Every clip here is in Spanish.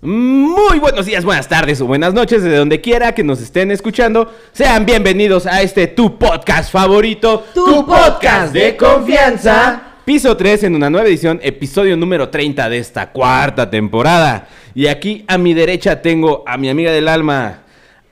Muy buenos días, buenas tardes o buenas noches, de donde quiera que nos estén escuchando. Sean bienvenidos a este tu podcast favorito, Tu podcast de confianza. Piso 3 en una nueva edición, episodio número 30 de esta cuarta temporada. Y aquí a mi derecha tengo a mi amiga del alma,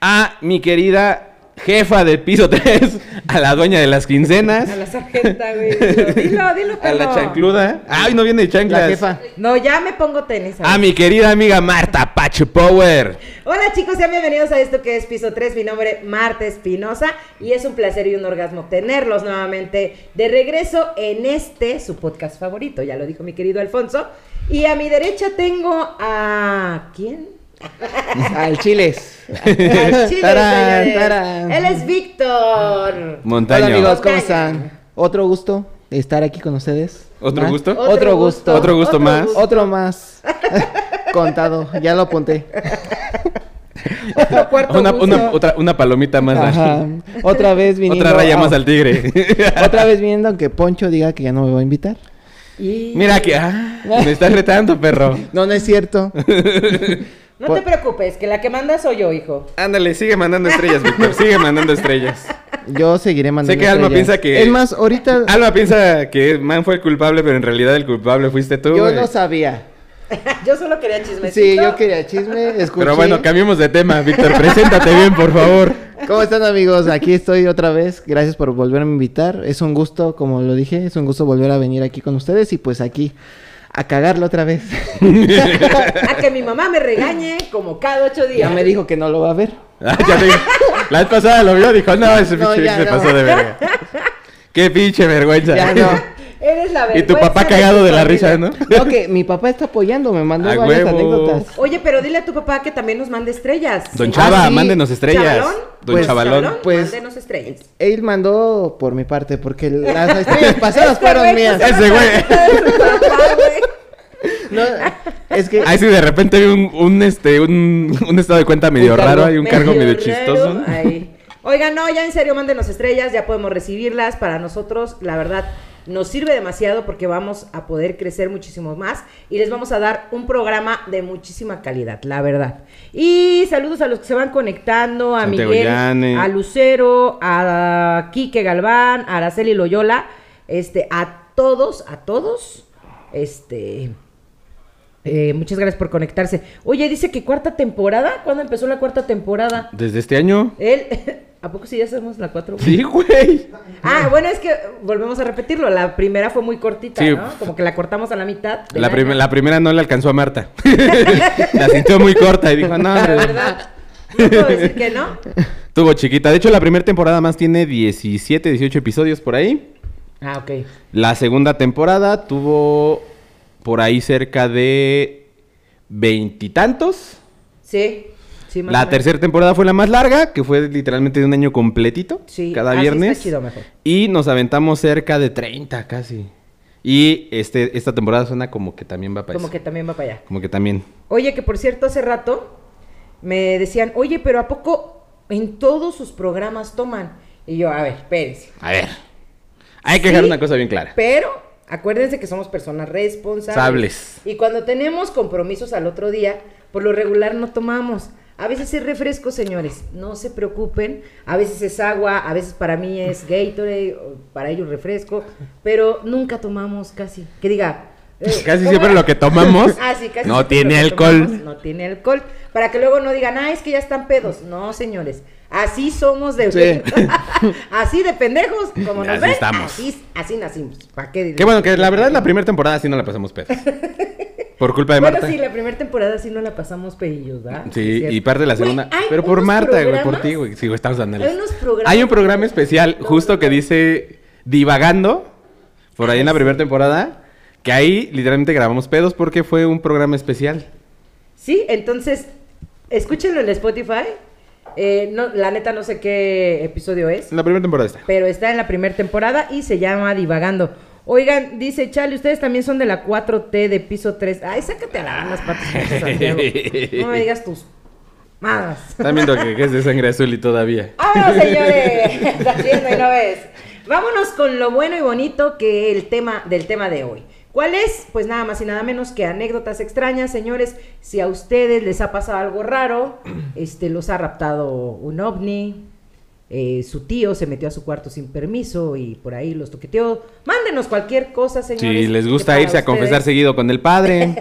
a mi querida jefa del piso 3, a la dueña de las quincenas, A la sargenta, güey. Dilo, dilo, dilo, a la perro. chancluda. Ay, no viene de chanclas. La jefa. No, ya me pongo tenis. A Ah, ahora. mi querida amiga Marta Pache Power. Hola chicos, sean bienvenidos a esto que es Piso 3. Mi nombre es Marta Espinosa y es un placer y un orgasmo tenerlos nuevamente de regreso en este, su podcast favorito, ya lo dijo mi querido Alfonso. Y a mi derecha tengo a... ¿Quién? Al chiles. Al chile, Tarán, señores. tarán. Él es Víctor. Montaño. Hola amigos, ¿cómo Montaño. están? Otro gusto de estar aquí con ustedes. ¿Otro Más- gusto? Otro, gusto. Otro gusto más. gusto. Otro más. Contado, ya lo apunté. Otro cuarto Una, gusto. una- otra, una palomita más. Ajá. Otra vez viniendo. Otra raya a- más al tigre. Otra vez viniendo aunque Poncho diga que ya no me va a invitar. Y- Mira que. ah, me estás retando, perro. No, no es cierto. No te preocupes, que la que manda soy yo, hijo. Ándale, sigue mandando estrellas, Víctor. Sigue mandando estrellas. Yo seguiré mandando. Sé que Alma estrellas. piensa que- Es más, ahorita. Alma piensa que Man fue el culpable, pero en realidad el culpable fuiste tú. Yo güey. no sabía. Yo solo quería chismecito. Sí, yo quería chisme. Escuché. Pero bueno, cambiemos de tema, Víctor. Preséntate bien, por favor. ¿Cómo están amigos? Aquí estoy otra vez. Gracias por volverme a invitar. Es un gusto, como lo dije, es un gusto volver a venir aquí con ustedes y pues aquí a cagarlo otra vez. a que mi mamá me regañe como cada ocho ya días. me dijo que no lo va a ver. Ah, ya te- La vez pasada lo vio, dijo, no, ese No, pinche ya se no. pasó de verga. Qué pinche vergüenza. Ya no. Eres la Y tu vergüenza papá de cagado tu de la familia. risa, ¿no? No, que mi papá está apoyando, me mandó A varias huevo. anécdotas. Oye, pero dile a tu papá que también nos mande estrellas. Don Sí. Chava, Ah, sí. mándenos estrellas. ¿Chavalón? Don Pues, Chavalón. Chavalón, pues- mándenos estrellas. Él mandó por mi parte, porque las estrellas pasadas fueron mías. se- Ese güey. No, es que Ahí sí, de repente vi un, un, este, un, un estado de cuenta medio Un cargo raro y un cargo medio chistoso. Oigan, no, ya en serio, mándenos estrellas, ya podemos recibirlas. Para nosotros, la verdad, nos sirve demasiado porque vamos a poder crecer muchísimo más y les vamos a dar un programa de muchísima calidad, la verdad. Y saludos a los que se van conectando, a Santiago Miguel, Yane. a Lucero, a Quique Galván, a Araceli Loyola, este, a todos, a todos, este... eh, muchas gracias por conectarse. Oye, dice que cuarta temporada. ¿Cuándo empezó la cuarta temporada? Desde este año. Él, ¿a poco sí ya hacemos la 4? Sí, güey. Ah, bueno, es que volvemos a repetirlo. La primera fue muy cortita, Sí. ¿no? Como que la cortamos a la mitad. del La, año. prim- la primera no le alcanzó a Marta. la sintió muy corta y dijo, no, La hombre, verdad. No puedo decir que no. estuvo chiquita. De hecho, la primera temporada más tiene 17, 18 episodios por ahí. Ah, ok. La segunda temporada tuvo por ahí cerca de veintitantos. Sí. sí más o La menos. tercera temporada fue la más larga, que fue literalmente de un año completito. Sí. Cada así viernes. Está chido mejor. Y nos aventamos cerca de 30 casi. Y este, esta temporada suena como que también va para Como eso. que también va para allá. Como que también. Oye, que por cierto, hace rato me decían, oye, pero ¿a poco en todos sus programas toman? Y yo, a ver, espérense. A ver. Hay que Sí, dejar una cosa bien clara. Pero acuérdense que somos personas responsables. Sables. Y cuando tenemos compromisos al otro día, por lo regular no tomamos. A veces es refresco, señores, no se preocupen. A veces es agua, a veces para mí es Gatorade, o para ellos refresco, pero nunca tomamos casi. Que diga. eh, Pues Casi ¿cómo siempre era? lo que tomamos Ah, sí, casi no siempre lo tiene que alcohol. tomamos no tiene alcohol. Para que luego no digan, ah, es que ya están pedos. No, señores. Así somos de. así de pendejos, como nos Así ven. estamos. Así, así nacimos. ¿Para qué? Que bueno, que la verdad la primera temporada sí no la pasamos pedos. Por culpa de Bueno, Marta. sí, la primera temporada sí no la pasamos pedillos, ¿verdad? Sí, es y cierto. parte de la Güey, segunda. hay Pero por unos Marta, güey, por programas- ti, güey. Sí, güey, estamos andando. Hay unos programas- Hay un programa especial justo que dice Divagando, por ahí en la primera temporada, que ahí literalmente grabamos pedos porque fue un programa especial. Sí, entonces, escúchenlo en Spotify. Eh, no, la neta no sé qué episodio es. La primera temporada está. pero está en la primera temporada y se llama Divagando. Oigan, dice Charlie, ustedes también son de la 4T de piso 3. Ay, sácate a las unas patas, Santiago. No me digas tus madas. Están viendo que, que es de sangre azul y todavía. ¡Vámonos, Ah, señores! Estás viendo y no ves. Vámonos con lo bueno y bonito que el tema del tema de hoy. ¿Cuál es? Pues nada más y nada menos que anécdotas extrañas, señores. Si a ustedes les ha pasado algo raro, este, los ha raptado un ovni, eh, su tío se metió a su cuarto sin permiso y por ahí los toqueteó. Mándenos cualquier cosa, señores. Si les que gusta para irse a confesar ustedes- seguido con el padre.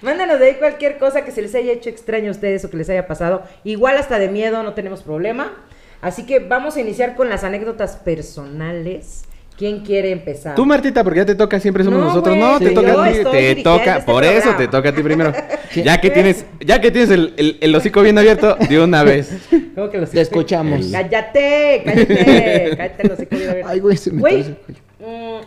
Mándanos de ahí cualquier cosa que se les haya hecho extraño a ustedes o que les haya pasado. Igual hasta de miedo, no tenemos problema. Así que vamos a iniciar con las anécdotas personales. ¿Quién quiere empezar? Tú, Martita, porque ya te toca, siempre somos No, nosotros. güey, No, te sí, toca yo a ti. estoy Te dirigiendo toca, este por eso programa. te toca a ti primero. Ya que tienes, ya que tienes el, el- el hocico bien abierto, de una vez. ¿Cómo que los Te escuchamos. Cállate, cállate, cállate, los hijos de- Ay, güey, se me Güey, atravesó el mm,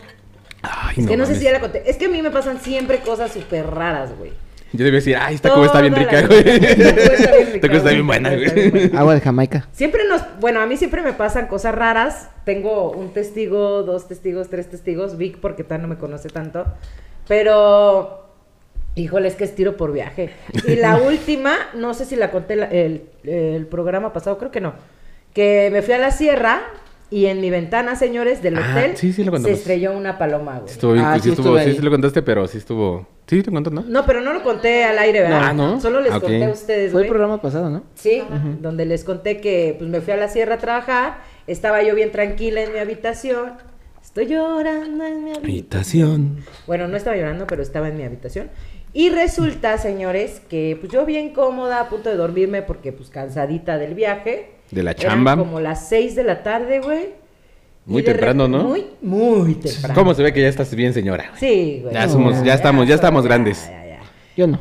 Ay, es que no sé mames. si ya la conté. Es que a mí me pasan siempre cosas súper raras, güey. Yo debía decir, ay, esta cuba está bien Toda rica, la- güey. Esta cuba está bien rica, Esta cuba está bien güey. buena, Esta cuba está bien güey. buena. Agua de Jamaica. Siempre nos, bueno, a mí siempre me pasan cosas raras. Tengo un testigo, dos testigos, tres testigos, Vic porque tal no me conoce tanto. Pero, híjole, es que es tiro por viaje. Y la última, no sé si la conté la- el, el programa pasado, creo que no. Que me fui a la sierra y en mi ventana, señores, del Ah, hotel sí, sí lo se contamos. estrelló una paloma, güey. Estuvo bien, Ah, cool, sí sí estuvo, estuve sí, ahí. sí lo contaste, pero sí estuvo. Sí, te contó, ¿no? No, pero no lo conté al aire, ¿verdad? Ah, ¿no? Solo les Ok. conté a ustedes, Fue el güey. programa pasado, ¿no? Sí, donde les conté que pues me fui a la sierra a trabajar, estaba yo bien tranquila en mi habitación, estoy llorando en mi habitación. Habitación. Bueno, no estaba llorando, pero estaba en mi habitación. Y resulta, señores, que pues yo bien cómoda, a punto de dormirme porque pues cansadita del viaje. De la Eran chamba. como las 6 de la tarde, güey. Muy Y de temprano, rep- ¿no? Muy, muy temprano. ¿Cómo se ve que ya estás bien, señora? Sí, güey. Ya somos- ya estamos- ya estamos grandes. Ah, ya, ya. Yo no.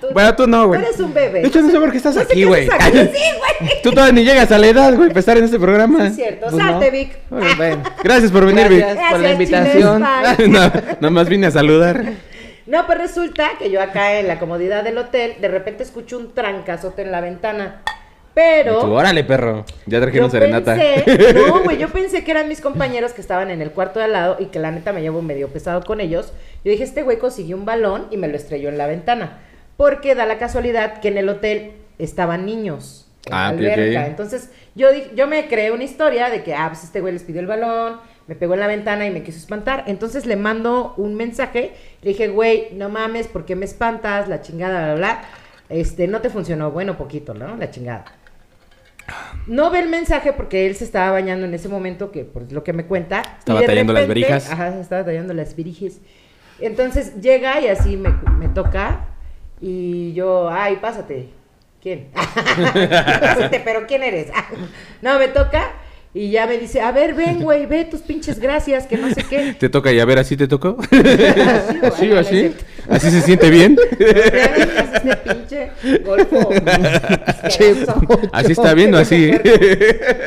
Tú- Bueno, tú no, güey. Tú eres un bebé. De hecho, no sé por qué estás No sé aquí, qué güey. haces aquí, Sí, güey. Tú todavía ni llegas a la edad, güey, para estar en este programa. Es cierto. Pues Salte, no. Vic. Bueno, bueno. Gracias por venir, Vic. Gracias por la Gracias, invitación. Chiles, bye. no, nada más vine a saludar. No, pues resulta que yo acá en la comodidad del hotel, de repente escucho un trancazote en la ventana. Pero. Y tú, órale, perro. Ya yo trajeron serenata. pensé- no, güey, yo pensé que eran mis compañeros que estaban en el cuarto de al lado y que la neta me llevo medio pesado con ellos. Yo dije, este güey consiguió un balón y me lo estrelló en la ventana. Porque da la casualidad que en el hotel estaban niños. En la Ah, ok, ok. alberca. Entonces, yo, di- yo me creé una historia de que, ah, pues este güey les pidió el balón, me pegó en la ventana y me quiso espantar. Entonces le mando un mensaje, le dije, güey, no mames, ¿por qué me espantas? La chingada, bla, bla. bla. Este, no te funcionó, bueno, poquito, ¿no? La chingada. No ve el mensaje porque él se estaba bañando en ese momento, que por lo que me cuenta. y Estaba de tallando las repente- verijas. Ajá, se estaba tallando las virijes. Entonces llega y así me, me toca y yo, ay, pásate. ¿Quién? pásate, pero ¿quién eres? no, me toca y ya me dice, a ver, ven, güey, ve tus pinches gracias, que no sé qué. Te toca y a ver, así te tocó. Así, así, así. Así se siente bien. Este pinche golfo. asqueroso. Así está bien o así.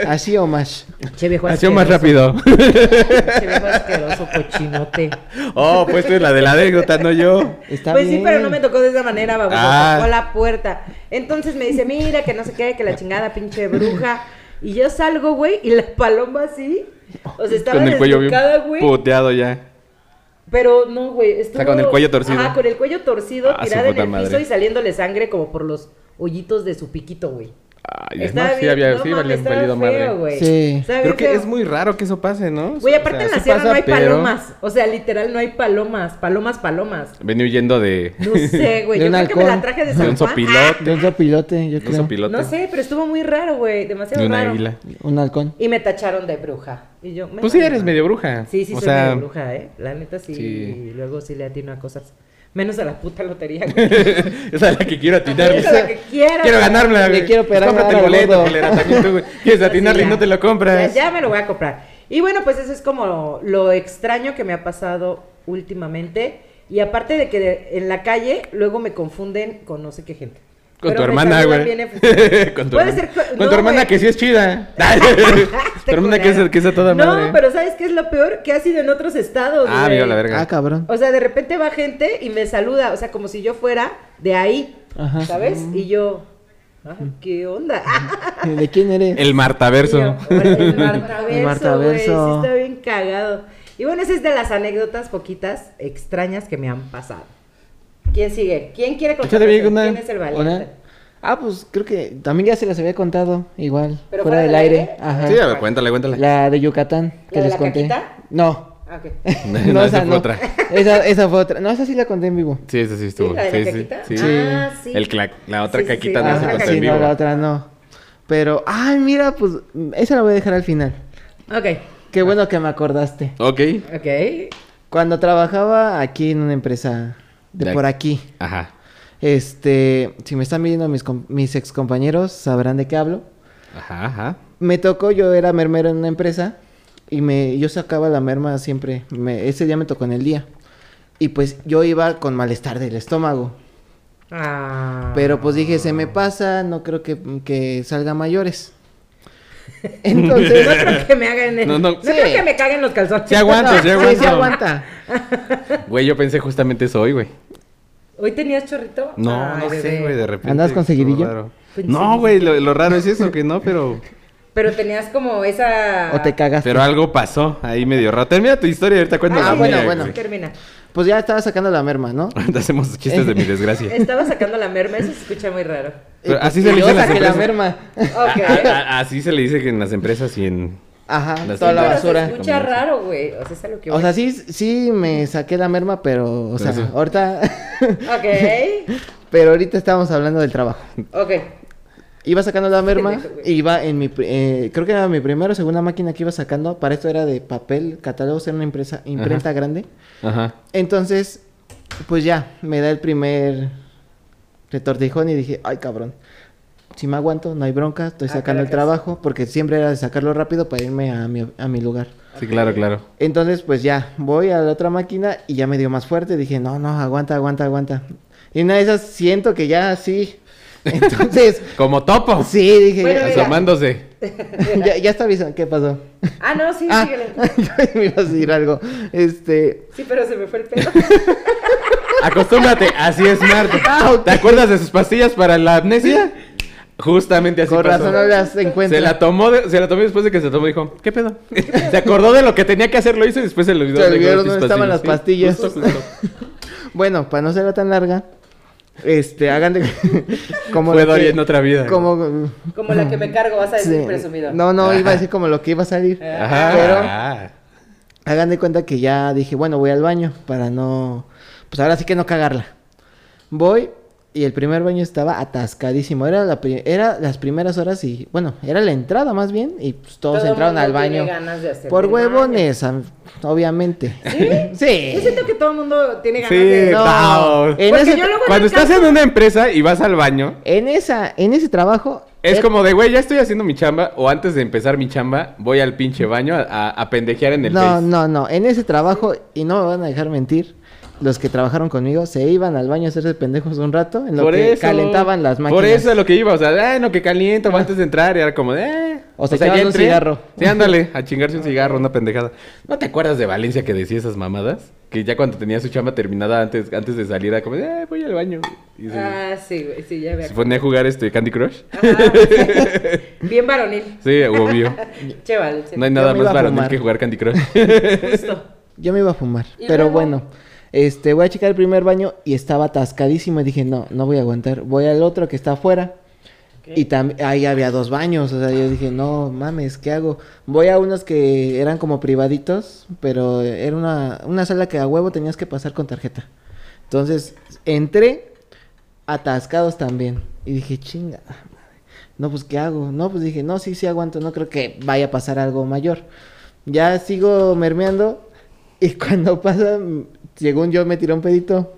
Así o más. Che, viejo Así o más asqueroso. rápido. Pinche viejo asqueroso, cochinote. Oh, pues tú es la de la anécdota, no yo. Está pues bien. sí, pero no me tocó de esa manera, baboso. Ah. Tocó la puerta. Entonces me dice, mira, que no sé qué, que la chingada pinche bruja. Y yo salgo, güey, y la paloma así. O sea, estaba Con el cuello bien desnucada, güey. puteado ya. Pero no, güey. Estuvo... con el cuello torcido. Ah, con el cuello torcido, Ah, su tirada en puta el piso madre. y saliéndole sangre como por los hoyitos de su piquito, güey. Ay, Estaba no, sí, bien- había, no sí, mames, valía un estaba valido feo, madre. güey. Sí. Estaba bien Pero que feo. es muy raro que eso pase, ¿no? Güey, O aparte sea, en la sí sierra pasa, no hay pero palomas. O sea, literal no hay palomas. Palomas, palomas. Venía huyendo de, No sé, güey. De un Yo creo que me halcón, la traje de de San un Juan. sopilote. De un sopilote, yo De un creo. Ah, sopilote. No sé, pero estuvo muy raro, güey. Demasiado De una raro. águila. Un halcón. Y me tacharon de bruja. Y yo, me Pues sí, vale eres madre. medio bruja. Sí, sí, o soy sea, medio bruja, ¿eh? La neta sí. Sí. Y luego sí le atino a cosas. Menos a la puta lotería, güey. Esa es la que quiero atinar. Esa es la que quiero. Quiero Le ganármela, güey. quiero Pues pegar Cómprate el al boleto, gordo. culera, también tú, güey. Quieres atinarle y Sí, no ya. te lo compras. Ya, ya me lo voy a comprar. Y bueno, pues eso es como lo extraño que me ha pasado últimamente. Y aparte de que de- en la calle luego me confunden con no sé qué gente. Con Pero tu me hermana, saludan güey. bien efusivo. Con tu Puede hermana, ser que- Con no, tu hermana güey. Este que sí es chida. Este tu hermana que es, que es a toda madre. No, pero ¿sabes qué es lo peor? Que ha sido en otros estados. Ah, güey. vio la verga. Ah, cabrón. O sea, de repente Ah, va gente y me saluda, o sea, como si yo fuera de ahí, Ajá. ¿sabes? Y yo, Ah, Mm. ¿Qué onda? ¿De quién eres? El martaverso. El El Martaverso, güey. Sí Martaverso. está bien cagado. Y bueno, esa es de las anécdotas poquitas extrañas que me han pasado. ¿Quién sigue? ¿Quién quiere contar? Échate bien una- ¿Quién es el valiente? una- Ah, pues creo que también ya se las había contado, igual, ¿Pero fuera del aire. Ajá. Sí, a ver, cuéntale, cuéntale. La de Yucatán, que de les la conté. caquita? No. Ah, ok. No, esa fue otra. Esa, esa fue otra. No, esa sí la conté en vivo. Sí, esa sí estuvo. ¿Sí? ¿La de la sí, caquita? sí, Sí. sí. Ah, sí. El clac- la otra Sí, sí, sí, caquita la no otra se Ajá, contó Ah, sí, en vivo. no, la otra no. Pero, ay, mira, pues mm, esa la voy a dejar al final. Ok. Qué Ah. bueno que me acordaste. Ok. Ok. Cuando trabajaba aquí en una empresa de De por aquí. aquí, Ajá. este, si me están viendo mis, com- mis ex compañeros, sabrán de qué hablo. Ajá, ajá. Me tocó, yo era mermero en una empresa y me, yo sacaba la merma siempre. Me- ese día me tocó en el día. Y pues yo iba con malestar del estómago. Ah. Pero pues dije, se me pasa, no creo que, que salga mayores. Entonces, No creo que me hagan. No, No, no. creo Sí. que me caguen los calzones. Sí aguanto, sí sí, sí aguanto. aguanta. Güey, yo pensé justamente eso hoy, güey. ¿Hoy tenías chorrito? No, Ah, Ay, no sé, bebé. güey, de repente. ¿Andas con estuvo seguidillo? raro. No, güey, lo, lo raro es eso, que no, pero... Pero tenías como esa. O te cagaste. Pero algo pasó ahí medio raro. Termina tu historia y ahorita cuento Ah, la bueno, mía, bueno. güey. Termina. Pues ya estaba sacando la merma, ¿no? Ahorita hacemos chistes de mi desgracia. Estaba sacando la merma, eso se escucha muy raro. Pero Y, pues, así se y le yo dice a las saqué la empresas. merma. Ok. A- a- a- así se le dice que en las empresas y en... Ajá, Las toda la tiendas. Pero basura. Se escucha raro, güey. O sea, es a lo que O voy. sea, sí, sí me saqué la merma, pero, o sea, Eso. ahorita... Ah. Ok. pero ahorita estábamos hablando del trabajo. Ok. Iba sacando la merma, Pendejo, güey. iba en mi... pri- eh, creo que era mi primera o segunda máquina que iba sacando. Para esto era de papel, catálogos, era una empresa, imprenta grande. Ajá. Entonces, pues ya, me da el primer retortijón y dije, ay cabrón, si me aguanto, no hay bronca, estoy Ah, sacando el caracas. trabajo, porque siempre era de sacarlo rápido para irme a mi, a mi lugar. Sí, claro, claro. Entonces, pues ya, voy a la otra máquina y ya me dio más fuerte, dije, no, no, aguanta, aguanta, aguanta. Y en una de esas siento que ya sí. Entonces, Como topo. sí, dije, Bueno, mira. Asomándose. ya, ya está avisando, ¿qué pasó? Ah, no, sí, Ah, síguele. yo me iba a decir algo. Este, Sí, pero se me fue el pelo. Acostúmbrate, así es Marte. Ah, ok. ¿Te acuerdas de sus pastillas para la amnesia? Justamente así con pasó. razón no las encuentro. se la tomó, de- se la tomó después de que se tomó y dijo, ¿qué pedo? se acordó de lo que tenía que hacer, lo hizo y después se le olvidó. Se de olvidó sus dónde estaban las pastillas. justo, justo. Bueno, para no serla tan larga, este, hagan de como Fue lo Dory en otra vida. Como Como la que me cargo, vas a decir sí, presumido. No, no, iba Ajá. a decir como lo que iba a salir. Ajá. Pero hagan de cuenta que ya dije, bueno, voy al baño para no pues ahora sí que no cagarla. Voy y el primer baño estaba atascadísimo. Era la pri- era las primeras horas y bueno, era la entrada más bien y pues, todos Todo entraron mundo al tiene baño. ganas de hacer Por del baño. huevones, am- obviamente. Yo Sí. siento que todo el mundo tiene ganas Sí, de. No. Tao. En Porque ese- yo luego Cuando en el estás caso- en una empresa y vas al baño, En esa en ese trabajo es er- como de, güey, ya estoy haciendo mi chamba, o antes de empezar mi chamba, voy al pinche baño a, a- a pendejear en el No, Face. no, no. En ese trabajo, y no me van a dejar mentir, los que trabajaron conmigo se iban al baño a hacerse pendejos un rato en lo que calentaban las máquinas. Por eso a lo que iba, o sea, ah, no, que caliento, va antes de entrar, y era como de, eh. O se echaban un entré. cigarro. Sí, ándale, a chingarse un cigarro, una pendejada. ¿No te acuerdas de Valencia que decía esas mamadas? Que ya cuando tenía su chamba terminada antes, antes de salir, era como de, eh, voy al baño. Y se, Ah, sí, güey, sí, ya me se ponía a jugar este Candy Crush. acuerdo. Bien varonil. Sí, obvio. Che, vale, sí. No hay nada me iba más a varonil fumar. que jugar Candy Crush. Justo. Yo me iba a fumar. ¿Y Pero luego? bueno, este, voy a checar el primer baño y estaba atascadísimo. Y dije, no, no voy a aguantar. Voy al otro que está afuera. Y tam- ahí había dos baños. O sea, yo dije, no mames, ¿qué hago? Voy a unos que eran como privaditos, pero era una, una sala que a huevo tenías que pasar con tarjeta. Entonces, entré atascados también. Y dije, chinga. madre. No, pues, ¿qué hago? No, pues dije, no, sí, sí aguanto. No creo que vaya a pasar algo mayor. Ya sigo mermeando. Y cuando pasa, mm, según yo, me tiró un pedito.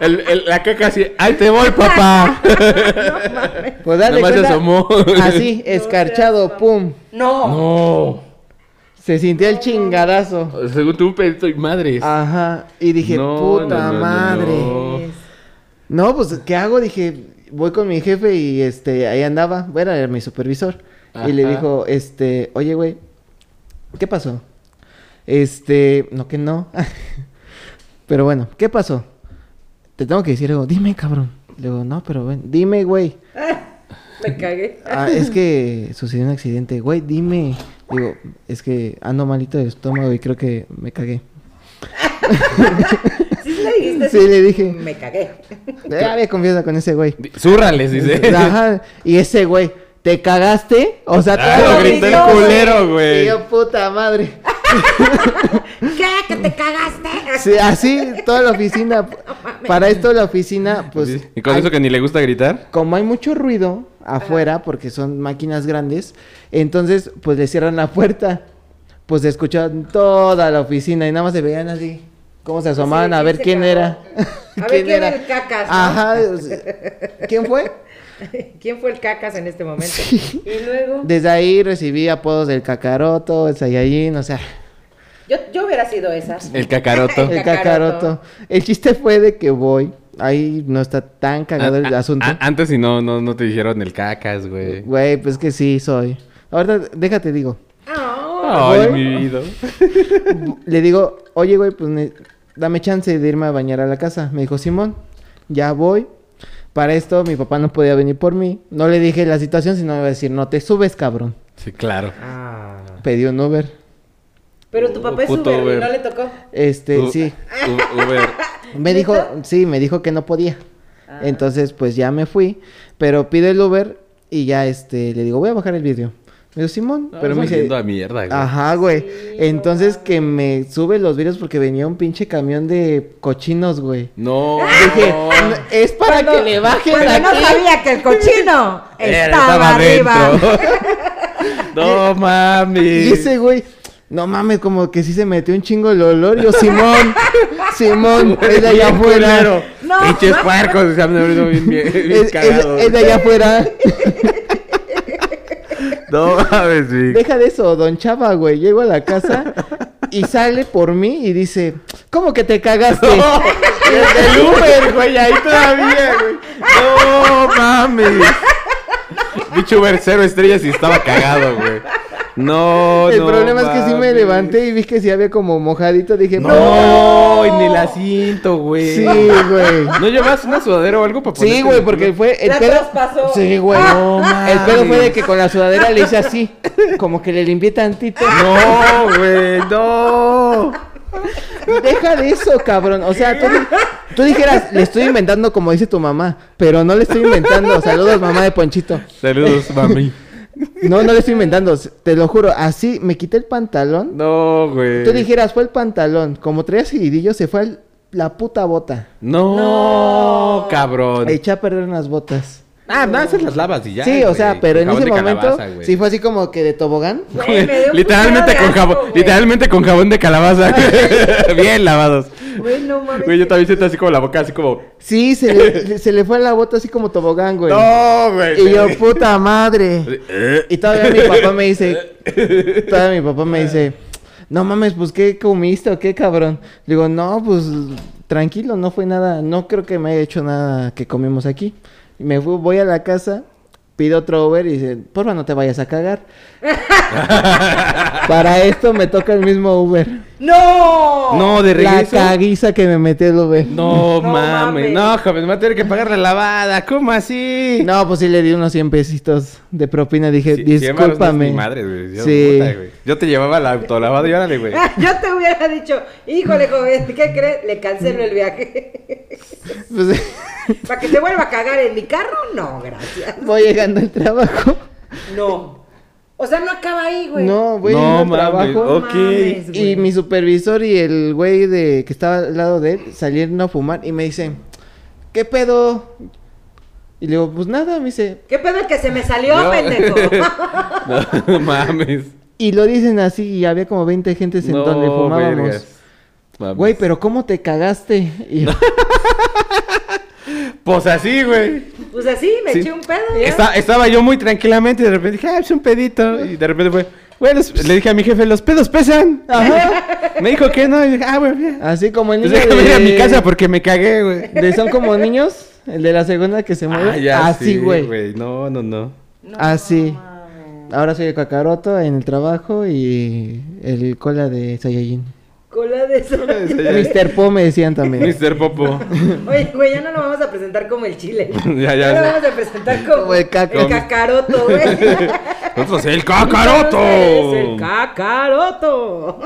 El, el- la caca así, ¡ay, te voy, papá! No mames. Pues dale Nomás se cuenta, asomó. Así, escarchado, pum. No. ¡No! Se sintió el chingadazo. Según tu pedito y madres. Ajá. Y dije, No, puta no, no, no, madre. No. no. pues, ¿qué hago? Dije, voy con mi jefe y este, ahí andaba. Bueno, era mi supervisor. Y le Ajá. dijo, este, oye, güey, ¿qué pasó? Este, no que no. Pero bueno, ¿qué pasó? Te tengo que decir algo. Dime, cabrón. Le digo, no, pero ven, dime, güey. Me cagué. Ah, es que sucedió un accidente, güey, dime. Digo, es que ando malito del estómago y creo que me cagué. Sí le dijiste Sí, así, le dije. Me cagué. Eh, había confianza con ese güey. Zúrrales, dice. Ajá, y ese güey, ¿te cagaste? O sea, Ah, todo lo gritó el gritó, güey. culero, güey. Y yo, puta madre. ¿Qué? ¿Que te cagaste? Sí, así, toda la oficina. Para esto la oficina, pues... y con hay- eso que ni le gusta gritar. como hay mucho ruido afuera, porque son máquinas grandes, entonces pues le cierran la puerta. Pues se escuchaban toda la oficina y nada más se veían así. ¿Cómo se asomaban Sí, a ver ¿quién se quién cagó? era? A ver quién era el cacas, ¿no? Ajá. o sea, ¿Quién fue? ¿Quién fue el cacas en este momento? Sí. Y luego, Desde ahí recibí apodos del cacaroto, el Saiyajin, o sea, yo, yo hubiera sido esa. El cacaroto. el cacaroto. cacaroto. El chiste fue de que voy. Ahí no está tan cagado el A- a- asunto. a- Ah, antes si no, no, no te dijeron el cacas, güey. Güey, pues que sí, soy. Ahorita, déjate, digo. Ah, Ay, Voy. mi vida. le digo, oye, güey, pues ne- dame chance de irme a bañar a la casa. Me dijo, Simón, ya voy. Para esto, mi papá no podía venir por mí. No le dije la situación, sino me iba a decir, no te subes, cabrón. Sí, claro. Pedí un Uber. Pero tu Uh, papá es puto Uber, Uber. no le tocó. Este, U- sí. U- Uber. Me dijo, sí, me dijo que no podía. Entonces, pues ya me fui. Pero pido el Uber y ya, este, le digo, voy a bajar el vídeo. Me dijo, Simón, pero pero me me dice, yendo a mierda, güey. Ajá, güey. Entonces que me sube los vídeos porque venía un pinche camión de cochinos, güey. No. Dije, "No, es para que le bajen Porque no aquí. sabía que el cochino Era, estaba arriba. adentro. no mami. Y ese güey, no mames, como que sí se metió un chingo el olor. Yo, Simón, Simón, es de allá afuera. No. Pinches puercos. Se han venido bien, bien, bien Es, es- cagados. es de allá afuera. No mames, mi. Deja de eso, don Chava, güey. Llego a la casa y sale por mí y dice, ¿cómo que te cagaste? El Uber, güey, ahí todavía, güey. No mames. Dicho Uber cero estrellas y estaba cagado, güey. No, el no. problema es que sí me mames. levanté y vi que sí había como mojadito. Dije, No, y ni la cinto, güey. Sí, güey. ¿No llevas una sudadera o algo para Sí, güey, porque fue el La pedo. traspasó. Sí, güey. No mames. el pedo fue de que con la sudadera le hice así, como que le limpié tantito. No, güey, no. Deja de eso, cabrón. O sea, tú, di- tú dijeras, le estoy inventando como dice tu mamá, pero no le estoy inventando. Saludos, mamá de Ponchito. Saludos, mami. No, no le estoy inventando, te lo juro. Así me quité el pantalón. No, güey. Tú dijeras, fue el pantalón. Como traía seguidillo, se fue al- la puta bota. No, cabrón. Eché a perder unas botas. Ah, no, esas las lavas y ya. sí, o güey. sea, pero en Con ese jabón de momento calabaza, güey. sí fue así como que de tobogán. Güey, me dio un literalmente puñado con de jabón, asco, güey. literalmente con jabón de calabaza. güey. Bien lavados. Güey, no mames. Güey, yo también siento así como la boca así como Sí, se le, se le fue la bota así como tobogán, güey. No, güey. Eh. Y yo, puta madre. Y todavía mi papá me dice, todavía mi papá me dice, no mames, pues qué comiste o qué cabrón. Le digo, no, pues tranquilo, no fue nada, no creo que me haya hecho nada que comimos aquí. Y me fui, voy a la casa, pido otro Uber y dice, porfa, no te vayas a cagar. Para esto me toca el mismo Uber. ¡No! No, de "Oh, La regreso. caguiza que me metió el Uber. No, No mames. mames. No, joven, me va a tener que pagar la lavada. ¿Cómo así? No, pues sí le di unos 100 pesitos de propina. Dije, Sí, sí, hermanos, no es discúlpame. mi madre, güey. Yo, Sí. Ah, puta, güey. Yo te llevaba la autolavada y órale, güey. Yo te hubiera dicho, híjole, joven, ¿qué crees? Le cancelo el viaje. Pues, ¿Para que se vuelva a cagar en mi carro? No, gracias. voy llegando al trabajo. No. O sea, no acaba ahí, güey. No, voy no llegando al mames. trabajo. Ok. Pues, Mames. güey. Y mi supervisor y el güey de que estaba al lado de él salieron a fumar y me dicen, ¿qué pedo? Y le digo, pues nada, me dice. ¿Qué pedo el que se me salió, No. pendejo? No mames. Y lo dicen así y había como 20 gentes en No, donde fumábamos. vergas. Mames. Güey, pero ¿cómo te cagaste? Y yo, Pues así, güey. pues así, me Sí. eché un pedo. ya. Está- estaba yo muy tranquilamente y de repente dije, ah, es un pedito. Y de repente fue, güey, los- le dije a mi jefe, los pedos pesan. Me dijo que no. Y dije, ah, güey, bien. así como el niño Entonces déjame de- ir a mi casa porque me cagué, güey. de Son como niños, el de la segunda que se mueve. Ah, ya, así, sí, güey. No, no, no. Así. Ahora soy el cacaroto en el trabajo y el cola de Saiyajin. Cola de sola. Mr. Eh, Po me decían también. Mr. Popo. Oye, güey, ya no lo vamos a presentar como el chile. Ya, ya. lo vamos a presentar como, Como el caco. el cacaroto, güey. Nosotros el Es el cacaroto. cacaroto.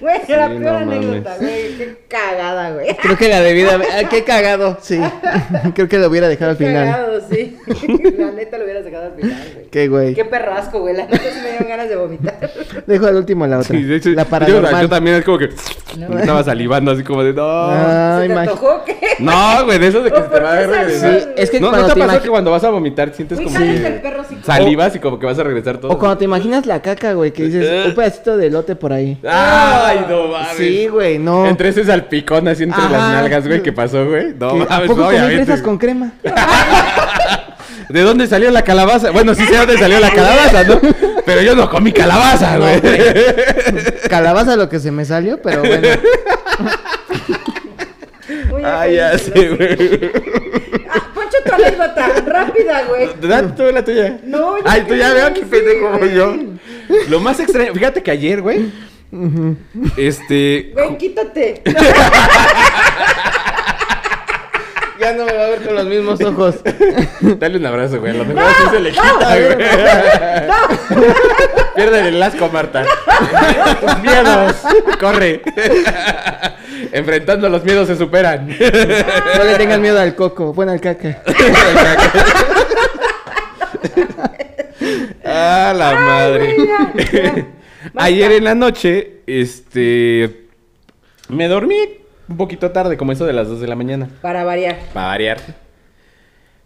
Güey, Sí, la no peor anécdota, güey. Qué cagada, güey. Creo que la debida. ah, qué cagado. Sí. Creo que lo hubiera dejado al final. Cagado, sí. La neta lo hubieras sacado al final, güey. Qué güey. Qué perrasco, güey. La neta sí me dieron ganas de vomitar. Dejo al último la otra. Sí, de hecho, la yo, paranormal. yo también es como que me estaba salivando así como de no. Ah, ¿Se te imagi- antojó qué? No, güey, de eso de que ¿O se te por va a qué regresar. salió? Sí, es que no, ¿no cuando te te pasó imagi- que cuando vas a vomitar sientes Muy como caliente que el perro, sí. salivas y como que vas a regresar todo? O cuando te imaginas la caca, güey, que dices Eh. un pedacito de elote por ahí. Ay, no mames. Sí, güey, no. Entre ese salpicón así entre las Ajá. nalgas, güey, ¿qué pasó, güey? No Que- ¿A mames, poco comí obviamente. fresas con crema? ¿De dónde salió la calabaza? Bueno, sí sé dónde salió la calabaza, ¿no? Pero yo no comí calabaza, güey. Calabaza lo que se me salió, pero bueno. Muy Ay, Ah, ya bien, sé, lo sé. güey. Ah, Poncho tu anécdota, rápida, güey. Date tú la tuya. No, yo Ay, tú ya creo veo que que sí, pendejo güey. voy yo. Lo más extraño, fíjate que ayer, güey. Este. Güey, quítate. ya no me va a ver con los mismos ojos. Dale un abrazo, güey. A lo mejor sí se le quita, güey. Pierde el asco, Marta. Tus miedos. Corre. Enfrentando los miedos se superan. No le tengan miedo al coco, bueno al caca. ah, la madre. Ayer en la noche, este. Me dormí un poquito tarde, como eso de las 2 de la mañana. Para variar. Para variar.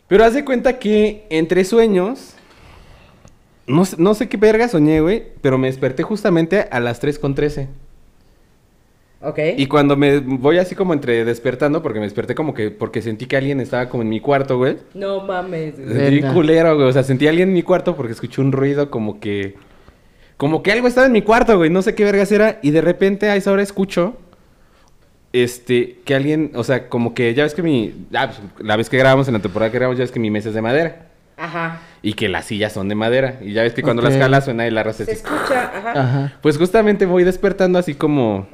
Pero haz de cuenta que entre sueños. No sé, no sé qué verga soñé, güey. Pero me desperté justamente a las 3.13. Ok. Y cuando me voy así como entre despertando, porque me desperté como que porque sentí que alguien estaba como en mi cuarto, güey. No mames. güey. Sentí Verga. culero, güey. O sea, sentí a alguien en mi cuarto porque escuché un ruido como que. Como que algo estaba en mi cuarto, güey. No sé qué vergas era. Y de repente a esa hora escucho. Este, que alguien. O sea, como que ya ves que mi. ah, pues, la vez que grabamos en la temporada que grabamos, ya ves que mi mesa es de madera. Ajá. Y que las sillas son de madera. Y ya ves que cuando Ok. las jalas suena el arroz. Se escucha, ajá. Ajá. Pues justamente voy despertando así como.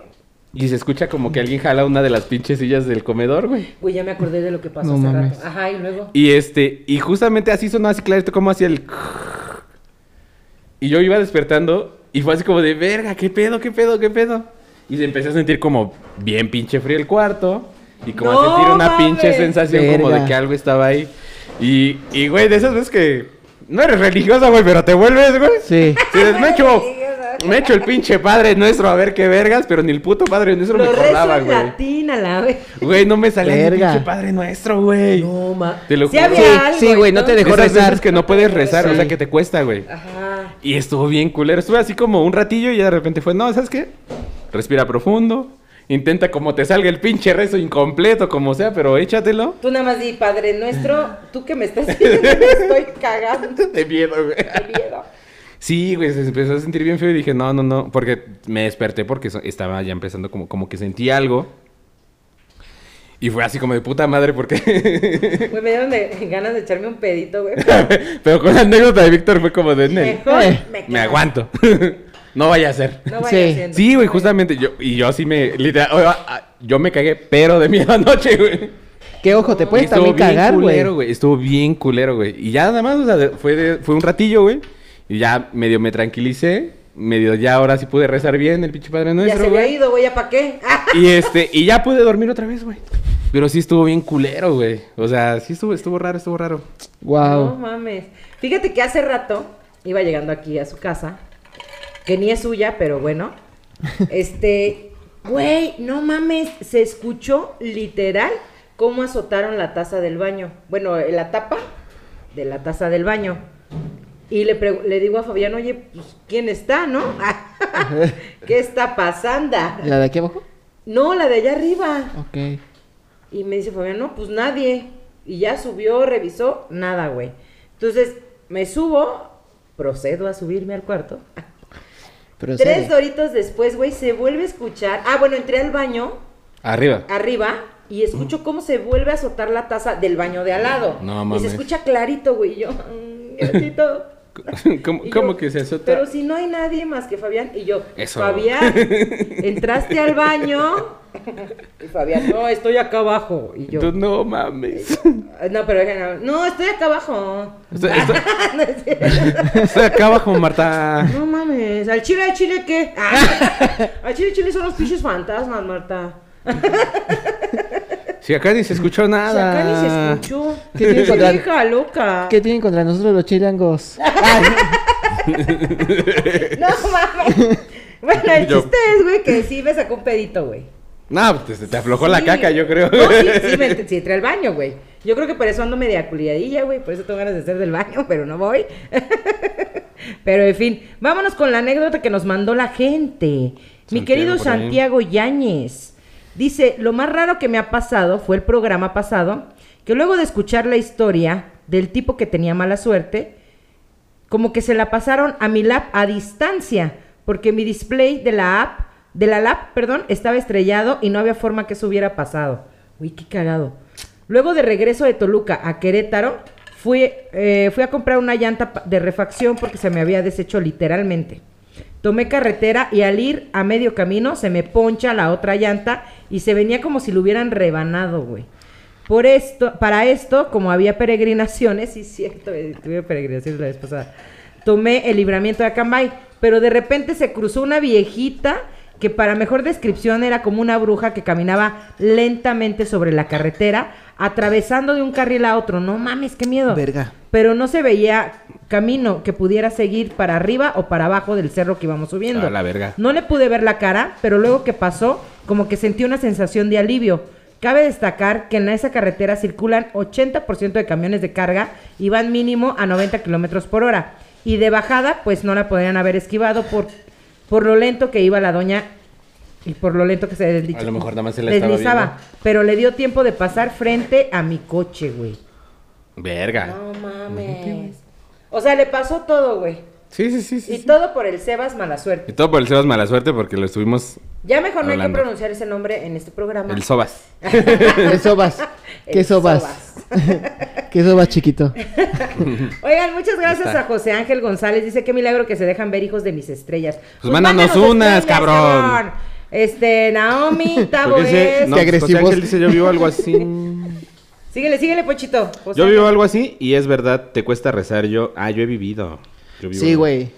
Y se escucha como que alguien jala una de las pinches sillas del comedor, güey. Güey, ya me acordé de lo que pasó No hace mames. rato. Ajá, y luego. Y este, y justamente así sonó así clarito como hacía el. Y yo iba despertando y fue así como de verga, qué pedo, qué pedo, qué pedo. Y se empecé a sentir como bien pinche frío el cuarto. Y como ¡No a sentir una mames! pinche sensación como Verga. de que algo estaba ahí. Y, y güey, de esas veces que. No eres religiosa, güey, pero te vuelves, güey. Sí. Sí, des- me echo, religiosa. me echo el pinche padre nuestro a ver qué vergas, pero ni el puto padre nuestro me Lo rezo acordaba, en güey. latín a la vez. Güey, no me salía ni el Verga. pinche padre nuestro, güey. No mames. Te lo Sí juro. había Sí, algo, sí, güey, no te entonces. dejó Esas rezar. veces que no puedes rezar, o Sí. sea, que te cuesta, güey. Ajá. Y estuvo bien culero. Estuve así como un ratillo y ya de repente fue, no, ¿sabes qué? Respira profundo. Intenta como te salga el pinche rezo incompleto, como sea, pero échatelo. Tú nada más di, Padre Nuestro, tú que me estás viendo, me estoy cagando De miedo, güey. de miedo. Sí, güey, se empezó a sentir bien feo y dije, no, no, no, porque me desperté porque so- estaba ya empezando como, como que sentí algo. Y fue así como de puta madre porque... Güey, me dieron de- ganas de echarme un pedito, güey. pero con la anécdota de Víctor fue como de... "Nel, Mejor Eh, me, quedo. Me aguanto. no vaya a ser. No vaya Sí. haciendo. Sí, güey, justamente. Yo, y yo sí me. Literal. o- a- a- Yo me cagué, pero de miedo anoche, güey. Que ojo, te puedes Estuvo también bien cagar, culero, güey. güey. Estuvo bien culero, güey. Y ya nada más, o sea, de- fue, de- fue un ratillo, güey. Y ya medio me tranquilicé. Medio ya ahora sí pude rezar bien el pinche padre Ya se nuestro, había güey. ido, güey, ¿ya para qué? Ah, Y este, y ya pude dormir otra vez, güey. Pero sí estuvo bien culero, güey. O sea, sí estuvo, estuvo raro, estuvo raro. No Wow. mames. Fíjate que hace rato iba llegando aquí a su casa, que ni es suya, pero bueno. Este, güey, no mames, se escuchó literal cómo azotaron la taza del baño. Bueno, eh, la tapa de la taza del baño. Y le, pregu- le digo a Fabián, oye, pues, ¿quién está, no? ¿Qué está pasando? ¿La de aquí abajo? No, la de allá arriba. Ok. Y me dice Fabián, no, pues nadie. Y ya subió, revisó, nada, güey. Entonces, me subo, procedo a subirme al cuarto. Pero Tres doritos después, güey, se vuelve a escuchar. Ah, bueno, entré al baño, Arriba. arriba, y escucho cómo se vuelve a azotar la taza del baño de al lado. Mm. No Y mames. se escucha clarito, güey. y yo, mm, Diosito, ¿Cómo, Y cómo yo, que se azota? Pero si no hay nadie más que Fabián y yo. Eso. Fabián, entraste al baño. Y Fabián, no, estoy acá abajo. Y yo. Tú no mames. No, pero déjenme. No, estoy acá abajo. Estoy, estoy- No es cierto. estoy acá abajo, Marta. No mames. ¿Al chile, al chile qué? Ah, al chile, chile son los pinches fantasmas, Marta. Si acá ni se escuchó O sea, acá ni se nada. escuchó. ¿Qué tiene Pinche contra- vieja loca. ¿Qué tienen contra nosotros los chilangos? No mames. Bueno, el Yo- chiste es, güey, que sí me sacó un pedito, güey. No, pues, te, te aflojó la Sí. caca, yo creo. No, sí, sí, me ent- sí entré al baño, güey. Yo creo que por eso ando media culiadilla, güey. Por eso tengo ganas de hacer del baño, pero no voy. pero en fin, vámonos con la anécdota que nos mandó la gente. Mi Santiago querido por ahí. Santiago Yáñez. Dice, lo más raro que me ha pasado fue el programa pasado, que luego de escuchar la historia del tipo que tenía mala suerte, como que se la pasaron a mi lap a distancia, porque mi display de la app, de la lap, perdón, estaba estrellado y no había forma que eso hubiera pasado. Uy, qué cagado. Luego de regreso de Toluca a Querétaro, fui, eh, fui a comprar una llanta pa- de refacción porque se me había deshecho literalmente. Tomé carretera y al ir a medio camino se me poncha la otra llanta y se venía como si lo hubieran rebanado, güey. Por esto, para esto, como había peregrinaciones, sí es cierto, eh, tuve peregrinaciones la vez pasada, tomé el libramiento de Acambay, pero de repente se cruzó una viejita que para mejor descripción era como una bruja que caminaba lentamente sobre la carretera, atravesando de un carril a otro. No mames, qué miedo Verga. pero no se veía camino que pudiera seguir para arriba o para abajo del cerro que íbamos subiendo. A la verga. No le pude ver la cara, pero luego que pasó, como que sentí una sensación de alivio. Cabe destacar que en esa carretera circulan 80% de camiones de carga y van mínimo a 90 kilómetros por hora. Y de bajada, pues no la podrían haber esquivado por, por lo lento que iba la doña y por lo lento que se desliza- A lo mejor nada más se la estaba deslizaba. viendo. Pero le dio tiempo de pasar frente a mi coche, güey. Verga. No mames. O sea, le pasó todo, güey. Sí, sí, sí. sí, Y sí. todo por el Sebas mala suerte. Y todo por el Sebas mala suerte porque lo estuvimos. Ya mejor no hay que Hablando. pronunciar ese nombre en este programa. El Sobas. ¿Qué sobas? ¿Qué El sobas? Sobas. ¿Qué sobas, chiquito? Oigan, muchas gracias Está. a José Ángel González. Dice qué milagro que se dejan ver hijos de mis estrellas. Pues Pues mándanos unas, cabrón. Este, Naomi, Tavo Porque ese- es. no, pues, José agresivos. Ángel dice, yo vivo algo así. Síguele, síguele, Pochito. José yo Ángel. vivo algo así y es verdad, te cuesta rezar. Yo, ah, yo he vivido. Yo vivo Sí, algo- güey.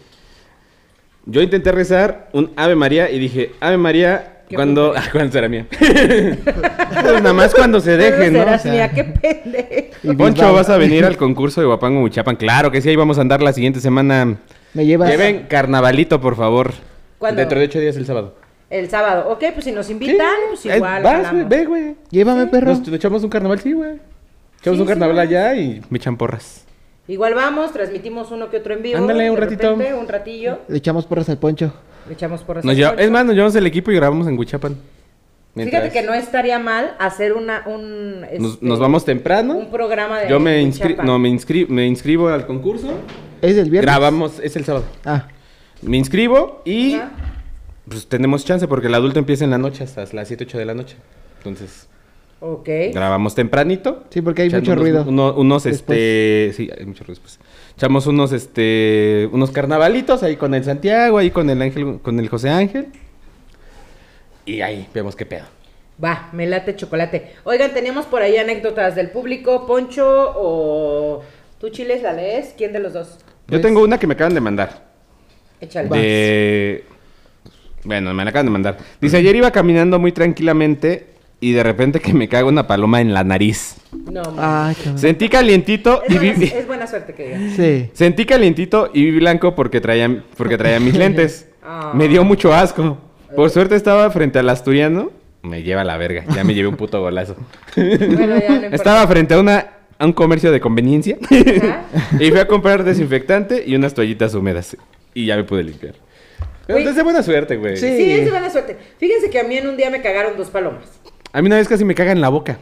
Yo intenté rezar un Ave María y dije, Ave María, ¿Qué cuando. Ah, ¿Cuándo será mía? Pues nada más cuando se dejen, ¿no? Serás O sea, mía, qué pendejo. Y Poncho, Bilbao. vas a venir al concurso de Huapango Muchapan. Claro que sí, ahí vamos a andar la siguiente semana. Me llevas. Lleven carnavalito, por favor. ¿Cuándo? Dentro de ocho días el sábado. El sábado. Ok, pues si nos invitan, pues Eh, igual. vas, jalamos. güey, ve, güey. Llévame, perro. Nos echamos un carnaval, sí, güey. Echamos Sí, un carnaval sí, allá y me echan porras. Igual vamos, transmitimos uno que otro en vivo. Ándale, un de ratito. repente, un ratillo. Le echamos porras al poncho. Le echamos por Nos lleva- Es más, nos llevamos el equipo y grabamos en Huichapan. Fíjate Mientras- que no estaría mal hacer una, un... Nos, este, nos vamos temprano. Un programa de... Yo me, inscri- inscribo no, me, inscri- me inscribo al concurso. ¿Es el viernes? Grabamos, es el sábado. Ah, Me inscribo y pues tenemos chance porque el adulto empieza en la noche hasta las 7, 8 de la noche. Entonces, Ok. grabamos tempranito. sí, porque hay Echando mucho unos- ruido. uno- unos, Después. este, sí, hay mucho ruido después. Echamos unos, este, unos carnavalitos ahí con el Santiago, ahí con el Ángel, con el José Ángel. Y ahí vemos qué pedo. Va, me late chocolate. Oigan, teníamos por ahí anécdotas del público. Poncho o... ¿Tú chiles la lees? ¿Quién de los dos? Yo Pues- tengo una que me acaban de mandar. Échale. De... Bueno, me la acaban de mandar. Dice, ayer iba caminando muy tranquilamente y de repente que me caga una paloma en la nariz. No, Ay, cabrón. Sentí calientito es, Ah, y buena, vi... es buena suerte que digas. Sí. Sentí calientito y vi blanco porque traía, porque traía mis lentes. Ah. Me dio mucho asco. Por suerte estaba frente al asturiano. Me lleva la verga. Ya me llevé un puto golazo. Bueno, ya no importa. Estaba frente a una a un comercio de conveniencia. Ajá. y fui a comprar desinfectante y unas toallitas húmedas. Y ya me pude limpiar. Pero Güey. es de buena suerte, güey. Sí. Sí, es de buena suerte. Fíjense que a mí en un día me cagaron dos palomas. A mí una vez casi me caga en la boca.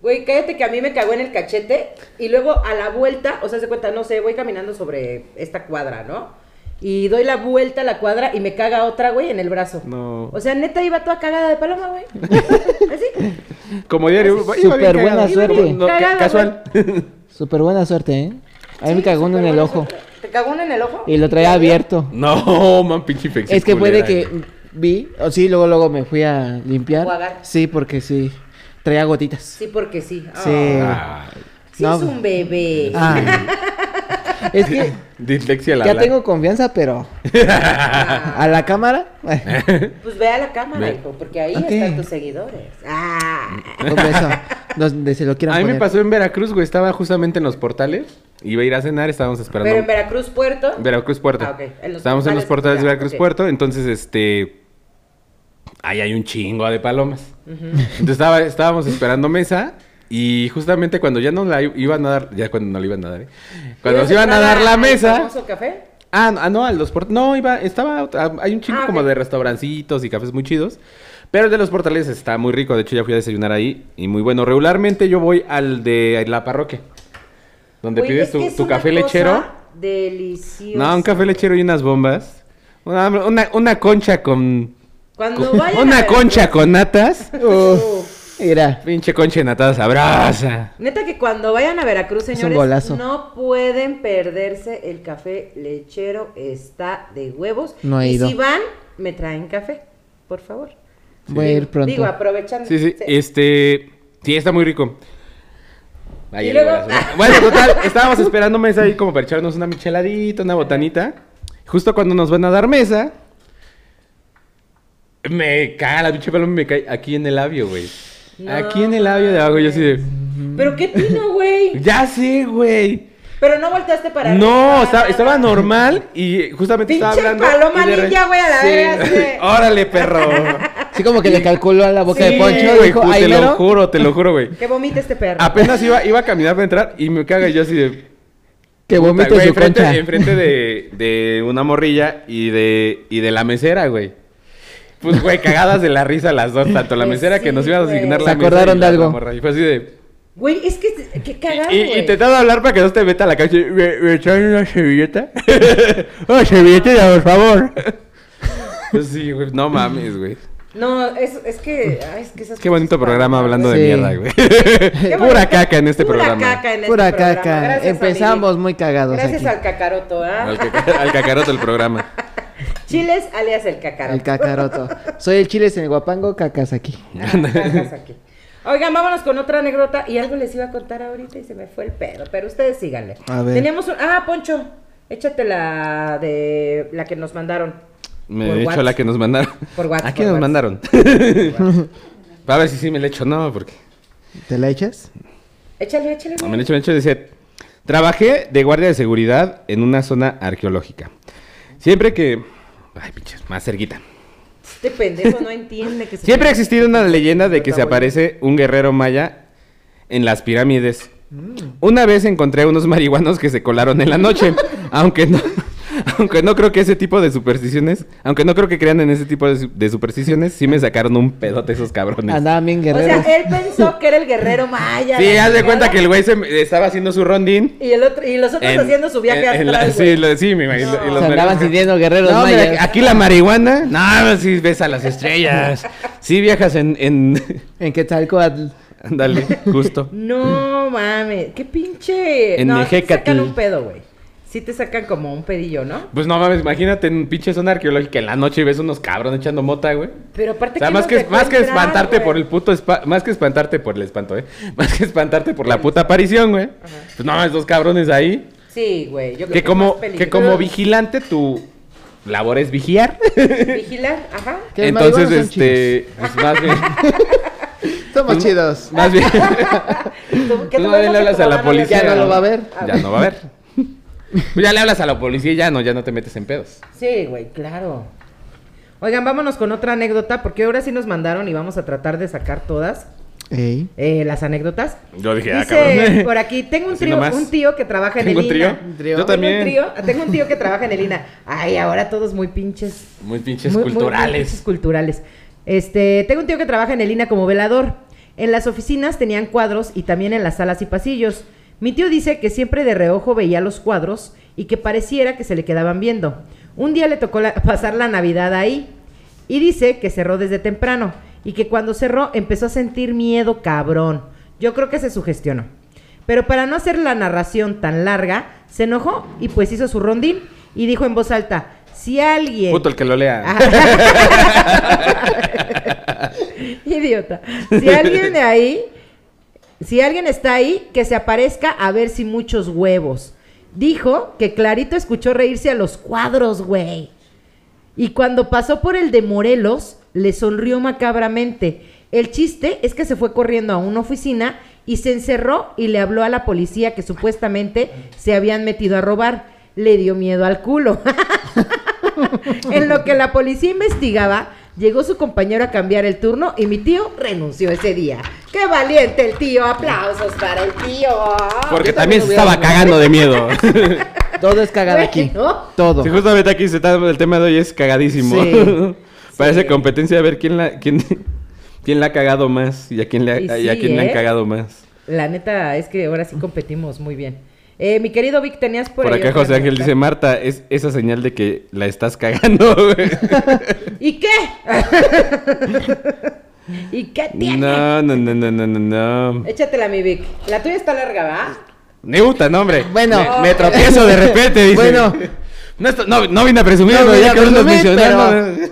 Güey, cállate que a mí me cagó en el cachete y luego a la vuelta, o sea, se cuenta, no sé, voy caminando sobre esta cuadra, ¿no? Y doy la vuelta a la cuadra y me caga otra, güey, en el brazo. No. O sea, neta iba toda cagada de paloma, güey. Así. Como diario. Súper iba bien cagado. buena suerte. No, ca- Cagada, casual. Súper buena suerte, ¿eh? A mí me cagó uno en el ojo. ¿Te ¿Te cagó una en el ojo? Y lo traía abierto. No, man, pinche infección. es que puede culera, que güey. vi, o sí, luego luego me fui a limpiar. Jugar. Sí, porque sí. Traía gotitas. Sí, porque sí. Ah, Sí. Ah, sí no. es un bebé. Ah. es que dislexia la ya la- tengo confianza, pero Ah, a la cámara. Pues ve a la cámara, Ve. hijo, porque ahí Ok. están tus seguidores. Ah. Un beso. Donde se lo quieran A mí me poner. pasó en Veracruz, güey. Estaba justamente en los portales. Iba a ir a cenar, estábamos esperando. Pero en Veracruz Puerto. Veracruz Puerto. Ah, ok. En los estábamos en los portales de ya, Veracruz ok. Puerto. Entonces, este. Ahí hay un chingo de palomas. Entonces estaba- estábamos esperando mesa. Y justamente cuando ya nos la i- iban a dar, ya cuando no la iban a dar, ¿eh? cuando nos ¿Ibas iban a entrar dar la al mesa, famoso café? Ah, no, ah, no, a los portales. No, iba, estaba. otra- Hay un chingo Ah, ok. como de restaurancitos y cafés muy chidos. Pero el de los portales está muy rico. De hecho, ya fui a desayunar ahí. Y muy bueno. Regularmente yo voy al de la parroquia. Donde Oye, pides es tu, que es tu una café cosa lechero. Delicioso. No, un café lechero y unas bombas. Una, una- una concha con. Cuando con- vayan a una Veracruz- concha con natas. Uf. Mira, Pinche concha de natas sabrosa. Neta que cuando vayan a Veracruz, un señores, golazo. no pueden perderse el café lechero, está de huevos. No he y ido. si van, me traen café, por favor. voy a ir pronto. Digo, aprovechando. Sí, sí, Sí. este. Sí, está muy rico. Ahí Y el luego- golazo. Bueno, total, estábamos esperando mesa ahí como para echarnos una micheladita, una botanita. Justo cuando nos van a dar mesa, me cae la pinche paloma y me cae aquí en el labio, güey. No aquí en el labio de abajo, yo así de. Pero qué tino, güey. Ya sé, güey. Pero no volteaste para No, arriba. estaba, estaba normal y justamente estaba Pinche hablando. paloma y de re- ninja, güey, a la verga, sí. Órale, perro. Sí, como que le calculó a la boca Sí, de Poncho. güey, Dijo, ju- ahí te lo mero. juro, te lo juro, güey. Que vomite este perro. Apenas iba, iba a caminar para entrar y me caga y yo así de. Que vomito Puta, güey, su enfrente, concha. enfrente de, de una morrilla y de, y de la mesera, güey. Pues, güey, cagadas de la risa las dos, tanto la Pues mesera que sí, nos iba a güey. asignar Se la mesa acordaron de y la- algo. la morra. Y fue así de. Güey, es que, qué cagado, Y, güey. y intentaba hablar para que no te meta a la calle. ¿Me, me traen una servilleta? "Oh, ¡Una servilleta, por favor! Pues sí, güey, no mames, güey. No, es, es que, ay, es que esas Qué bonito cosas programa pasan, hablando Sí. de mierda, güey. Qué Pura bonito. caca en este Pura programa. caca en este Pura programa. caca. Gracias, Empezamos amigo. muy cagados. Gracias aquí. al cacaroto, ¿ah? Al, caca- al cacaroto del programa. Chiles alias el cacaroto. El cacaroto. Soy el chile en el guapango, cacas aquí. Ah, cacas aquí. Oigan, vámonos con otra anécdota. Y algo les iba a contar ahorita y se me fue el pedo. Pero ustedes síganle. A ver. Teníamos un. Ah, Poncho, échate la de la que nos mandaron. Me Por he hecho WhatsApp. la que nos mandaron. Por WhatsApp, ¿A quién por nos WhatsApp. mandaron? A ver si sí me la echo. No, porque. ¿Te la echas? Échale, échale. No, güey. me la echo, me la echo. Dice: Trabajé de guardia de seguridad en una zona arqueológica. Siempre que. Ay, pinches, más cerquita. Este pendejo no entiende que se Siempre ha existido una leyenda de que se aparece un guerrero maya en las pirámides. Mm. Una vez encontré unos marihuanos que se colaron en la noche, aunque no, aunque no creo que ese tipo de supersticiones, aunque no creo que crean en ese tipo de, su- de supersticiones, sí me sacaron un pedote esos cabrones. Andaban bien O guerreros. sea, eh, él pensó que era el guerrero maya. sí, la haz de chingada, cuenta que el güey se me- estaba haciendo su rondín. Y, el otro, y los otros en- haciendo su viaje en- en la- atrás. sí, güey. lo- sí, me imagino. No. y los Se andaban marihuanos- sintiendo guerreros No, mira, mayas. aquí la marihuana. No, sí ves a las estrellas. Sí viajas en- en... En Quetzalcoatl. Ándale, justo. No mames, qué pinche. En no, sí te Ejecatl. sacan un pedo, güey. Sí te sacan como un pedillo, ¿no? Pues no mames, imagínate en pinche zona arqueológica en la noche y ves unos cabrones echando mota, güey. Pero O aparte sea, ¿qué más no que, te más que encuentran, espantarte güey? por el puto espa- más que espantarte por el espanto, eh. Más que espantarte por la puta aparición, güey. Pues no mames, dos cabrones ahí. Sí, güey. yo creo Que es como, más que peligroso. como vigilante tu labor es vigilar. Vigilar, ajá. Que los Entonces, marihuanos son este, pues, más bien, Somos chidos. más bien, ¿Tú, tú más bien le hablas a la policía. Ya no lo va a ver. Ya no va a ver. Pues ya le hablas a la policía y ya no, ya no te metes en pedos. Sí, güey, claro. Oigan, vámonos con otra anécdota, porque ahora sí nos mandaron y vamos a tratar de sacar todas Ey. eh, las anécdotas. Yo dije, ah, Dice cabrón. por aquí, tengo un, Así trío- nomás. un tío que trabaja en el ¿Tengo un trío? INA. Yo Tengo un también. trío- Tengo un tío que trabaja en el INA. Ay, ahora todos muy pinches Muy pinches Muy- muy- muy pinches culturales. culturales. Este, tengo un tío que trabaja en el INA como velador. En las oficinas tenían cuadros y también en las salas y pasillos. Mi tío dice que siempre de reojo veía los cuadros y que pareciera que se le quedaban viendo. Un día le tocó la- pasar la Navidad ahí y dice que cerró desde temprano y que cuando cerró empezó a sentir miedo cabrón. Yo creo que se sugestionó. Pero para no hacer la narración tan larga, se enojó y pues hizo su rondín y dijo en voz alta, si alguien... Puto el que lo Ah, lea. Ajá. Idiota. Si alguien de ahí, si alguien está ahí, que se aparezca a ver si muchos huevos. Dijo que Clarito escuchó reírse a los cuadros, güey. Y cuando pasó por el de Morelos, le sonrió macabramente. El chiste es que se fue corriendo a una oficina y se encerró y le habló a la policía que supuestamente se habían metido a robar. Le dio miedo al culo. en lo que la policía investigaba, llegó su compañero a cambiar el turno y mi tío renunció ese día. ¡Qué valiente el tío! ¡Aplausos para el tío! Porque Ah, Yo también también se hubiera estaba ganado. cagando de miedo. Todo es cagado aquí. Bueno. Todo. Sí, justamente aquí se está, el tema de hoy es cagadísimo. Sí. Parece competencia a ver quién la, quién, quién la ha cagado más y a quién le, ha- Y y a sí, quién le ¿eh? han cagado más. La neta es que ahora sí competimos muy bien. Eh, mi querido Vic, tenías por, Por ahí acá otra José Ángel pregunta. dice, Marta, es esa señal de que la estás cagando. güey". ¿Y qué? ¿Y qué tiene? ¿eh? no, no, no, no, no, no, no. Échatela, mi Vic. La tuya está larga, ¿va? Neuta, no, hombre. Bueno. me, me tropiezo de repente, dice. Bueno. No, esto- no, no vine a presumir, No no, vine ya a que uno presumir, mencionando.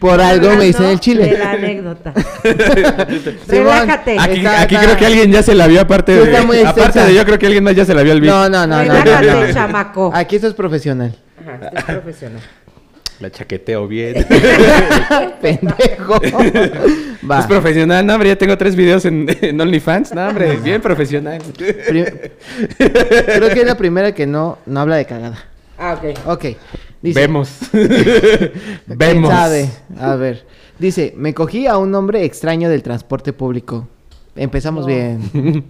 Por algo me hice Hablando en el chile. De la anécdota. Relájate. Aquí, Está- aquí está- creo que alguien ya se la vio aparte Sí, de. está muy extensa. aparte de yo creo que alguien más ya se la vio al Vic. No, no, no, no. Relájate, no, no. chamaco. Aquí esto es profesional. Ajá, este es profesional. La chaqueteo bien. Pendejo. Es Va. profesional, no, hombre, ya tengo tres videos en, en OnlyFans. No, hombre, bien profesional. Prim- Creo que es la primera que no, no habla de cagada. Ah, ok. Ok. Dice, Vemos. ¿quién Vemos. sabe? A ver. Dice, me cogí a un hombre extraño del transporte público. Empezamos bien.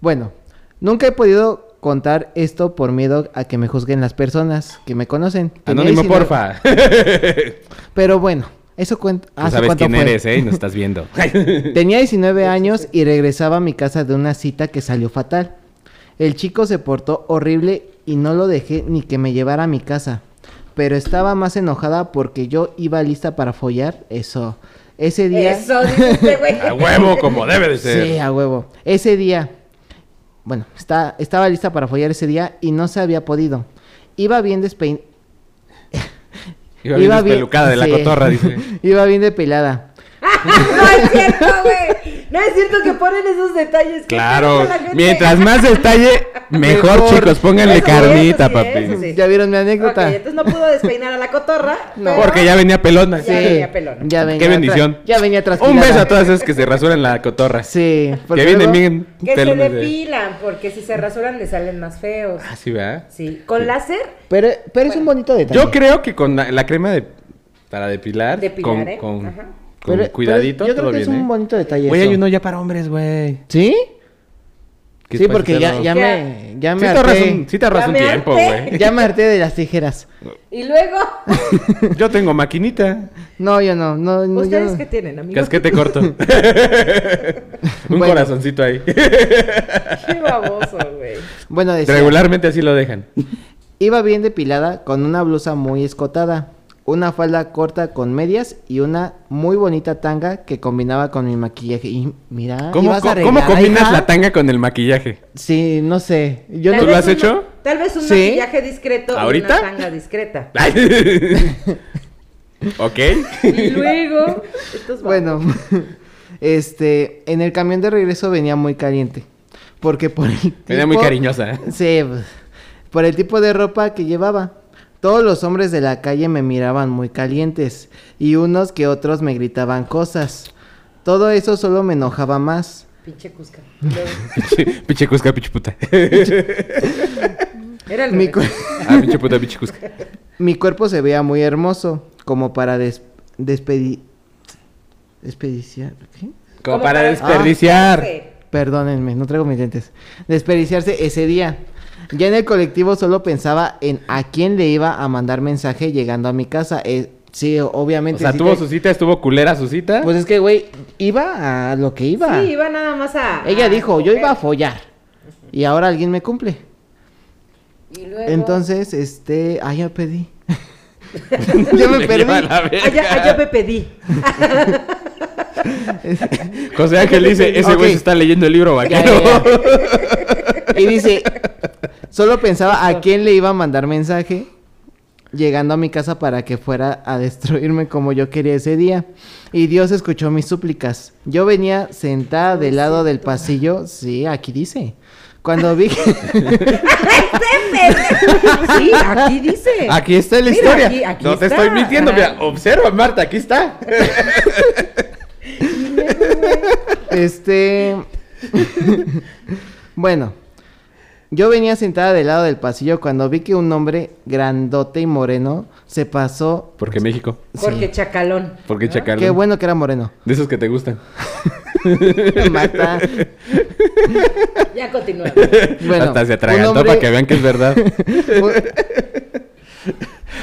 Bueno, nunca he podido contar esto por miedo a que me juzguen las personas que me conocen. Tenía Anónimo, 19, porfa. Pero bueno, eso cuenta. Tú sabes quién eres, ¿eh? Y nos estás viendo. Tenía 19 años y regresaba a mi casa de una cita que salió fatal. El chico se portó horrible y no lo dejé ni que me llevara a mi casa. Pero estaba más enojada porque yo iba lista para follar. Eso. Ese día. Eso dice este güey. A huevo, como debe de ser. Sí, a huevo. Ese día. Bueno, está, estaba lista para follar ese día y no se había podido. Iba bien despeinada. Iba bien despelucada de la cotorra, dice. Iba bien depilada. no es cierto, güey. No es cierto que ponen esos detalles. ¿Qué pedo Claro. con la gente? Mientras más detalle, mejor, Mejor. chicos. Pónganle Eso sí, carnita, eso sí, papi. eso sí. ¿Ya vieron mi Ok, anécdota? entonces no pudo despeinar a la cotorra. No. pero- Porque ya venía pelona. Sí. venía pelona. Ya venía Qué tra- bendición. Ya venía tranquilada. Un beso a todas esas que se rasuran la cotorra. Sí. porque que vienen Pues luego- bien Que se pelones de- depilan, porque si se rasuran le salen más feos. Ah, sí, ¿verdad? Sí, con láser Pero, pero es un bonito detalle. Yo creo que con la, la crema de para depilar, Depilar, con, ¿eh? con, Ajá. con Pero- pero cuidadito, Yo creo todo que es bien, un ¿eh? bonito detalle. Güey, hay eso. uno ya para hombres, güey. ¿Sí? Que Sí, es para porque ya, hacerlo. ya ¿Qué? me, ya me Sí te ahorras harté. un, sí te ahorras Ya un me tiempo, harté. güey. Ya me harté de las tijeras. y luego. Yo tengo maquinita. No, yo no. no, no, yo ¿Ustedes no. Pues, qué tienen, amigos? Casquete corto. un Bueno. corazoncito ahí. Qué baboso, güey. Bueno, decía, Regularmente así lo dejan. Ah, iba bien depilada con una blusa muy escotada, una falda corta con medias y una muy bonita tanga que combinaba con mi maquillaje. Y mira, ¿Cómo, ibas co- arreglada, cómo combinas hija? la tanga con el maquillaje? Sí, no sé. Yo Tal no ¿Tú lo vez has un- hecho? Tal vez un Sí. maquillaje discreto ¿Ahorita? y una tanga discreta. ok. Y luego. estos Bueno, este, en el camión de regreso venía muy caliente, porque por el tipo, Venía muy cariñosa. Sí, pues, por el tipo de ropa que llevaba. Todos los hombres de la calle me miraban muy calientes y unos que otros me gritaban cosas. Todo eso solo me enojaba más. Pinche Cusca. Luego- Pinche- pinche cusca, pinche puta. Era el Mi, mi cu- ah, pinche puta, pinche cusca. mi cuerpo se veía muy hermoso, como para des- despedir... Despediciar... ¿qué? Como para Ah, desperdiciar. Perdónenme, no traigo mis lentes. Desperdiciarse ese día. Ya en el colectivo solo pensaba en a quién le iba a mandar mensaje llegando a mi casa. Eh, sí, O obviamente. sea, sí tuvo te- su cita, estuvo culera su cita. Pues es que, güey, iba a lo que iba. Sí, iba Ah, nada más a. Ella a dijo, yo coger. iba a follar. Y ahora alguien me cumple. Y luego. Entonces, este, ah, ya pedí. yo me Le perdí. lleva la verga. Allá, allá me pedí. José Ángel dice, ese güey Ok. se está leyendo el libro Ya, vaquero. ya, ya. Y dice, Solo pensaba a quién le iba a mandar mensaje llegando a mi casa para que fuera a destruirme como yo quería ese día. Y Dios escuchó mis súplicas. Yo venía sentada del lado del pasillo, sí, aquí dice. Cuando vi que... Sí, aquí dice. Aquí está la Mira, historia. aquí- aquí no te está. estoy mintiendo, Ajá. mira, observa, Marta, aquí está. Este. bueno. Yo venía sentada del lado del pasillo cuando vi que un hombre grandote y moreno se pasó. ¿Por qué México? Porque Chacalón. ¿Por qué Chacardo? Qué bueno que era moreno. De esos que te gustan. Marta. Ya continúa. Bueno, Hasta un se atragantó hombre- para que vean que es verdad. un-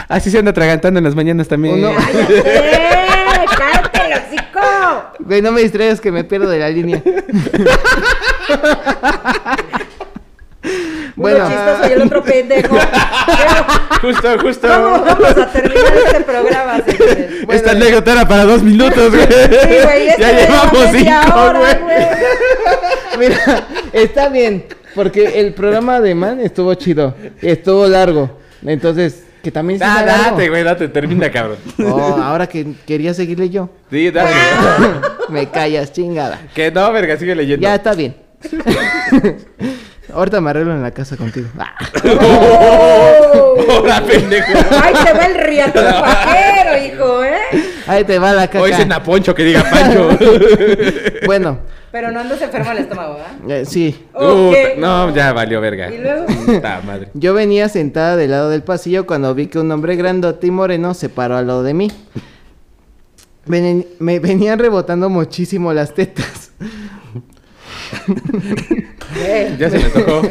Así se anda atragantando en las mañanas también. Uno- ¡Cállate! ¡Cállate, el hocico! Güey, no me distraigas que me pierdo de la línea. bueno, Bueno. Uno chistoso y el otro pendejo. Pero Justo, justo. vamos, vamos a terminar este programa, señores. Esta anécdota era para dos minutos, güey. Sí, güey, este ya llevamos media cinco, hora, güey. mira, está bien. Porque el programa de Man estuvo chido. Estuvo largo. Entonces, que también se Da, haga largo. Ah, date, güey, date, termina, cabrón. Oh, ahora que quería seguirle yo. Sí, dale. Me callas, chingada. que no, verga, sigue leyendo. Ya está bien. Ahorita me arreglo en la casa contigo. Ah. Hola, pendejo. Ay, se va el riatón pajero, hijo, ¿eh? Ahí te va la Hoy dicen caca. a Poncho que diga Pancho. Bueno, Pero no andas enfermo el estómago, ¿verdad? eh, sí. Ok. Uh, no, ya valió verga. ¿Y luego? Puta madre. Yo venía sentada del lado del pasillo cuando vi que un hombre grandote y moreno se paró al lado de mí. Venen- me venían rebotando muchísimo las tetas. Eh, Ya se me tocó.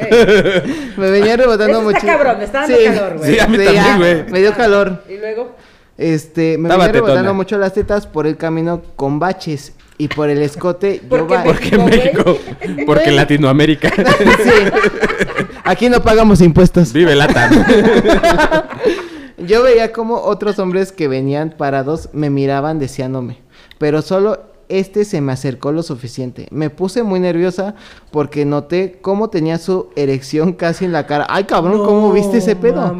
Me venían rebotando Eso está muchísimo. cabrón, me está dando calor, güey. Sí, a mí también, güey. Me dio calor. Y luego, Este, me Estaba venía rebotando tetona. mucho las tetas por el camino con baches y por el escote. yo Porque va- me- ¿Por qué México? Porque Güey. Latinoamérica. Sí. Aquí no pagamos impuestos. Vive lata. Yo veía como otros hombres que venían parados me miraban deseándome, pero solo este se me acercó lo suficiente. Me puse muy nerviosa porque noté cómo tenía su erección casi en la cara. Ay, cabrón, ¿cómo viste ese pedo?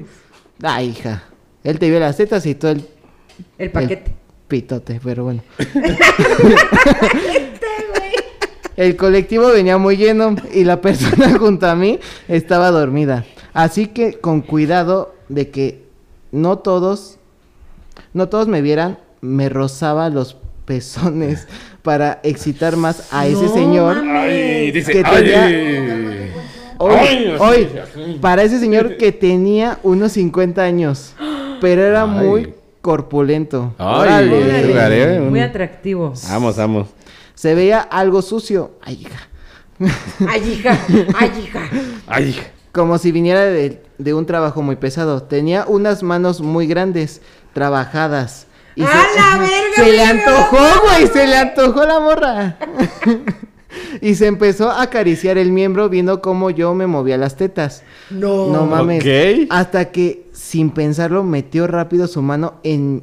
Ay, hija. Él te vio las tetas y todo el el paquete. el pitote, pero bueno. El colectivo venía muy lleno y la persona junto a mí estaba dormida. Así que con cuidado de que no todos, no todos me vieran, me rozaba los pezones para excitar más a ese señor. Ay, dice. Que tenía- Ay. Hoy, Ay, así, hoy, así. para ese señor que tenía unos 50 años, pero era Ay. muy corpulento. Ay, Órale. Órale. lugar, ¿eh? Un- Muy atractivo. Vamos, vamos. Se veía algo sucio. Ay, hija. Ay, hija, ay, hija. Ay. Como si viniera de, de un trabajo muy pesado. Tenía unas manos muy grandes, trabajadas. ¡A la verga, Se le güey! antojó, güey. Se le antojó la morra. y se empezó a acariciar el miembro viendo cómo yo me movía las tetas. No. No mames. Ok. Hasta que, sin pensarlo, metió rápido su mano en...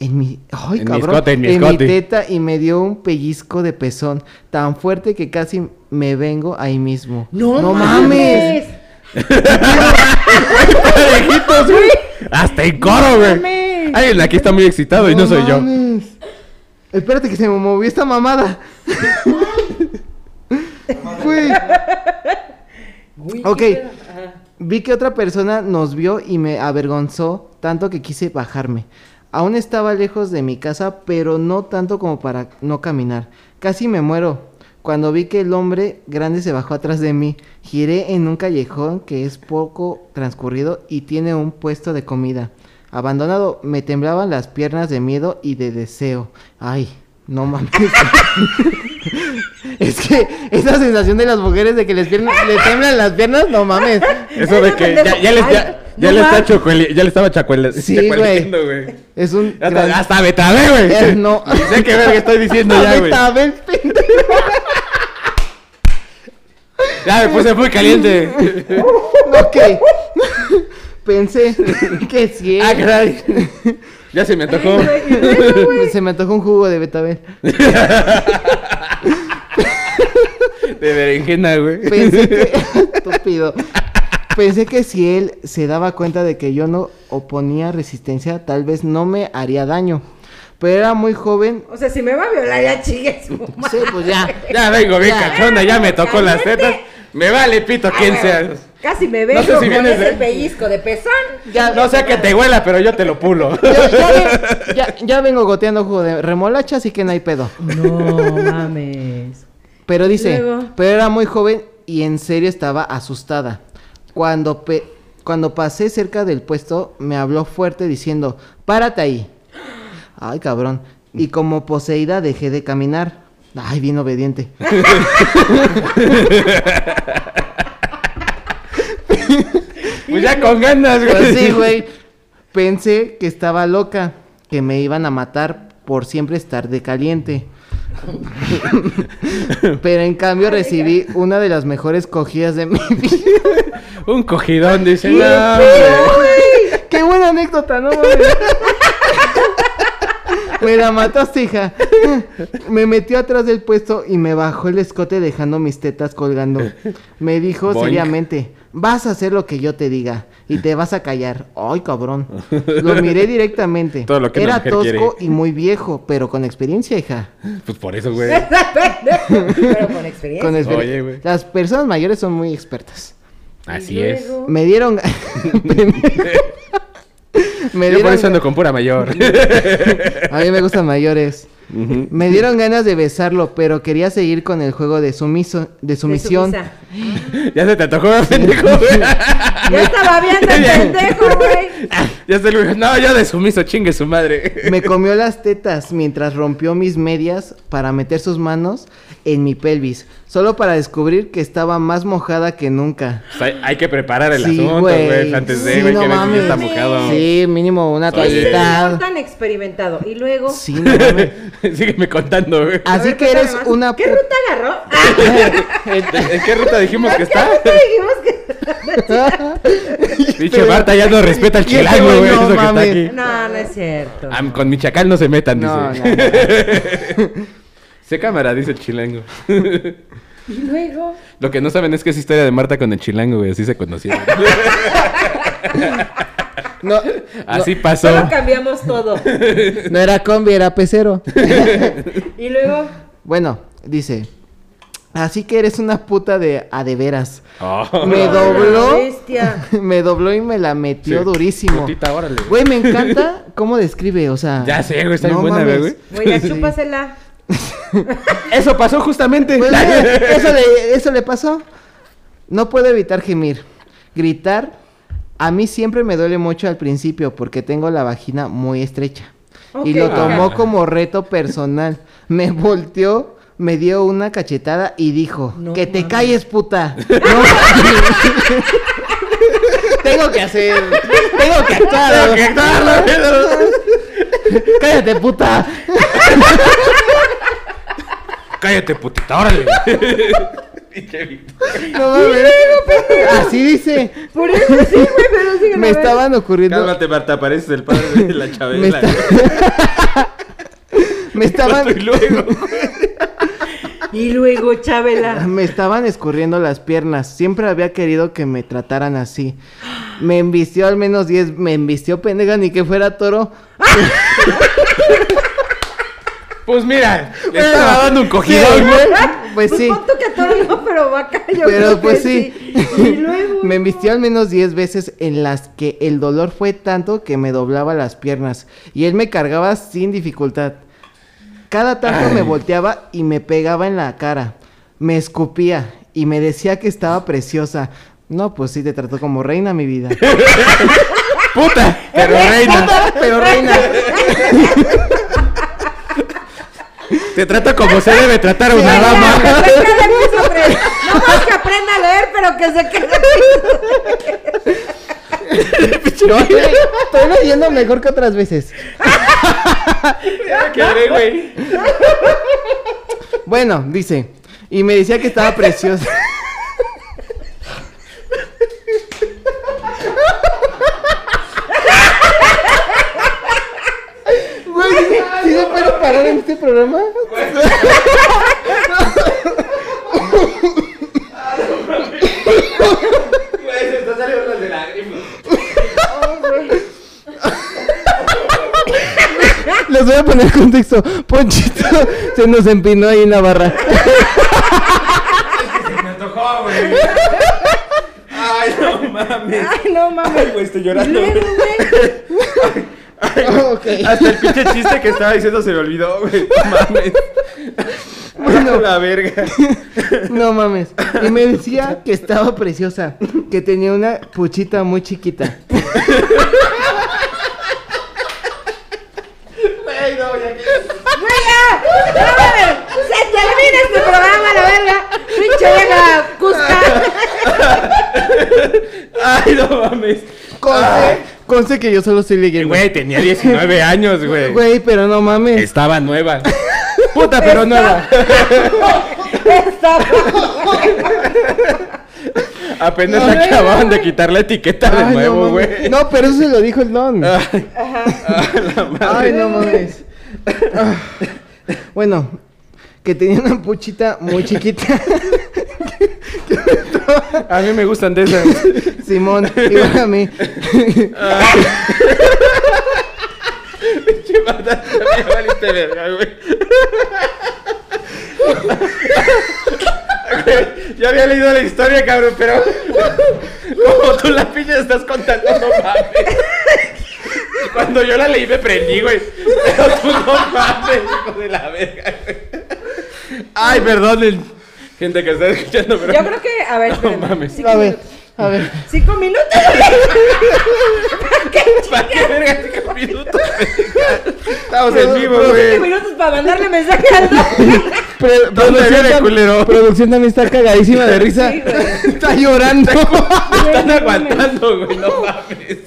En mi... ¡Ay, En mi cabrón! escote, en mi escote. teta y me dio un pellizco de pezón tan fuerte que casi me vengo ahí mismo. No, mames! Pues, Parejitos, güey. Hasta en coro, güey. Alguien aquí está muy excitado y no soy yo. mames. Espérate que se me movió esta mamada. Güey. ok. Vi que otra persona nos vio y me avergonzó tanto que quise bajarme. Aún estaba lejos de mi casa, pero no tanto como para no caminar. Casi me muero. Cuando vi que el hombre grande se bajó atrás de mí, giré en un callejón que es poco transcurrido y tiene un puesto de comida. Abandonado, me temblaban las piernas de miedo y de deseo. Ay, no mames. es que esa sensación de las mujeres de que les, pierna- le temblan las piernas, no mames. Eso de que ya, ya, les, ya, Ay, ya no le está mames. chocuele- ya le estaba chacuele, Sí, chacueleando, güey. Es un. gran- Hasta, hasta betabel, güey. Eh, no. Ni sé qué verga estoy diciendo Ah, ya, güey. betabel, pendejo. Ya me puse muy caliente. Ok. Pensé que sí. ah, caray. Ya se me antojó. Se me antojó un jugo de betabel. De berenjena, güey. Pensé que. Estúpido. pensé que si él se daba cuenta de que yo no oponía resistencia, tal vez no me haría daño. Pero era muy joven. O sea, si me va a violar, ya chingue su Sí, madre. pues ya. Ya vengo bien Ya. cachonda, ya me tocó las Caliente. tetas. Me vale pito Ay, quién güey, seas. Casi me No veo sé si con vienes ese de- pellizco de pezón. No sea que te huela, pero yo te lo pulo. Ya, ya ve- ya- ya vengo goteando jugo de remolacha, así que no hay pedo. No mames. Pero dice, Luego. pero era muy joven y en serio estaba asustada. Cuando, pe- cuando pasé cerca del puesto, me habló fuerte diciendo, párate ahí. Ay, cabrón. Y como poseída dejé de caminar. Ay, bien obediente. Pues ya con ganas, güey. Pues sí, güey. Pensé que estaba loca, que me iban a matar por siempre estar de caliente. Pero en cambio recibí una de las mejores cogidas de mi vida. Un cogidón, dice. No, hombre. ¡Qué buena anécdota, no mames! Me la mataste, hija. Me metió atrás del puesto y me bajó el escote dejando mis tetas colgando. Me dijo Boink. seriamente, vas a hacer lo que yo te diga y te vas a callar. Ay, cabrón. Lo miré directamente. Todo lo que una Era mujer tosco quiere. y muy viejo, pero con experiencia, hija. Pues por eso, güey. Pero con experiencia. Con exper- Oye, güey. Las personas mayores son muy expertas. Así es. luego- Me dieron... me Yo por dieron- eso ando con pura mayor. A mí me gustan mayores. Me dieron ganas de besarlo, pero quería seguir con el juego de sumiso, de De sumisión. sumisa. ya se te antojó, pendejo, güey. Ya estaba viendo el pendejo, güey. Ya se lo No, yo de sumiso, chingue su madre. me comió las tetas mientras rompió mis medias para meter sus manos en mi pelvis, solo para descubrir que estaba más mojada que nunca. Pues hay, hay que preparar el Sí, asunto, güey. güey. pues, Antes de, Sí, güey, no que veas si mames. ya está mojado. Sí, mínimo una No Oye. toallita. tan experimentado. Y luego. Sí, no mames. Sígueme contando, güey. A Así ver, que cuéntame eres más. una ¿Qué pu- ruta agarró? Ah, Este, ¿En qué ruta dijimos que ¿Qué está? ruta dijimos que.? Pinche Marta ya no respeta el Y este chilango, güey güey. no eso que está mames. aquí. No, no es cierto. Ah, con mi chacal no se metan, No, dice. no, no. Se cámara, dice el chilango. Y luego. Lo que no saben es que es historia de Marta con el chilango, güey. Así se conocieron. No, Así Solo pasó. cambiamos todo. no era combi, era pecero. Y luego. Bueno, dice. Así que eres una puta de a de veras. Oh. Me Ah, dobló. la bestia. me dobló y me la metió Sí, durísimo. putita, órale, güey. Güey, me encanta cómo describe, o sea. Ya sé, güey, está bien buena, mames. güey. Güey, ya Sí. chúpasela. Eso pasó justamente. Pues, mira, eso, le, eso le pasó. No puedo evitar gemir. Gritar. A mí siempre me duele mucho al principio porque tengo la vagina muy estrecha. Y Ok, lo ok. tomó como reto personal. Me volteó, me dio una cachetada y dijo: No Que te mames. calles, puta. No. tengo que hacer. Tengo que actuar. Cállate, puta. Cállate, putita, órale. No mames. pues, Así dice. Por eso sí, güey, pero sí Me estaban ocurriendo. Marta, pareces el padre de la Me, Chabela. esta- me Y estaban. luego. Y luego, Chabela. Me estaban escurriendo las piernas. Siempre había querido que me trataran así. Me embistió al menos 10. Me embistió pendeja ni que fuera toro. Pues mira, le Bueno, estaba dando un sí, cogidón, güey. güey, Pues sí. Pon tu catoro, no, pero vaca. Yo creo Pero que pues sí. Y luego. Me embistió al menos 10 veces en las que el dolor fue tanto que me doblaba las piernas y él me cargaba sin dificultad. Cada tanto me volteaba y me pegaba en la cara. Me escupía y me decía que estaba preciosa. No, pues sí te trató como reina mi vida. Puta, pero reina. Pero reina. Te trata como se debe tratar a una Venga, dama. Pues que se quede aquí su pre- No más que aprenda a leer, pero que se quede aquí. No, estoy, estoy leyendo mejor que otras veces. ¿Qué, güey? Bueno, dice. Y me decía que estaba preciosa. Güey, ¿sí se puede parar en este programa? Güey, se está saliendo les voy a poner contexto. Ponchito se nos empinó ahí en la barra. Me antojó, güey. Ay, no mames. Ay, no mames. Ay, güey, estoy llorando. Luego, güey. Hasta el pinche chiste que estaba diciendo se me olvidó, güey. No mames. Bueno, la verga. No mames. Y me decía que estaba preciosa, que tenía una puchita muy chiquita. Güey, ya. No mames. Se termina este programa, la verga. Pinche vieja Cusca. Ay, no mames. Conste, conste que yo solo estoy leyendo. Güey, tenía 19 años, güey. Güey, pero no mames. Estaba nueva. Puta, pero nueva. Está. Apenas le acababan de quitar la etiqueta de Ay, nuevo, no, mames. güey. No, pero eso se lo dijo el don. Ay, ah, la madre. Ay, no mames. Ah, Bueno, que tenía una puchita muy chiquita. A mí me gustan de esas. Simón, igual a mí. Pinche mata, me valiste verga, güey. Güey, Yo había leído la historia, cabrón, pero como tú la pinche estás contando, no mames. Cuando yo la leí me prendí, güey. Pero tú no mames, hijo de la verga, güey. Ay, perdonen, gente que está escuchando, pero. Yo creo que, a ver, espérenme. mames. Cinco A ver, minutos. a ver. Cinco minutos. ¿Qué ¿Para qué verga cinco minutos? Estamos en vivo, Cinco güey. minutos para mandarle mensaje al don. Pro- ¿Dónde producción, viene, tam- culero? producción también está cagadísima de risa. Sí, güey. está llorando. Están no aguantando, güey, no mames.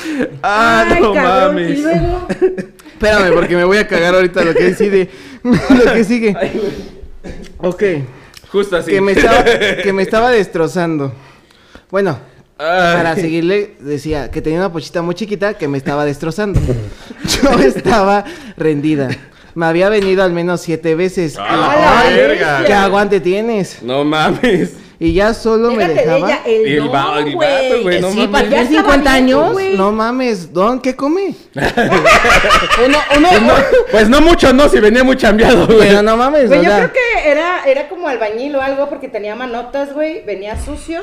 Ah, Ay, no cabrón. mames. Y luego. Espérame, porque me voy a cagar ahorita lo que sigue. lo que sigue. Ok. Justo así. Que, me estaba, que me estaba destrozando. Bueno, Ay. para seguirle, decía que tenía una pochita muy chiquita que me estaba destrozando. Yo estaba rendida. Me había venido al menos siete veces. ¡A Ah, la Ay, verga! ¡Qué aguante tienes! No mames. Y ya solo me Déjate de dejaba. ella, eh, Y el el va- el don, vato, güey, güey. no Sí, mames. para Ya tener 50 años. No mames, Don, ¿qué come? Pues no mucho, no, si venía muy chambeado, güey. Pero no mames, Güey, o yo sea, creo que era, era como albañil o algo porque tenía manotas, güey, venía sucio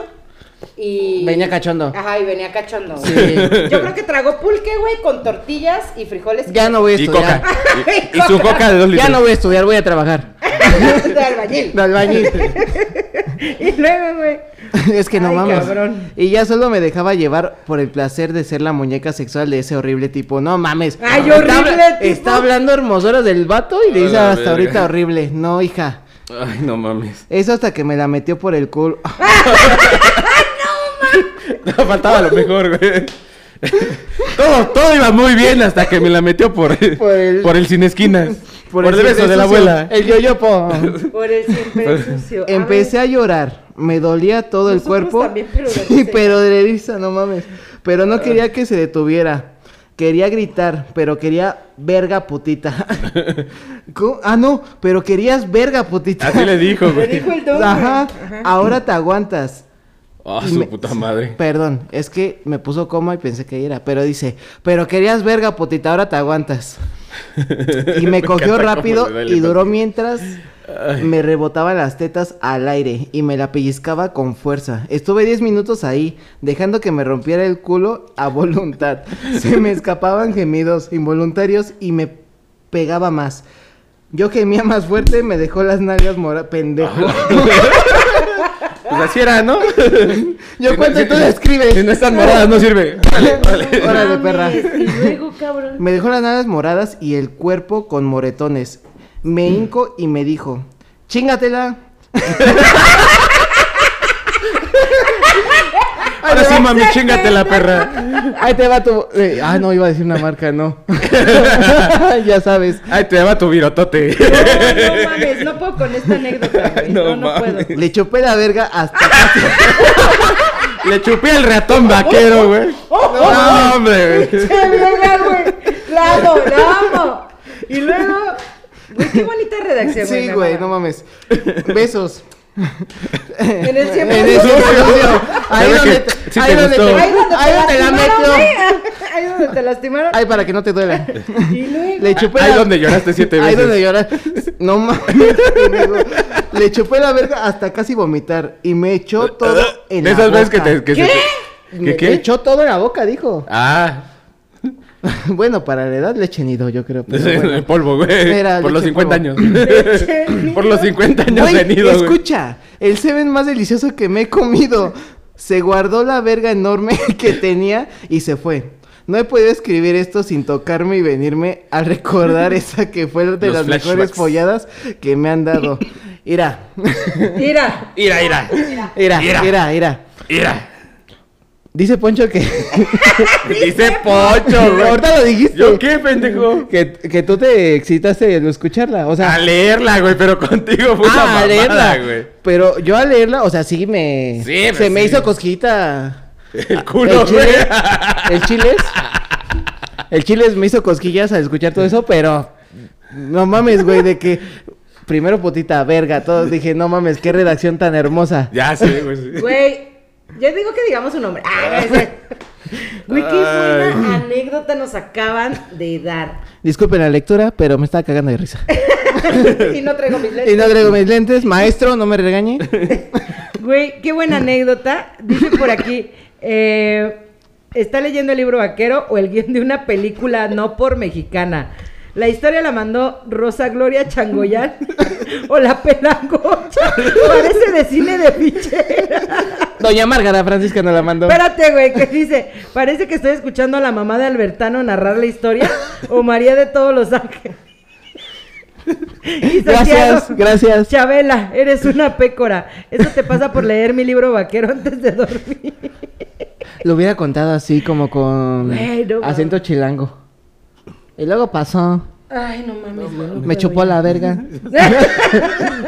y... Venía cachondo. Ajá, y venía cachondo. güey. Sí. Yo creo que tragó pulque, güey, con tortillas y frijoles. Ya no voy a Y coca. estudiar. Y, y su coca de dos litros. Ya no voy a estudiar, voy a trabajar. de albañil. De albañil. Y luego, güey. es que no Ay, mames. cabrón. Y ya solo me dejaba llevar por el placer de ser la muñeca sexual de ese horrible tipo. No mames. Ay, Está horrible habla- tipo. Está hablando hermosoras del vato y le A dice la hasta verga. ahorita horrible. No, hija. Ay, no mames. Eso hasta que me la metió por el culo. Ah, No, faltaba lo mejor, güey. Todo, todo iba muy bien hasta que me la metió por, por, Por el, el- sin esquinas. Por, el, siempre beso de la sucio, abuela. El yoyopo. Por el siempre sucio. A Pues, Empecé ver, a llorar. Me dolía todo el Nosotros cuerpo. también, pero de sí, risa. pero de risa, no mames. Pero Ah. no quería que se detuviera. Quería gritar, pero quería verga putita. ¿Cómo? ah, no, pero querías verga putita. Así le dijo, Le güey. dijo el don, Ajá, güey. ahora te aguantas. Ah, Y su me- puta madre. Perdón, es que me puso coma y pensé que era, pero dice, pero querías verga putita, ahora te aguantas. Y me cogió encanta cómo rápido le duele y duró tanto. mientras me rebotaba las tetas al aire y me la pellizcaba con fuerza. Estuve 10 minutos ahí, dejando que me rompiera el culo a voluntad. Se me escapaban gemidos involuntarios y me pegaba más. Yo gemía más fuerte, me dejó las nalgas mora... Pendejo. Ah, Pues así era, ¿no? Yo cuento y tú describes. Si no están moradas, no sirve. Vale, vale. no Órale, mames. perra. Y luego, cabrón. Me dejó las nalgas moradas y el cuerpo con moretones. Mm. Me hinco y me dijo, chingatela. Ahora sí, mami, chingate la perra. Ahí te va tu... eh, ah, no, iba a decir una marca, no. ya sabes. Ay, te va tu virotote. No, no mames, no puedo con esta anécdota, güey. No No, no, puedo. mames. Le chupé la verga hasta... Le chupé el ratón vaquero, güey. ¡Oh, No, hombre, güey. ¡Qué verga, güey! ¡La amo, la amo! Y luego, güey, qué bonita redacción, güey. Sí, me güey, mama. no mames. Besos. En el En siempre. el sucio. Se Ahí ve donde que te- sí ahí te donde gustó. te- Ahí donde ahí donde la lastimaron, metió. güey. Ahí donde te lastimaron. Ay, para que no te duela. Y luego. Le chupé Ahí la- donde lloraste siete Ahí veces. donde lloras. No mames. pendejo. Le chupé la verga hasta casi vomitar. Y me echó todo en De la esas boca. veces que te... que se te- Me ¿Que qué? me echó todo en la boca, dijo. Ah, bueno, para la edad leche nido, yo creo. pero en bueno. el polvo, güey. Era Por los leche en 50 años. polvo. Por los 50 años Güey, de nido, güey. escucha, el semen más delicioso que me he comido. Se guardó la verga enorme que tenía y se fue. No he podido escribir esto sin tocarme y venirme a recordar esa que fue de Los las mejores flashbacks. folladas que me han dado. Mira, Mira. Ira, ira. mira, Mira. mira, mira. Ira. Dice Poncho que. Dice Pocho, güey. Ahorita lo dijiste. ¿Yo qué, pendejo? Que, que tú te excitaste al escucharla. O sea, A leerla, güey, pero contigo fue una ah, a mamada, leerla. güey. Pero yo al leerla, o sea, sí me. Sí, se pues, me sí. hizo cosquillita. El culo, el chile. güey. El chiles. El chiles me hizo cosquillas al escuchar todo eso, pero. No mames, güey, de que. Primero putita, verga, todos dije, no mames, qué redacción tan hermosa. Ya sé, güey. sí. Güey, yo digo que digamos su nombre. Ah, no, ese- Güey, qué buena anécdota nos acaban de dar. Disculpen la lectura, pero me estaba cagando de risa. Y no traigo mis Y lentes. no agrego mis lentes, maestro, no me regañe. Güey, qué buena anécdota. Dice por aquí, eh, está leyendo el libro vaquero o el guión de una película no por mexicana. La historia la mandó Rosa Gloria Changoyán o la pelangocha. Parece de cine de pichera. Doña Márgara Francisca nos la mandó. Espérate, güey, que dice, parece que estoy escuchando a la mamá de Albertano narrar la historia o María de todos los ángeles. Y Santiago- Gracias, gracias. Chabela, eres una pécora. Eso te pasa por leer mi libro vaquero antes de dormir. Lo hubiera contado así, como con Güey, no acento chilango. Y luego pasó. Ay, no mames. güey. Me chupó la verga.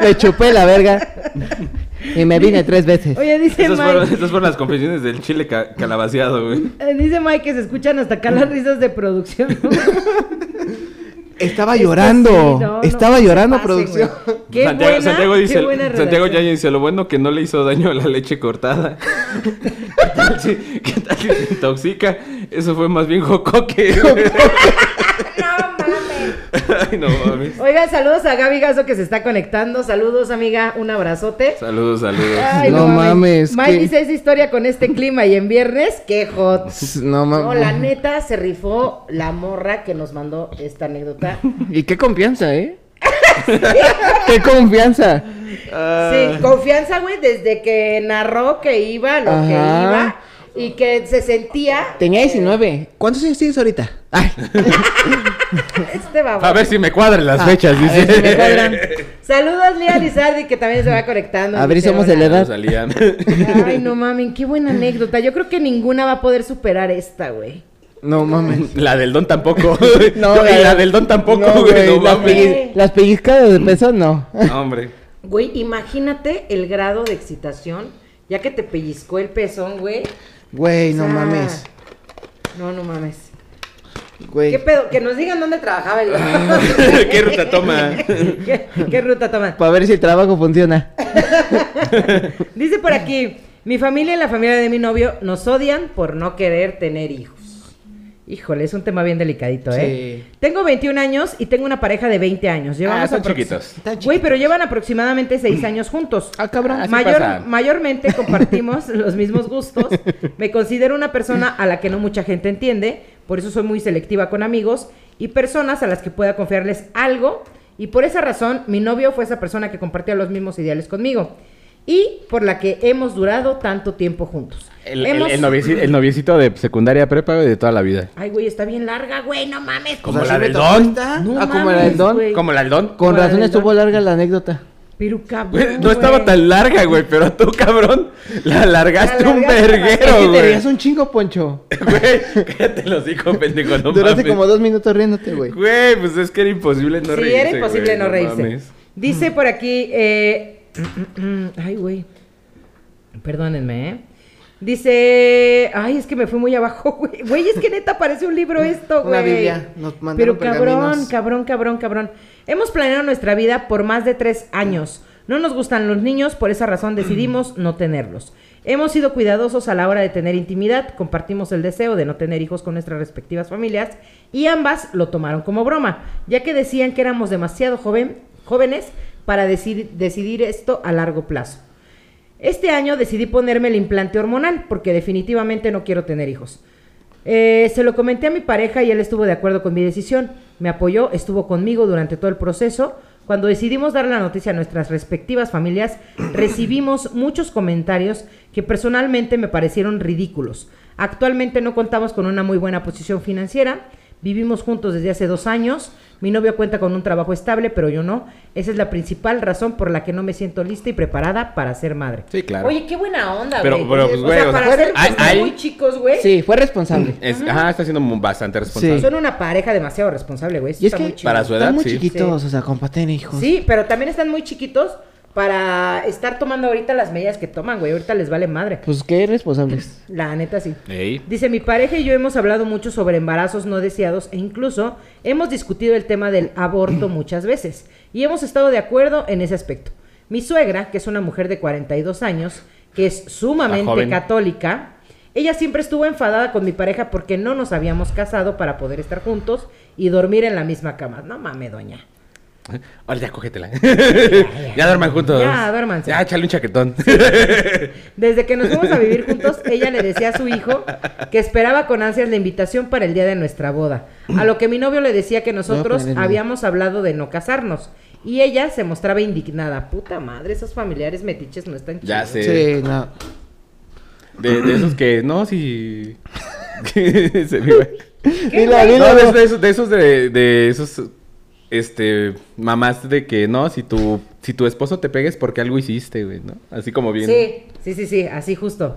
me chupé la verga. Y me vine tres veces. Oye, dice Esas fueron, Mike, esas fueron las confesiones del chile ca- calabaciado, güey. eh, dice Mike que se escuchan hasta acá las risas de producción. Estaba Es que llorando. sí, no, no, Estaba no se llorando, pasen, producción. güey. Qué Santiago, buena, Santiago dice, qué buena Santiago relación. Yáñez dice, lo bueno que no le hizo daño a la leche cortada. ¿Qué tal si, qué tal si se intoxica? Eso fue más bien jocoque. No mames. Ay, no mames. Oiga, saludos a Gaby Gaso que se está conectando. Saludos, amiga. Un abrazote. Saludos, saludos. Ay, No mames, Mike qué- dice esa historia con este clima y en viernes, qué hot. Pues, No No, la mames. neta se rifó la morra que nos mandó esta anécdota. Y qué confianza, ¿eh? qué confianza. Ah. Sí, confianza, güey, desde que narró que iba, lo que iba, Ajá. y que se sentía Tenía 19. ¿Cuántos años tienes ahorita? Ay, este babón. A ver si me cuadran las fechas, a ver si me dice. cuadran. Saludos, Lía Lizardi, que también se va conectando. A ver, dice, somos de hola. la edad. Saludos a Liam. Ay, no mamen, qué buena anécdota. Yo creo que ninguna va a poder superar esta, güey. No mames. La del don tampoco. No, No, y la del don tampoco, no, güey. No, las, mames. pellizcadas las pellizcadas de peso no. No, hombre. Güey, imagínate el grado de excitación, ya que te pellizcó el pezón, güey. Güey, O no sea, mames. No, no mames. Güey. ¿Qué pedo? Que nos digan dónde trabajaba el... ¿Qué ruta toma? ¿Qué, qué ruta toma? Para ver si el trabajo funciona. Dice por aquí, mi familia y la familia de mi novio nos odian por no querer tener hijos. Híjole, es un tema bien delicadito, ¿eh? Tengo 21 años y tengo una pareja de 20 años. Llevamos Ah, son aproxi- chiquitos. Güey, pero llevan aproximadamente 6 años juntos. Ah, cabrón. Así Mayor- pasa. Mayormente compartimos los mismos gustos. Me considero una persona a la que no mucha gente entiende, por eso soy muy selectiva con amigos y personas a las que pueda confiarles algo. Y por esa razón, mi novio fue esa persona que compartía los mismos ideales conmigo y por la que hemos durado tanto tiempo juntos. El, el- Hemos- el novieci- el noviecito de secundaria prepa güey, de toda la vida. Ay, güey, está bien larga, güey, no mames. Como O sea, la sí me del tocó don. esta. No ah, como la mames, del don. güey. Como la del don. Con la razón del estuvo don. larga la anécdota. Pero cabrón, Güey, no estaba güey. tan larga, güey, pero tú, cabrón, la alargaste La un alargaste Es que verguero, te güey. rías un chingo, Poncho. Güey, cállate los hijos, pendejo, no Duraste mames. como dos minutos riéndote, güey. Güey, pues es que era imposible no sí, reírse, era imposible güey, no reírse. mames. Dice por aquí, eh, ay, güey, perdónenme, ¿eh? Dice, ay, es que me fui muy abajo, güey. Güey, es que neta parece un libro esto, güey. Una Biblia, nos mandaron Pero cabrón, pergaminos. cabrón, cabrón, cabrón. Hemos planeado nuestra vida por más de tres años. No nos gustan los niños, por esa razón decidimos no tenerlos. Hemos sido cuidadosos a la hora de tener intimidad, compartimos el deseo de no tener hijos con nuestras respectivas familias y ambas lo tomaron como broma, ya que decían que éramos demasiado joven, jóvenes para decir- decidir esto a largo plazo. Este año decidí ponerme el implante hormonal porque definitivamente no quiero tener hijos. Eh, se lo comenté a mi pareja y él estuvo de acuerdo con mi decisión. Me apoyó, estuvo conmigo durante todo el proceso. Cuando decidimos dar la noticia a nuestras respectivas familias, recibimos muchos comentarios que personalmente me parecieron ridículos. Actualmente no contamos con una muy buena posición financiera. Vivimos juntos desde hace dos años. Mi novio cuenta con un trabajo estable, pero yo no. Esa es la principal razón por la que no me siento lista y preparada para ser madre. Sí, claro. Oye, qué buena onda, Pero- güey. pero, pues, güey, o sea, o sea, para ser hay- están hay- muy chicos, güey. Sí, fue responsable. Es- ajá, está siendo bastante responsable. Son una pareja demasiado responsable, güey. Eso Y es está que muy chido. Para su edad, Están muy sí. chiquitos, Sí. o sea, comparten hijos. Sí, pero también están muy chiquitos para estar tomando ahorita las medidas que toman, güey. Ahorita les vale madre. Pues qué responsables. La neta sí. Ey. Dice, mi pareja y yo hemos hablado mucho sobre embarazos no deseados e incluso hemos discutido el tema del aborto muchas veces y hemos estado de acuerdo en ese aspecto. Mi suegra, que es una mujer de 42 años, que es Está sumamente joven. católica, ella siempre estuvo enfadada con mi pareja porque no nos habíamos casado para poder estar juntos y dormir en la misma cama. No mames, doña. Ahora ya cógetela. ya duerman juntos. Ya, duérmanse. Ya, échale un chaquetón. Desde que nos fuimos a vivir juntos, ella le decía a su hijo que esperaba con ansias la invitación para el día de nuestra boda. A lo que mi novio le decía que nosotros poner el- habíamos hablado de no casarnos. Y ella se mostraba indignada. Puta madre, esos familiares metiches no están Ya chidos. sé. Sí, no. De, de esos que, no, si... Se me iba. Dilo, dilo. No, de, de esos, de esos de, de esos este mamás de que no, si tu si tu esposo te pegues porque algo hiciste, güey, ¿no? Así como bien. Sí, sí, sí, sí, así justo.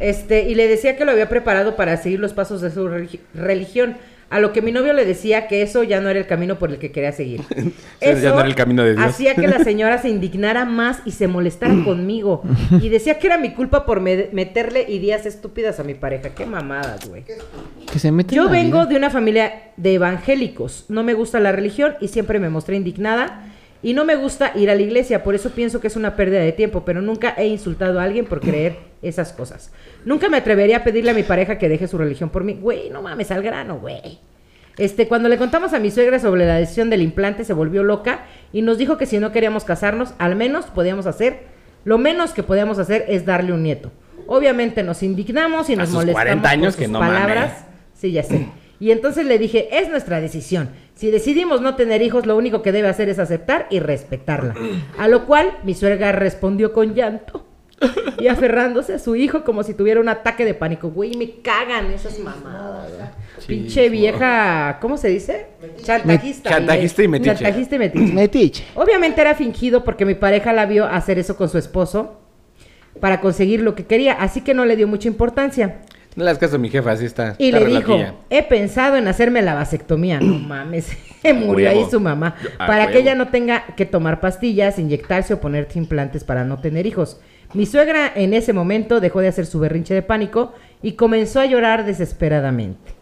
Este, y le decía que lo había preparado para seguir los pasos de su religi- religión. A lo que mi novio le decía que eso ya no era el camino por el que quería seguir. Eso ya no era el camino de Dios. Hacía que la señora se indignara más y se molestara conmigo. Y decía que era mi culpa por me- meterle ideas estúpidas a mi pareja. Qué mamadas, güey. Que se meten Yo en la vengo vida. de una familia de evangélicos. No me gusta la religión y siempre me mostré indignada. Y no me gusta ir a la iglesia, por eso pienso que es una pérdida de tiempo, pero nunca he insultado a alguien por creer esas cosas. Nunca me atrevería a pedirle a mi pareja que deje su religión por mí. Güey, no mames, al grano, güey. Este, cuando le contamos a mi suegra sobre la decisión del implante, se volvió loca y nos dijo que si no queríamos casarnos, al menos podíamos hacer, lo menos que podíamos hacer es darle un nieto. Obviamente nos indignamos y nos sus molestamos 40 años por que sus no mames. palabras. Sí, ya sé. Y entonces le dije, es nuestra decisión. Si decidimos no tener hijos, lo único que debe hacer es aceptar y respetarla. A lo cual mi suegra respondió con llanto y aferrándose a su hijo como si tuviera un ataque de pánico. Güey, me cagan esas mamadas. Pinche vieja, ¿cómo se dice? Chantajista. Chantajista y metiche. Chantajista y metiche. Metiche. Obviamente era fingido porque mi pareja la vio hacer eso con su esposo para conseguir lo que quería, así que no le dio mucha importancia. No le hagas caso a mi jefa, así está. Y está le dijo, relatilla. he pensado en hacerme la vasectomía. No mames, se murió ahí huevo. su mamá. Yo- a Para que huevo. ella no tenga que tomar pastillas, inyectarse o ponerse implantes para no tener hijos. Mi suegra en ese momento dejó de hacer su berrinche de pánico y comenzó a llorar desesperadamente.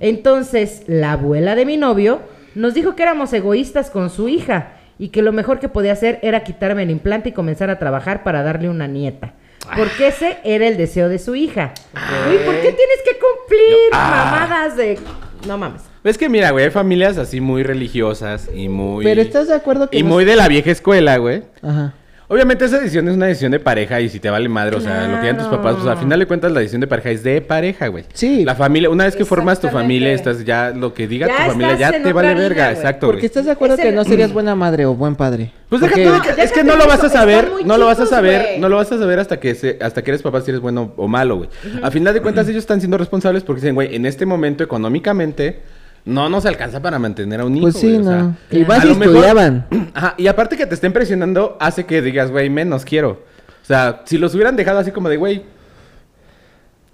Entonces, la abuela de mi novio nos dijo que éramos egoístas con su hija y que lo mejor que podía hacer era quitarme el implante y comenzar a trabajar para darle una nieta. Porque ese era el deseo de su hija. Uy, ¿por qué tienes que cumplir Yo- ah. mamadas de... No mames. Es que mira, güey, hay familias así muy religiosas y muy Pero estás de acuerdo que. y no- muy de la vieja escuela, güey. Ajá. Obviamente esa decisión es una decisión de pareja y si te vale madre, o sea, lo que digan tus papás, pues al final de cuentas la decisión de pareja es de pareja, güey. Sí. La familia, una vez que formas tu Exactamente. familia, estás ya, lo que diga Ya tu familia estás ya en te otra vale liga, verga, güey. exacto. güey. Porque estás de acuerdo Es que el- no serías buena madre o buen padre. Pues Porque- déjate de que- es que déjate no lo de vas eso, a están saber, muy no lo vas a chicos, saber, güey. no lo vas a saber hasta que se, hasta que eres papá si eres bueno o malo, güey. A final de cuentas ellos están siendo responsables porque dicen, güey, en este momento económicamente no nos alcanza para mantener a un hijo. Pues sí, güey, o sea, no. Y vas a y lo mejor- estudiaban. Ajá, y aparte que te estén presionando hace que digas, güey, menos quiero. O sea, si los hubieran dejado así como de, güey,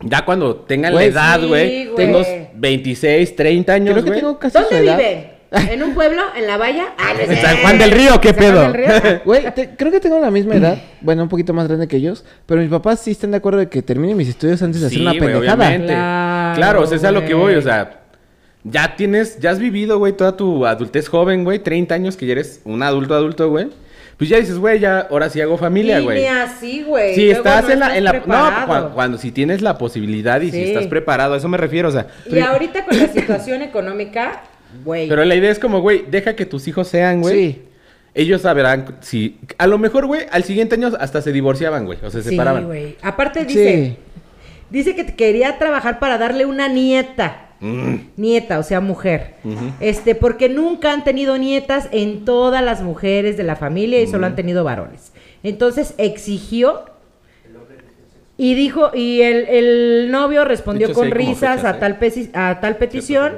ya cuando tengan Güey, la edad, sí, güey, güey. unos 26, 30 años, Pues Creo que güey. tengo casi su ¿Dónde edad. vive? ¿En un pueblo? ¿En la valla? Ah, no es ¿En cierto. San Juan del Río qué ¿En San Juan pedo? del Río? Ah, Güey, te- creo que tengo la misma edad. Bueno, un poquito más grande que ellos. Pero mis papás sí están de acuerdo de que termine mis estudios antes de Sí, hacer Pues una güey, pendejada. obviamente. Claro, Claro, o sea, es a lo que voy, güey. o sea, ya tienes, ya has vivido, güey, toda tu adultez joven, güey, 30 años que ya eres un adulto adulto, güey. Pues ya dices, güey, ya ahora sí hago familia, Y güey. ni así, güey. Si Luego estás no en la, en la- preparado. no, cuando, cuando si tienes la posibilidad y si Sí. estás preparado, a eso me refiero, o sea, Y ahorita con la situación económica, güey. pero la idea es como, güey, deja que tus hijos sean, güey. Sí. Ellos sabrán si a lo mejor, güey, al siguiente año hasta se divorciaban, güey, o se Sí, separaban. güey. Aparte dice, dice que quería trabajar para darle una nieta. Mm, Nieta, o sea, mujer. Este, porque nunca han tenido nietas en todas las mujeres de la familia y solo han tenido varones. Entonces exigió y dijo, y el, el novio respondió De hecho, sí con hay como risas fechas, a, tal pesi- a tal petición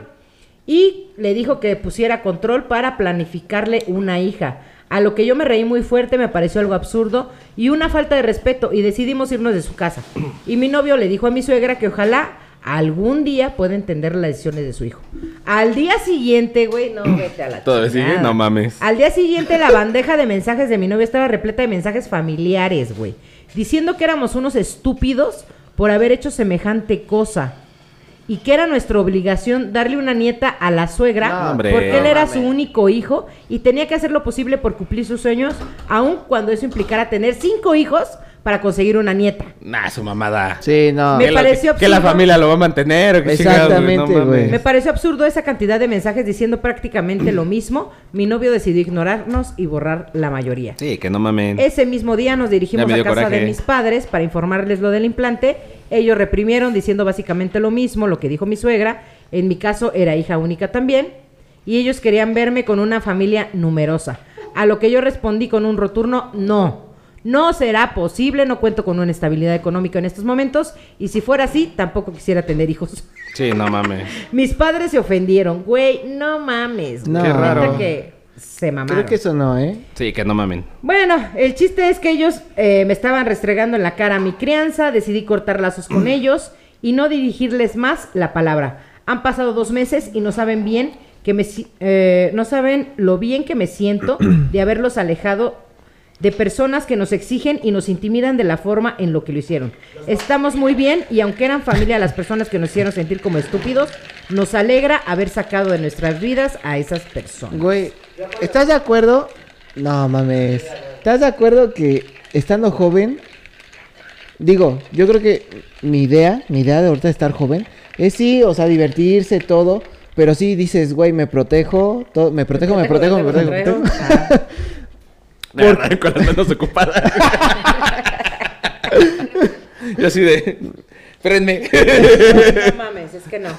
y le dijo que pusiera control para planificarle una hija. A lo que yo me reí muy fuerte, me pareció algo absurdo y una falta de respeto y decidimos irnos de su casa. Y mi novio le dijo a mi suegra que ojalá algún día pueda entender las decisiones de su hijo. Al día siguiente, güey, no, vete a la Todavía sigue, chingada. no mames. Al día siguiente la bandeja de mensajes de mi novia estaba repleta de mensajes familiares, güey. Diciendo que éramos unos estúpidos por haber hecho semejante cosa. Y que era nuestra obligación darle una nieta a la suegra No, hombre. porque él No era mames. su único hijo y tenía que hacer lo posible por cumplir sus sueños, aun cuando eso implicara tener cinco hijos para conseguir una nieta. Nah, su mamada. Sí, no. Me Que la- pareció que la absurdo. familia lo va a mantener. o qué chingados, güey, no Exactamente, güey. mames. Me pareció absurdo esa cantidad de mensajes diciendo prácticamente lo mismo. Mi novio decidió ignorarnos y borrar la mayoría. Sí, que no mamen. Ese mismo día nos Ya dirigimos me a dio casa coraje. de mis padres para informarles lo del implante. Ellos reprimieron diciendo básicamente lo mismo, lo que dijo mi suegra. En mi caso era hija única también. Y ellos querían verme con una familia numerosa. A lo que yo respondí con un roturno, no. No será posible, no cuento con una estabilidad económica en estos momentos. Y si fuera así, tampoco quisiera tener hijos. Sí, no mames. Mis padres se ofendieron, güey, no mames. güey. No. Qué Neta raro. que se mamaron. Creo que eso no, ¿eh? Sí, que no mamen. Bueno, el chiste es que ellos eh, me estaban restregando en la cara mi crianza, decidí cortar lazos con ellos y no dirigirles más la palabra. Han pasado dos meses y no saben bien que me si- eh, no saben lo bien que me siento de haberlos alejado de personas que nos exigen y nos intimidan de la forma en lo que lo hicieron. Estamos muy bien y aunque eran familia las personas que nos hicieron sentir como estúpidos, nos alegra haber sacado de nuestras vidas a esas personas. Güey, ¿estás de acuerdo? No mames. ¿Estás de acuerdo que estando joven? Digo, yo creo que mi idea, mi idea de ahorita estar joven, es sí, o sea, divertirse, todo. Pero sí dices, güey, me protejo, todo, me protejo, me protejo, me protejo. me protejo. Por... Con las manos ocupadas. Yo así de. Espérenme. No mames, es que no.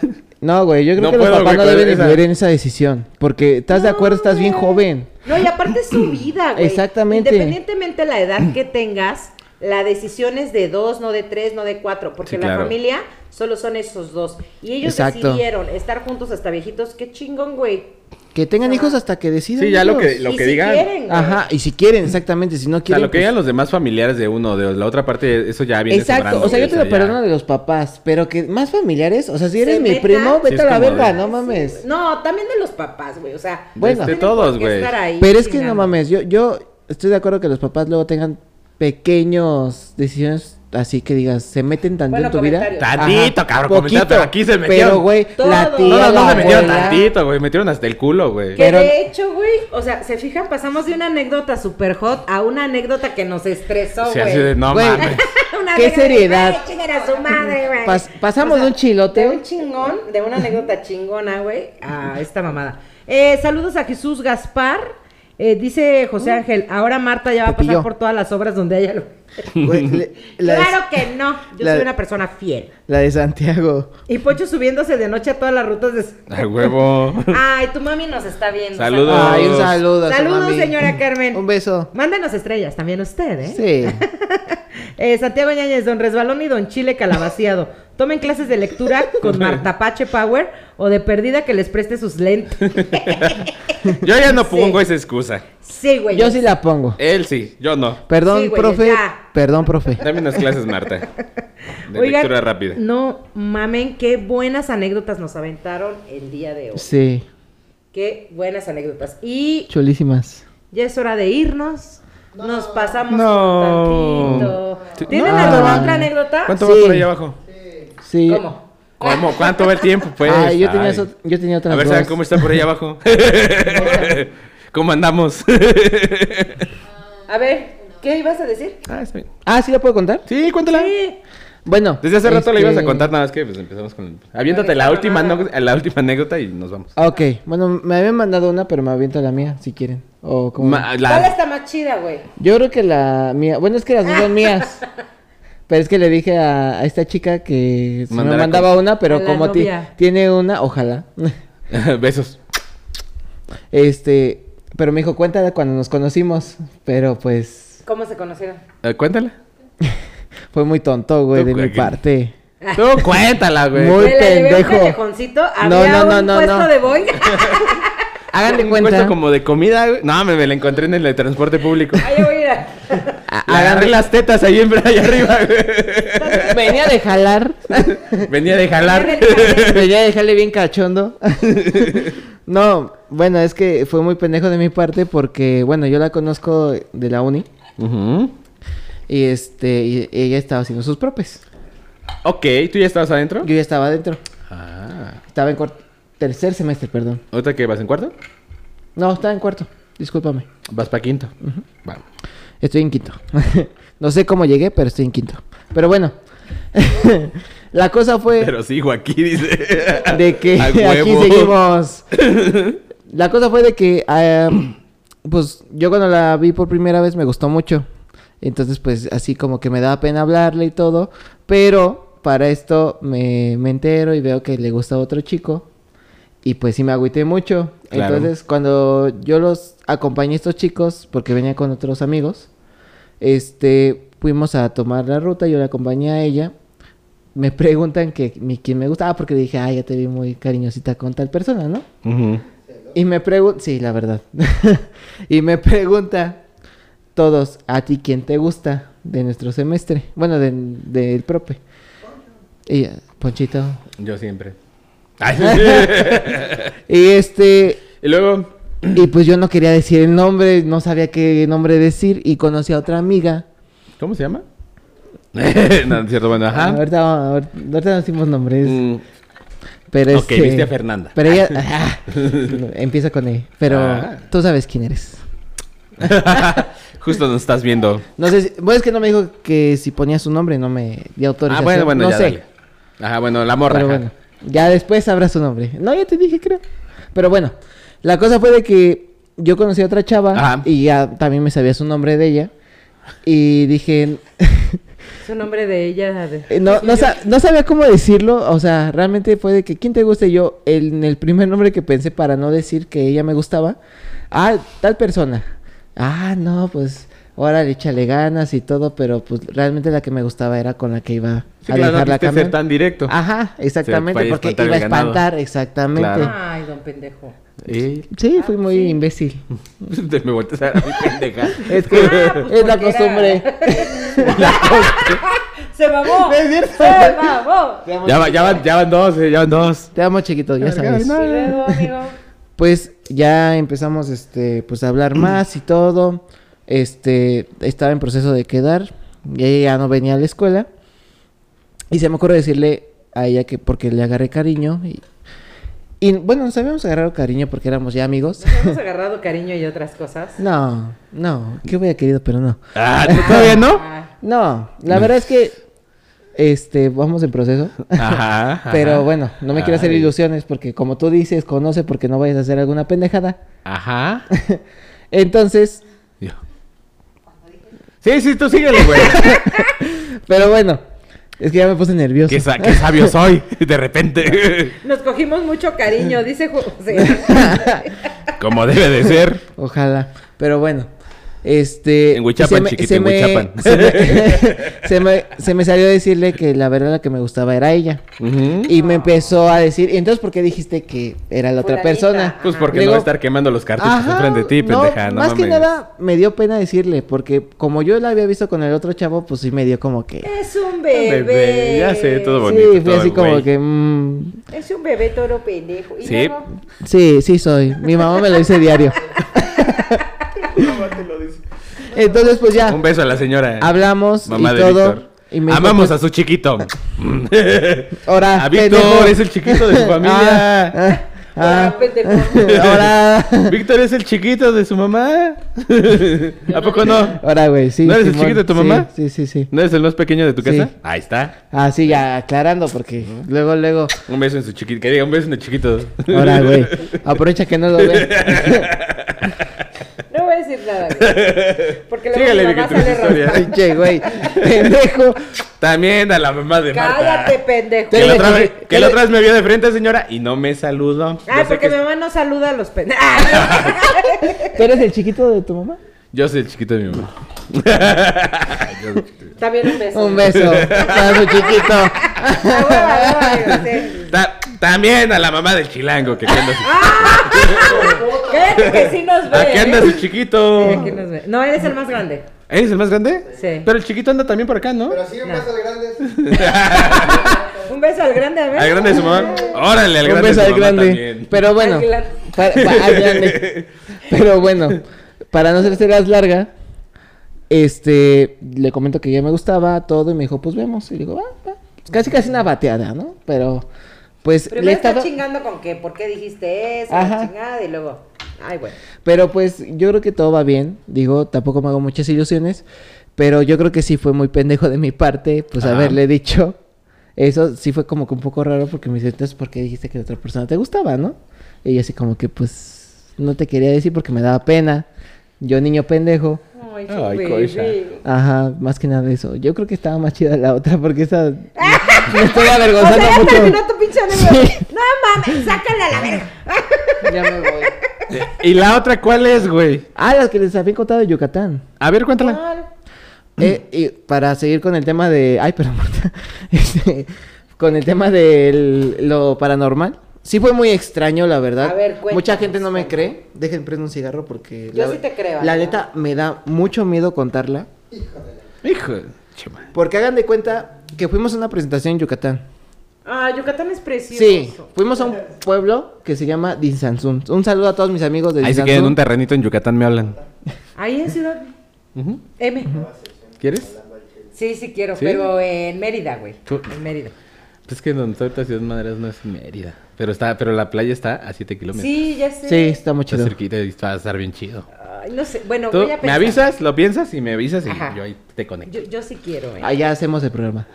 No, güey, yo creo No que puedo, los papás güey, no con deben esa. influir en esa decisión. Porque estás de No, acuerdo, estás bien güey. joven. No, y aparte es su vida, güey. Exactamente. Independientemente de la edad que tengas, la decisión es de dos, no de tres, no de cuatro, porque Sí, la claro. familia solo son esos dos. Y ellos Exacto. decidieron estar juntos hasta viejitos. Qué chingón, güey. Que tengan hijos hasta que decidan. Sí, ya lo que, ellos. lo Y que si digan. quieren, güey. Ajá, y si quieren, exactamente, si no O sea, quieren. lo que pues- digan los demás familiares de uno, de la otra parte, eso ya viene Exacto, sobrando, o sea, güey, yo te lo ya. perdono de los papás, pero que más familiares, o sea, si Se eres mi metan. primo, Sí, vete es a la como verga, de- no mames. No, también de los papás, güey. O sea, Bueno. no de tienen todos, por qué güey. estar ahí Pero es que no chingando. mames, yo, yo estoy de acuerdo que los papás luego tengan pequeños decisiones así que digas, se meten tanto Bueno, en tu vida. comentarios. Tantito, cabrón, comentaron, pero aquí se metieron. Pero, güey, la Todos. tía, No, no, no la se metieron abuela. tantito, güey. Metieron hasta el culo, güey. Que Pero- de hecho, güey, o sea, se fijan, pasamos de una anécdota super hot a una anécdota que nos estresó, O güey. sea, así de, no Güey. mames. Una Qué vez que seriedad. dije, "Ay, chingar a su madre, güey". Pas- pasamos de un chiloteo. De un chingón, de una anécdota chingona, güey, a esta mamada. Eh, saludos a Jesús Gaspar. Eh, dice Mm. José Ángel, ahora Marta ya va a pasar Pepillo. por todas las obras donde haya... lo- Güey, le- la, de- Claro que no, yo la- soy una persona fiel. la de Santiago. Y Pocho subiéndose de noche a todas las rutas de... A huevo. Ay, tu mami nos está viendo. Saludos. Ay, un saludo. a su Saludos, mami. señora Carmen. Un beso. Mándanos estrellas también usted, ¿eh? Sí. Eh, Santiago Ñañez, Don Resbalón y Don Chile Calabaciado. Tomen clases de lectura con Marta Pache Power o de perdida que les preste sus lentes. Yo ya no pongo esa excusa. Sí, güey. Yo sí la pongo. Él sí, yo no. Perdón, Sí, güey, profe. ya. Perdón, profe. Dame unas clases, Marta. De Oigan, lectura rápida. No mamen, qué buenas anécdotas nos aventaron el día de hoy. Sí, Qué buenas anécdotas. Y chulísimas. ya es hora de irnos. Nos pasamos No. un Sí, tantito. ¿Tienen no. alguna otra anécdota? ¿Cuánto Sí. va por ahí abajo? Sí. ¿Cómo? ¿Cómo? ¿Cuánto va el tiempo, pues? Ay, yo tenía, Ay. so- yo tenía otras A ver, dos. ¿saben cómo está por ahí abajo? ¿Cómo andamos? A ver, ¿qué ibas a decir? Ah, está bien. Ah, ¿sí la puedo contar? Sí, cuéntala. Sí. Bueno. Desde hace rato la este, ibas a contar, nada más que pues empezamos con... Aviéntate la última, no- la última anécdota y nos vamos. Ok, bueno, me habían mandado una, pero me aviento la mía, si quieren. O como... Ma- la- ¿Cuál está más chida, güey? Yo creo que la mía. Bueno, es que las dos son mías. Pero es que le dije a, a esta chica que se me Mandara mandaba una, a pero la como ti- novia. tiene una, ojalá. Besos. Este, pero me dijo, cuéntala cuando nos conocimos. Pero pues ¿Cómo se conocieron? Eh, cuéntala. fue muy tonto, güey, Tú, de mi güey. parte. Tú cuéntala, güey. Muy Me la llevé a un pendejo. callejoncito, No, había no, no, un no, puesto no. de boing. Hagan de Un cuenta. puesto como de comida, güey. No, me, me la encontré en el de transporte público. Ahí voy a ir a- Le Agarré las tetas ahí en allá arriba, Venía de jalar. güey. Venía de jalar. Venía a dejarle bien cachondo. no, bueno, es que fue muy pendejo de mi parte porque, bueno, yo la conozco de la uni Ujú. y este, y ella estaba haciendo sus propias. Ok, ¿tú ya estabas adentro? Yo ya estaba adentro. Ah. Estaba en cuarto. Tercer semestre, perdón. ¿Otra que vas en cuarto? No, estaba en cuarto. Discúlpame. Vas para quinto. Vamos. Estoy en quinto. no sé cómo llegué, pero estoy en quinto. Pero bueno. la cosa fue. Pero sigo aquí, dice. de que A aquí huevo. seguimos. La cosa fue de que, ah, pues yo cuando la vi por primera vez me gustó mucho. Entonces, pues así como que me daba pena hablarle y todo. Pero para esto me, me entero y veo que le gusta a otro chico. Y pues sí me agüité mucho. Claro. Entonces, cuando yo los acompañé a estos chicos, porque venía con otros amigos, este, fuimos a tomar la ruta, yo la acompañé a ella. Me preguntan que mi, quién me gusta. Ah, porque dije, ah, ya te vi muy cariñosita con tal persona, ¿no? Ujú. Y me pregunta, sí, la verdad. y me pregunta todos, ¿a ti quién te gusta de nuestro semestre? Bueno, de- del prope. Y eh, Ponchito. Yo siempre. Ay, sí. Y este, y luego. y pues yo no quería decir el nombre, no sabía qué nombre decir y conocí a otra amiga. ¿Cómo se llama? no, es cierto, bueno, ajá. Ahorita, ahorita, ahorita no decimos nombres. Mm, Pero Ok, este- viste a Fernanda. Pero ella. Ah, empieza con E. Pero Ah. tú sabes quién eres. Justo nos estás viendo. Ah, No sé si. Bueno, es que no me dijo que si ponía su nombre, no me dio Ah, autorización. bueno, bueno, no ya sé. dale. Ajá, bueno, la morra. Pero ajá. bueno, ya después sabrá su nombre. No, ya te dije, creo. Pero bueno, la cosa fue de que yo conocí a otra chava Ajá. y ya también me sabía su nombre de ella. Y dije, Su nombre de ella. de- Eh, no, no, sa- no sabía cómo decirlo. O sea, realmente fue de que, ¿quién te gusta? Y yo, el- en el primer nombre que pensé para no decir que ella me gustaba, ah, tal persona. Ah, no, pues, ahora le échale ganas y todo, pero pues realmente la que me gustaba era con la que iba Sí, a claro, no dejar la quisiste cama. ser tan directo. Ajá, exactamente, vaya a porque espantar iba a el ganado. espantar, exactamente. Claro. Ay, don pendejo. Y- Sí, fui muy imbécil. Te me volteas a ver a mi pendeja. Es que Ah, es la pues, porque era- costumbre. ¡Se mamó! No es cierto. ¡Se mamó! Ya, va- ya van, ya van dos, eh, ya van dos. Te amo, chiquito, ya sabes. Y luego, amigo. Pues ya empezamos este pues a hablar más y todo. Este, estaba en proceso de quedar. Y ella ya no venía a la escuela. Y se me ocurre decirle a ella que porque le agarré cariño y y bueno, nos habíamos agarrado cariño porque éramos ya amigos. Nos hemos agarrado cariño y otras cosas. No, no, que hubiera querido, pero no. Ah, ¿tú todavía no? Ah, No, la verdad es que este vamos en proceso. Ajá. ajá. Pero bueno, no me quiero hacer Ay. ilusiones porque como tú dices, conoce porque no vayas a hacer alguna pendejada. Ajá. Entonces, Yo. Sí, sí, tú síguele, güey. pero bueno, es que ya me puse nervioso. qué, sa- qué sabio soy, de repente. nos cogimos mucho cariño, dice José. Como debe de ser. Ojalá, pero bueno. Este, En Huichapan, se me- chiquito, se en me- Huichapan. Se me, se, me, se me salió a decirle que la verdad la que me gustaba era ella. Ujú. Y me empezó a decir, ¿y entonces por qué dijiste que era la otra Fulanita. persona? Pues porque Digo, no va a estar quemando los cartuchos Ajá, enfrente de ti, no, pendeja. No, más que mames. nada me dio pena decirle, porque como yo la había visto con el otro chavo, pues sí me dio como que... Es un Bebé, bebé. ya sé, todo Sí, bonito. fue todo, así como güey. que... mm, Es un bebé toro pendejo. ¿Y Sí. luego? sí, sí soy. Mi mamá me lo dice diario. Entonces pues ya, Un beso a la señora. hablamos Mamá y de todo. Víctor. Y me dijo, Amamos a pues, su chiquito. ahora, a Víctor, pendejo. es el chiquito de su familia. Ah, ah. Ah, pendejo. Ahora. Víctor es el chiquito de su mamá. ¿A poco no? Ahora, güey, sí. ¿No eres el Simón, chiquito de tu sí, mamá? Sí, sí, sí. ¿No es el más pequeño de tu Sí. casa? Ahí está. Ah, sí, ya aclarando, porque luego, luego. Un beso en su chiquito. Que diga un beso en el chiquito. Ahora, güey. Aprovecha que no lo ve. No voy a decir nada, güey. Porque luego Sígale, mi mamá Vicky, tu sale historia. raspada. Pinche, güey. Pendejo. También a la mamá de Marta. Cállate, pendejo. Que la, otra vez, Cállate. que la otra vez me vio de frente, señora, y no me saludó. Ay, Ah, yo, sé Ah, porque que- mi mamá no saluda a los pendejos. Ah, ¿Tú eres el chiquito de tu mamá? yo soy el chiquito de mi mamá. no. También un beso. Un beso. Para su chiquito. Ah, hueva, hueva, digo, sí. Ta- también a la mamá del chilango, que aquí anda su, Cállate Ah, que sí nos ve. aquí anda ¿eh? su chiquito. Sí, aquí nos ve. No, eres el más grande. ¿Eres el más grande? Sí. Pero el chiquito anda también por acá, ¿no? Pero sí, un beso de grandes. Un beso al grande, a ver. Al grande de su mamá. Órale, al Un grande beso de su al mamá grande. también. Pero bueno. Al grande. para- pa- al grande. Pero bueno. Para no hacerse las larga. Este, le comento que ya me gustaba todo y me dijo, pues vemos. Y digo, va, va. Casi, casi una bateada, ¿no? Pero, pues, Primero le está estaba... chingando con que, ¿por qué dijiste eso? Ajá. La chingada, y luego. Ay, bueno. Pero pues yo creo que todo va bien. Digo, tampoco me hago muchas ilusiones. Pero yo creo que sí fue muy pendejo de mi parte, pues Ajá. haberle dicho. Eso sí fue como que un poco raro porque me dice, entonces, ¿por qué dijiste que la otra persona te gustaba, no? Y yo así como que, pues, no te quería decir porque me daba pena. Yo, niño pendejo. Ay, Ay, baby. coisa. Ajá, más que nada eso. Yo creo que estaba más chida la otra porque esa... me estoy O sea, avergonzando ya mucho. terminó tu pinche anécdota. Sí. No mames, sácala a la verga. Ya me voy. ¿Y la otra cuál es, güey? Ah, las que les había contado de Yucatán. A ver, cuéntala. Eh, y para seguir con el tema de. Ay, pero Marta. Este, con el tema de lo paranormal. Sí fue muy extraño, la verdad. A ver, cuéntanos, Mucha gente no me cuéntanos. cree. Dejen prender un cigarro porque. Yo la- sí te creo, La Ana. neta me da mucho miedo contarla. Ah. Hijo. de chema. Porque hagan de cuenta que fuimos a una presentación en Yucatán. Ah, Yucatán es precioso. Sí, fuimos a un pueblo que se llama Dinsansun. Un saludo a todos mis amigos de Ahí se queda en Dinsansun. un terrenito en Yucatán, me hablan. Ahí en Ciudad M. ¿Quieres? Sí, sí quiero, ¿Sí? pero en Mérida, güey. Tú- En Mérida. Pues que donde está ahorita Ciudad Madres no es Mérida. Pero está, pero la playa está a 7 kilómetros. Sí, ya sé. Sí, está muy Está chido. cerquita y va a estar bien chido. Ay, no sé. Bueno, Tú voy a me pensar. avisas, lo piensas y me avisas y Ajá. yo ahí te conecto. Yo, yo sí quiero, eh. Allá hacemos el programa.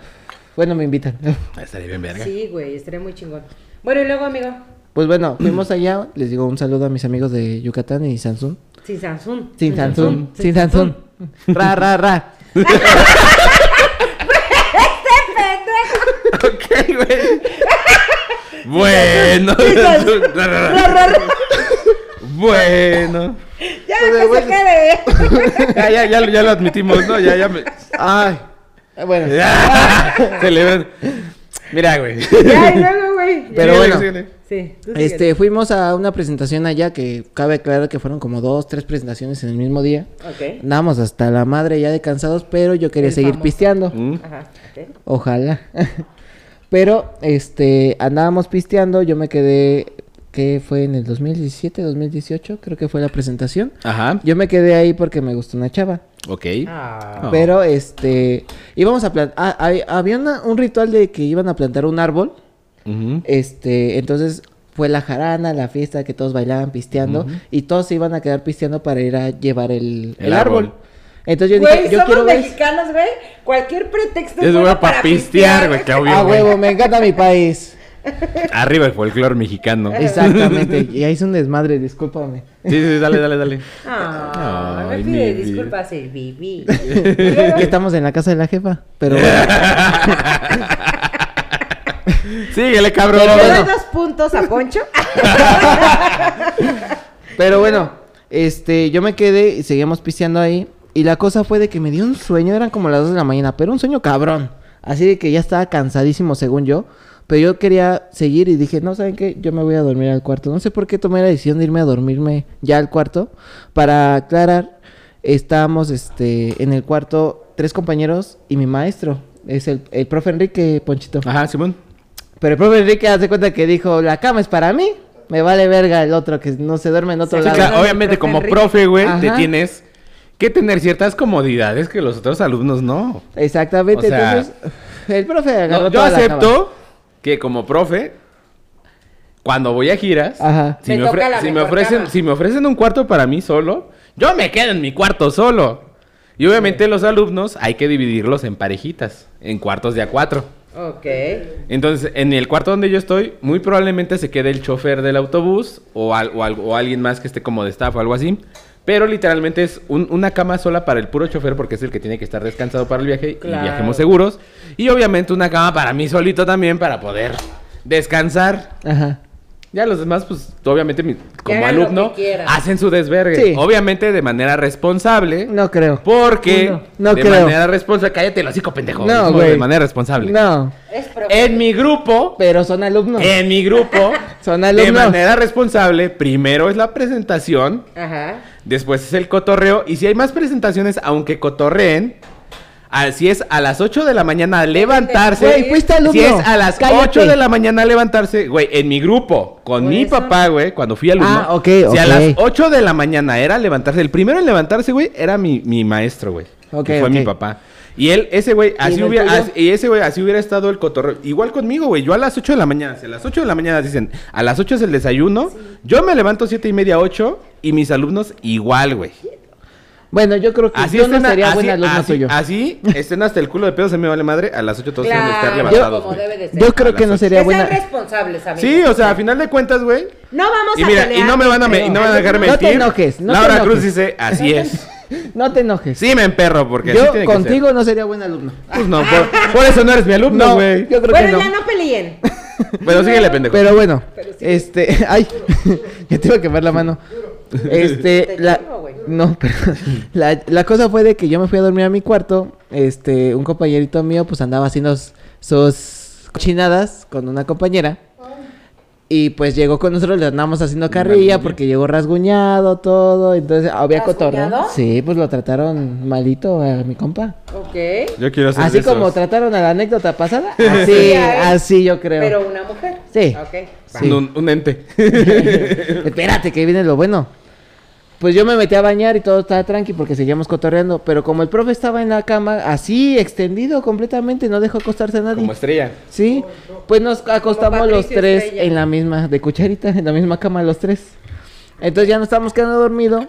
Bueno, me invitan. Estaría bien verga. Sí, güey, estaré muy chingón. Bueno, y luego, amigo. Pues bueno, fuimos allá. Les digo un saludo a mis amigos de Yucatán y Samsung. Sin Samsung. Sin Samsung. Sin Samsung. Ra, ra, ra. Ok, güey. bueno. bueno. Ya me que se quede. Ya, ya, ya, lo- ya lo admitimos, ¿no? Ya, ya me. Ay. Ah, Eh, Bueno, Se le ven. Mira, güey. Ya, y luego, güey. Pero Síguele, bueno. síguele. Sí. tú síguele. este, fuimos a una presentación allá que cabe aclarar que fueron como dos, tres presentaciones en el mismo día. Ok. Andábamos hasta la madre ya de cansados, pero yo quería El seguir famoso. pisteando. Mm. Ajá. ok. Ojalá. Pero, este, andábamos pisteando, yo me quedé, ¿qué fue en el 2017, 2018? Creo que fue la presentación. Ajá. Yo me quedé ahí porque me gustó una chava. Ok. Ah. Pero, este, íbamos a plantar, ah, había una- un ritual de que iban a plantar un árbol. Ujú. Este, entonces fue la jarana, la fiesta que todos bailaban pisteando y todos se iban a quedar pisteando para ir a llevar el, El el árbol. árbol. Entonces yo Güey, dije, yo somos quiero ver. mexicanos, güey. Cualquier pretexto Es bueno bueno para pistear, güey, Claudio. Ah, A güey. Ah, huevo, me encanta mi país. Arriba el folclore mexicano. Exactamente, y ahí es un desmadre, discúlpame. Sí, sí, dale, dale, dale. Ah, Ay, me pide mi vida. disculpas el bibi. Que estamos en la casa de la jefa, pero bueno. Síguele, cabrón. Pero ¿Le bueno. doy dos puntos a Poncho? Pero bueno, este, yo me quedé y seguíamos pisteando ahí. Y la cosa fue de que me dio un sueño, eran como las 2 de la mañana, pero un sueño cabrón. Así de que ya estaba cansadísimo según yo. Pero yo quería seguir y dije, no, ¿saben qué? Yo me voy a dormir al cuarto. No sé por qué tomé la decisión de irme a dormirme ya al cuarto. Para aclarar, estábamos este, en el cuarto tres compañeros y mi maestro. Es el, el profe Enrique Ponchito. Ajá, Simón. Pero el profe Enrique hace cuenta que dijo, la cama es para mí. Me vale verga el otro que no se duerme en otro Sí, Sí, lado. claro, del obviamente profe como Enrique. profe, güey, te Ajá. tienes que tener ciertas comodidades que los otros alumnos no. Exactamente, O sea, entonces el profe agarró No, yo toda la acepto que como profe, cuando voy a giras, Ajá. si, Me me, ofre- toca la si me mejor ofrecen, cama. si me ofrecen un cuarto para mí solo, yo me quedo en mi cuarto solo. Y obviamente los alumnos hay que dividirlos en parejitas, en cuartos de a cuatro. Ok. Entonces, en el cuarto donde yo estoy, muy probablemente se quede el chofer del autobús o, al- o al- o alguien más que esté como de staff o algo así. Pero literalmente es un- una cama sola para el puro chofer porque es el que tiene que estar descansado para el viaje Claro. y viajemos seguros. Y obviamente una cama para mí solito también para poder descansar. Ajá. Ya los demás, pues obviamente mi- como hagan lo alumno, que quieran. hacen su desvergue. Sí. Obviamente de manera responsable. No creo. Porque No, no de creo. manera responsable, cállate el hocico pendejo. No, mismo güey. de manera responsable. No. Es profe- En mi grupo, Pero son alumnos. en mi grupo, Son de alumnos. manera responsable, primero es la presentación, Ajá. después es el cotorreo, y si hay más presentaciones, aunque cotorreen, así es a las 8 de la mañana levantarse. Güey, fuiste alumno. Si es a las Cállate. 8 de la mañana levantarse, güey, en mi grupo, con Por mi eso. papá, güey, cuando fui alumno. Ah, ok, si a ok. las 8 de la mañana era levantarse, el primero en levantarse, güey, era mi, mi maestro, güey. Ok, que fue ok. mi papá. Y él, ese güey, así en el hubiera, tuyo? así- y ese güey, así hubiera estado el cotorreo. Igual conmigo, güey. Yo a las 8 de la mañana, si a las 8 de la mañana dicen, a las 8 es el desayuno, yo me levanto siete y media, 8, y mis alumnos igual, güey. Bueno, yo creo que Así yo no estén a- sería así- buen alumno así- tuyo. así estén hasta el culo de pedo, se me vale madre, a las 8 todos tienen que estar Claro, levantados. como güey. debe de ser. Yo creo a que las no ocho. sería Que buena. sean responsables, amigos. Sí, o sea, a final de cuentas, güey. No vamos Y a mira, pelear. y no me van a, me- y no me van a dejar No te mentir. enojes, no te Laura enojes. Cruz dice, así es. No te enojes. Sí me emperro, porque así yo tiene que ser. contigo no sería buen alumno. Pues no, por, por eso no eres mi alumno, güey. yo creo Bueno, que no. ya no peleen. Pero síguele, pendejo. Pero bueno, Pero sí. este, ay, ya te iba a quemar la mano. Este, Te la, quemo, güey. no, pero la, la cosa fue de que yo me fui a dormir a mi cuarto. Este, un compañerito mío, pues andaba haciendo s- sus cochinadas con una compañera. Y pues llegó con nosotros, le andamos haciendo carrilla Rasguña. porque llegó rasguñado, todo. Entonces, había cotorreo. ¿Rasguñado? Sí, pues lo trataron malito a mi compa. Ok. Yo quiero hacer Así esos. como trataron a la anécdota pasada, así, a él. así yo creo. Pero una mujer. Sí. Ok. Sí. Un, un ente. Espérate, que viene lo bueno. Pues yo me metí a bañar y todo estaba tranqui porque seguíamos cotorreando. Pero como el profe estaba en la cama, así, extendido completamente, no dejó acostarse a nadie. como estrella. Sí, pues nos acostamos los Patricio tres Estrella. en la misma, de cucharita, en la misma cama los tres. Entonces ya nos estábamos quedando dormido.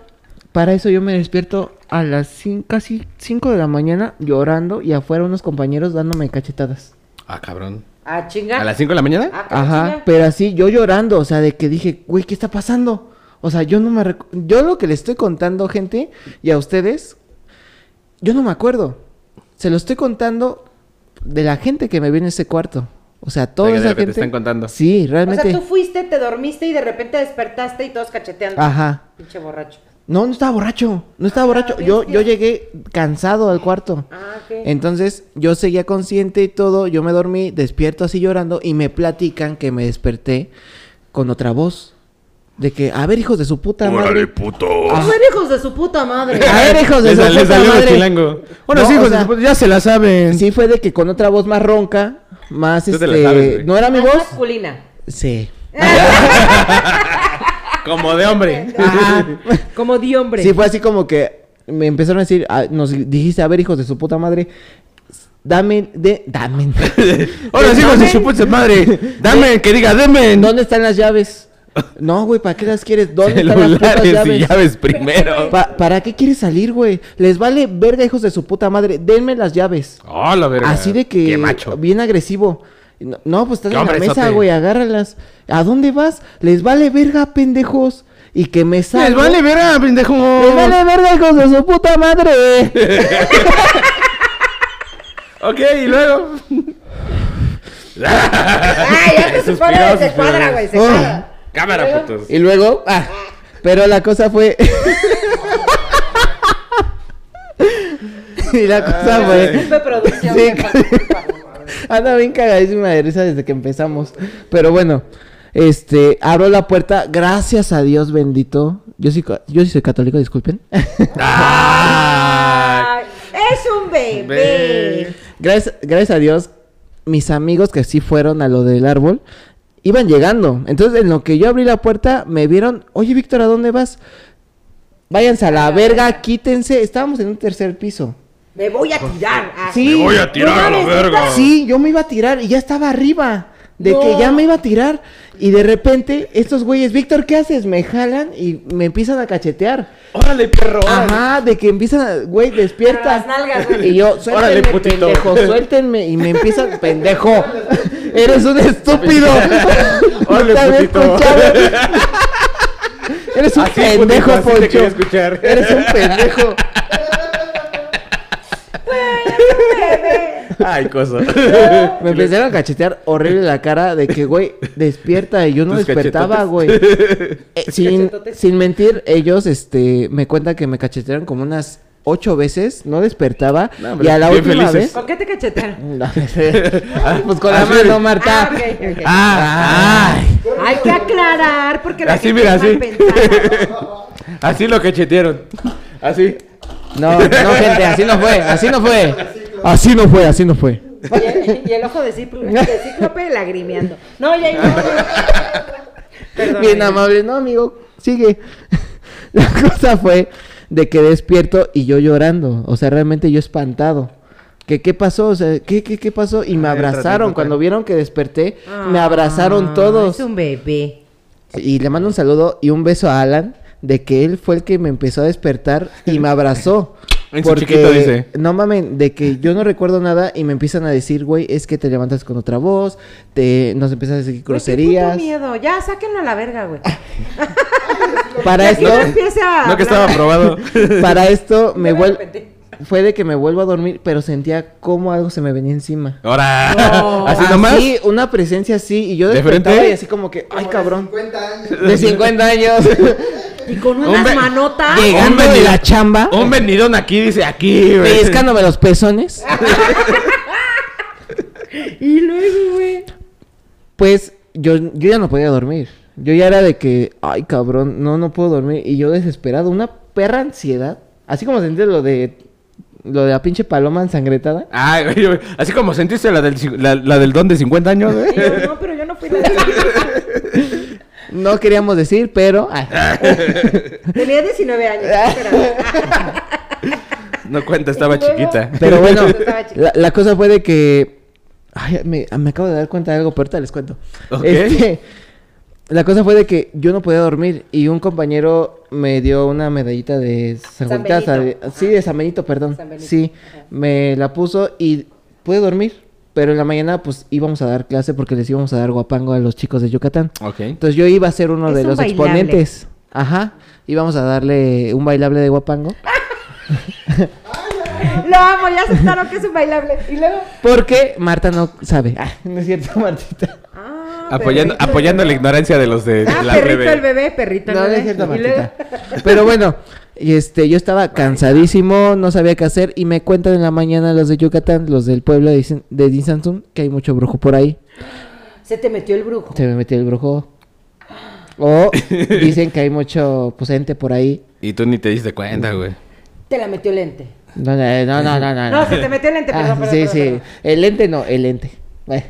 Para eso yo me despierto a las cin- casi 5 de la mañana llorando y afuera unos compañeros dándome cachetadas. Ah, cabrón. Ah, chinga. ¿A las 5 de la mañana? Ah, Ajá, chinga. pero así yo llorando, o sea, de que dije, güey, ¿qué está pasando? O sea, yo no me recu- yo lo que le estoy contando, gente, y a ustedes, yo no me acuerdo. Se lo estoy contando de la gente que me vio en ese cuarto. O sea, toda De que- de esa lo que te gente. están contando. Sí, O sea, realmente. tú fuiste, te dormiste y de repente despertaste y todos cacheteando. Ajá. Pinche borracho. No, no estaba borracho, no estaba borracho. Yo yo llegué cansado al cuarto. Ah, ok. Entonces, yo seguía consciente y todo, yo me dormí, despierto así llorando y me platican que me desperté con otra voz. De que, a ver, hijos de su puta madre. puto! Ah. Son hijos de su puta pues. madre. A ver, hijos de Le su sal- le puta salió de madre. chilango. Bueno, No, sí, o hijos de sea, su puta- ya se la saben. Sí, fue de que con otra voz más ronca, más Tú te la este. sabes, güey. ¿No era mi Más voz? masculina. Sí. Como de hombre. Ajá. Como di hombre. Sí, fue así como que me empezaron a decir, ah, nos dijiste, a ver, hijos de su puta madre, dame, de, dame. Hola, hijos de su puta madre. Dame, que diga, deme. ¿Dónde están las llaves? No, güey, ¿para qué las quieres? ¿Dónde están las putas Celulares llaves? y llaves primero. Pa- ¿Para qué quieres salir, güey? Les vale verga, hijos de su puta madre. Denme las llaves. Oh, la verga. Así de que. Qué macho. Bien agresivo. No, no, pues estás Qué en la hombrezote. mesa, güey. Agárralas. ¿A dónde vas? Les vale verga, pendejos. Y que me salgo. Les vale verga, pendejo. Les vale verga, hijos de su puta madre. Ok, y luego. Ah, ya se Suspiró, supone que se suspiró. cuadra, güey. Se Oh. cuadra. Cámara, putos. y luego. ah, pero la cosa fue. y la Oh, ah, cosa fue. Disculpe, producción. Sí. me participa. Anda bien cagadísima de risa desde que empezamos. Pero bueno, este, abro la puerta, gracias a Dios bendito. Yo sí, ca- yo sí soy católico, disculpen. Ah, Ay, es un bebé. Ve. gracias, gracias a Dios, mis amigos que sí fueron a lo del árbol, iban llegando. Entonces, en lo que yo abrí la puerta, me vieron, oye Víctor, ¿a dónde vas? Váyanse a la verga, quítense. Estábamos en un tercer piso. Me voy a tirar. Ah, Sí. voy a tirar a la mames, verga. neta. Sí, yo me iba a tirar y ya estaba arriba. De No. que ya me iba a tirar. Y de repente, estos güeyes, Víctor, ¿qué haces? Me jalan y me empiezan a cachetear. ¡Órale, perro! órale! Ajá, de que empiezan, a- güey, despierta. Pero las nalgas, güey. Y yo, suéltenme, Órale, putito. pendejo, suéltenme. Y me empiezan, pendejo, eres un estúpido. Órale, No te había putito. escuchado. Eres un Así, putito, pendejo, así te Poncho. quería escuchar. Eres un pendejo. ¡Ay, cosa! Me empezaron a cachetear horrible la cara de que, güey, despierta. Y yo no Tus despertaba, cachetotes. güey. Eh, sin, Cachetotes. sin mentir, ellos este, me cuentan que me cachetearon como unas ocho veces. No despertaba. No, y hombre, a la bien última felices. Ah, vez... ¿Con qué te cachetearon? No, pues con la Así. mano, Marta. Ah, ok, ok. ¡Ah! ¡Ay! Hay que aclarar porque la Así, gente mira, es mal así. pensada. Así lo cachetearon. Así. No, no, gente, así no fue, así no fue. Así no fue, así no fue. Y el, y el ojo de cíclope, de cíclope lagrimeando. No, ya no. Perdón. Bien ya. amable, no, amigo, sigue. La cosa fue de que despierto y yo llorando, o sea, realmente yo espantado. ¿Qué, qué pasó? O sea, ¿qué, qué, qué pasó? Y me Ah, entra, abrazaron. entra. Cuando vieron que desperté, me Ah, abrazaron todos. Es un bebé. Y le mando un saludo y un beso a Alan de que él fue el que me empezó a despertar y me abrazó. En su chiquito dice. No mamen, de que yo no recuerdo nada y me empiezan a decir, güey, es que te levantas con otra voz, te nos empiezan a decir Güey, qué groserías. puto miedo. Ya, sáquenlo a la verga, güey. Para Ya que esto, uno empiece a No hablar. que estaba aprobado. para esto me De vuelvo repente. fue de que me vuelvo a dormir, pero sentía como algo se me venía encima. ¡Ahora! No. ¿Así nomás? Así, Oh. ¿Ah, una presencia así y yo ¿De despertaba frente? y así como que, ay cabrón, 50 años. de 50 años Y con Un unas be- manotas. Llega. llegando de venido- la chamba, Un vendidón aquí dice aquí, güey. pescándome los pezones. Y luego, güey. Pues yo, yo ya no podía dormir. Yo ya era de que, ay cabrón, no, no puedo dormir. Y yo desesperado, una perra ansiedad. Así como sentí lo de lo de la pinche paloma ensangretada. Ay, güey, güey. Así como sentiste la del, cin- la, la del don de 50 años, güey. Y yo, no, pero yo no fui la No queríamos decir, pero. ah. ay. Tenía 19 años. espera. No cuenta, estaba chiquita. Pero bueno, Estaba chiquita. la, la cosa fue de que. Ay, me, ah, me acabo de dar cuenta de algo, pero ahorita les cuento. Ok. Este, la cosa fue de que yo no podía dormir y un compañero me dio una medallita de San, San Juan Casa, Benito. de- Sí, de San Benito, perdón. San Benito. Sí, Ajá. me la puso y pude dormir. Pero en la mañana, pues íbamos a dar clase porque les íbamos a dar guapango a los chicos de Yucatán. Ok. Entonces yo iba a ser uno Es de un los bailable. exponentes. Ajá. Íbamos a darle un bailable de guapango. Lo amo, ya aceptaron que es un bailable. Y luego. Porque Marta no sabe. Ah, no es cierto, Martita. Ah, perrito Apoyando, el apoyando la bebé. ignorancia de los de Ah, la perrito bebé. el bebé, perrito el No, no bebé. es cierto, Y luego- Martita. Pero bueno, y este, yo estaba cansadísimo, no sabía qué hacer y me cuentan en la mañana los de Yucatán, los del pueblo de, Dizan- de Dinsansun, que hay mucho brujo por ahí. Se te metió el brujo. Se me metió el brujo. O dicen que hay mucho pues, ente por ahí. Y tú ni te diste cuenta, güey. Te la metió el lente. No, no, no, no, no. no, No, se te metió el lente, Ah, perdón, perdón, sí, perdón, sí. perdón. El ente no, el ente. Bueno.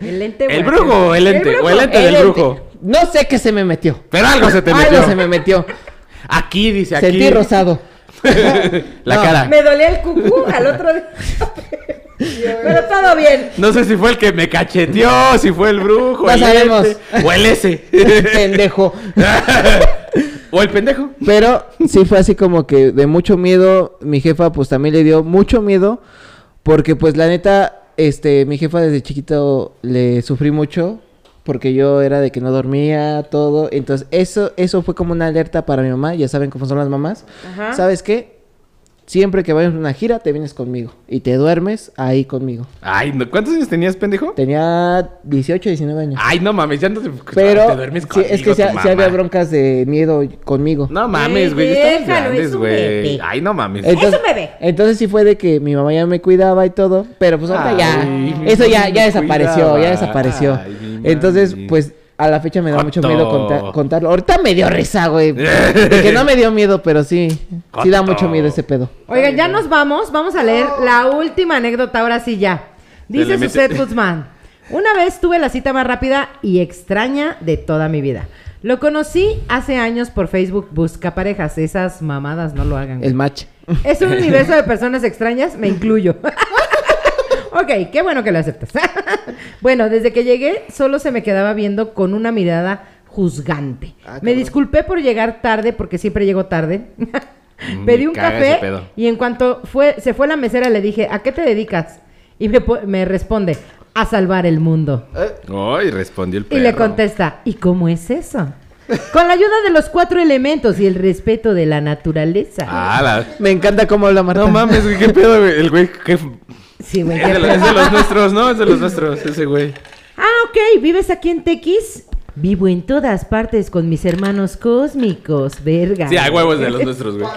El lente, ¿El güey. brujo o el ente? brujo. ¿O el ente del El brujo? No sé qué se me metió. Pero algo se te Algo metió. se me metió. Aquí dice aquí. Sentí rosado. la No. cara. Me dolía el cucú al otro día. Pero todo bien. No sé si fue el que me cacheteó, si fue el brujo. No el sabemos. ente, o el ese. Pendejo. o el pendejo. Pero sí fue así como que de mucho miedo. Mi jefa pues también le dio mucho miedo. Porque pues la neta, este, mi jefa desde chiquito le sufrí mucho. Porque yo era de que no dormía, todo. Entonces eso, eso fue como una alerta para mi mamá. Ya saben cómo son las mamás. Ajá. ¿Sabes qué? Siempre que vayas a una gira, te vienes conmigo. Y te duermes ahí conmigo. Ay, no, ¿cuántos años tenías, pendejo? Tenía 18, 19 años. Ay, no mames, ya no te, Pero te duermes sí, conmigo, es que tu sí, sí mamá. había broncas de miedo conmigo. No mames, güey, ya Güey, estamos Eh, déjalo, grandes, es un güey. bebé. Ay, no mames. Eh, Es un bebé. Entonces sí fue de que mi mamá ya me cuidaba y todo, pero pues ahorita Ay, ya, mi eso ya, mami ya me desapareció, cuidaba. ya desapareció. Ay, mi mami. Entonces, pues a la fecha me da mucho Joto. miedo conta- contarlo. Ahorita me dio risa, güey. De que no me dio miedo, pero sí, sí da Joto. mucho miedo ese pedo. Oigan, ya nos vamos. Vamos a leer la última anécdota, ahora sí ya. Se le Dice mete- Suset Guzmán. Una vez tuve la cita más rápida y extraña de toda mi vida. Lo conocí hace años por Facebook Busca Parejas. Esas mamadas no lo hagan. güey. El match. Es un universo de personas extrañas, me incluyo. Ok, qué bueno que lo aceptas. bueno, desde que llegué solo se me quedaba viendo con una mirada juzgante. Ah, me cabrón. disculpé por llegar tarde porque siempre llego tarde. Mm, Me Pedí un caga café ese pedo. y en cuanto fue, se fue la mesera le dije, ¿a qué te dedicas? Y me, po- me responde, a salvar el mundo. Ay, respondió el Y perro. le contesta, ¿y cómo es eso? Con la ayuda de los cuatro elementos y el respeto de la naturaleza. Ah, la... Me encanta cómo habla Marta. No mames, güey, qué pedo, güey. El güey, qué... Sí, güey, Es qué de, los, pedo. es de los nuestros, ¿no? Es de los nuestros, ese güey. Ah, ok, ¿vives aquí en Tequis? Vivo en todas partes con mis hermanos cósmicos, verga. Sí, hay huevos de los nuestros, güey.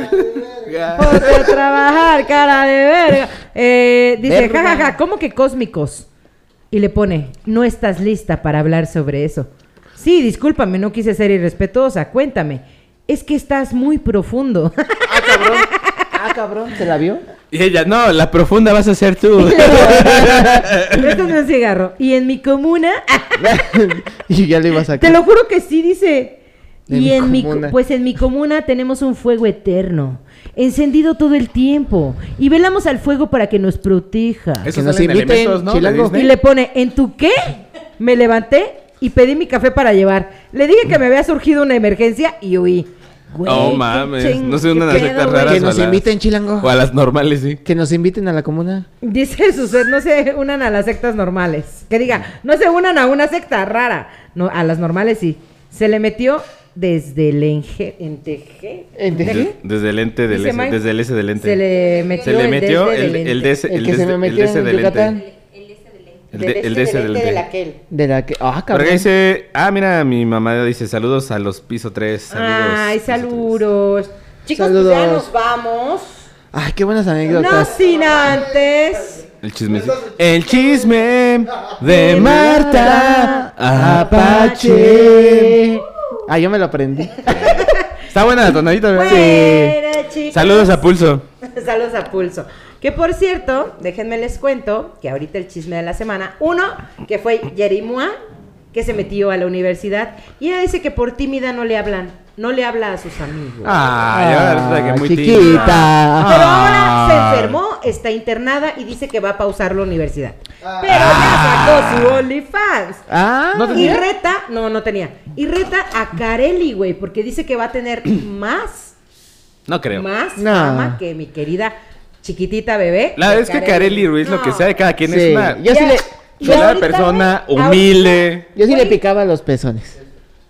Ponte a trabajar, cara de verga. Eh, dice, Verga. jajaja, ¿cómo que cósmicos? Y le pone, no estás lista para hablar sobre eso. Sí, discúlpame, no quise ser irrespetuosa, cuéntame. Es que estás muy profundo. Ah, cabrón. Ah, cabrón. ¿Se la vio? Y ella, no, la profunda vas a ser tú. Esto no es cigarro. Y en mi comuna, y ya le iba a sacar. te lo juro que sí, dice. De y mi en mi co- comuna. pues en mi comuna tenemos un fuego eterno, encendido todo el tiempo, y velamos al fuego para que nos proteja. Esos nos salen inviten, elementos, ¿no? chilango. De Y Disney. le pone, ¿en tu qué? Me levanté y pedí mi café para llevar. Le dije que me había surgido una emergencia y huí. Güey, Oh, qué mames, ching- no sé, una qué de las sectas güey. raras. Que nos o las- inviten, chilango. O a las normales, sí. Que nos inviten a la comuna. Dice Suset, no se unan a las sectas normales. Que diga, no se unan a una secta rara. No, a las normales sí. Se le metió desde el enge- enteje. Enteje. Desde, desde el ente del Dice S, Mike, desde el S del ente. Se le metió, Se le metió el, desde el del ente. DS, El el que se des- me el metió DS en del Yucatán. ente. El de- este, el DS del ente. De la que. Ah, Por cabrón. acá dice, ah, mira, mi mamá dice, saludos a los piso 3. Saludos. Ay, piso tres". saludos. Chicos, pues Saludos. ya nos vamos. Ay, qué buenas No anécdotas. sin antes. El chisme. El chisme de Marta Ah, Apache. Apache. Ah, yo me lo aprendí. Está buena la tonadita, ¿verdad? Bueno, chicos. Saludos a Pulso. Saludos a Pulso. Que por cierto, déjenme les cuento que ahorita el chisme de la semana. Uno, que fue Yerimua, que se metió a la universidad. Y ella dice que por tímida no le hablan, no le habla a sus amigos. Ay, ahora resulta que muy chiquita. tímida. Pero ahora Ah. se enfermó, está internada y dice que va a pausar la universidad. Pero ya sacó su OnlyFans. Ah, Ah. No Y tenía. reta, no, no tenía. Y reta a Carelli, güey, porque dice que va a tener más No creo. más No. fama que mi querida chiquitita bebé. La verdad es que Carelli Ruiz, lo que sea de cada quien, Sí. es una Yo sí le, Y chula ahorita, persona, güey, humilde. yo sí le Güey. picaba los pezones.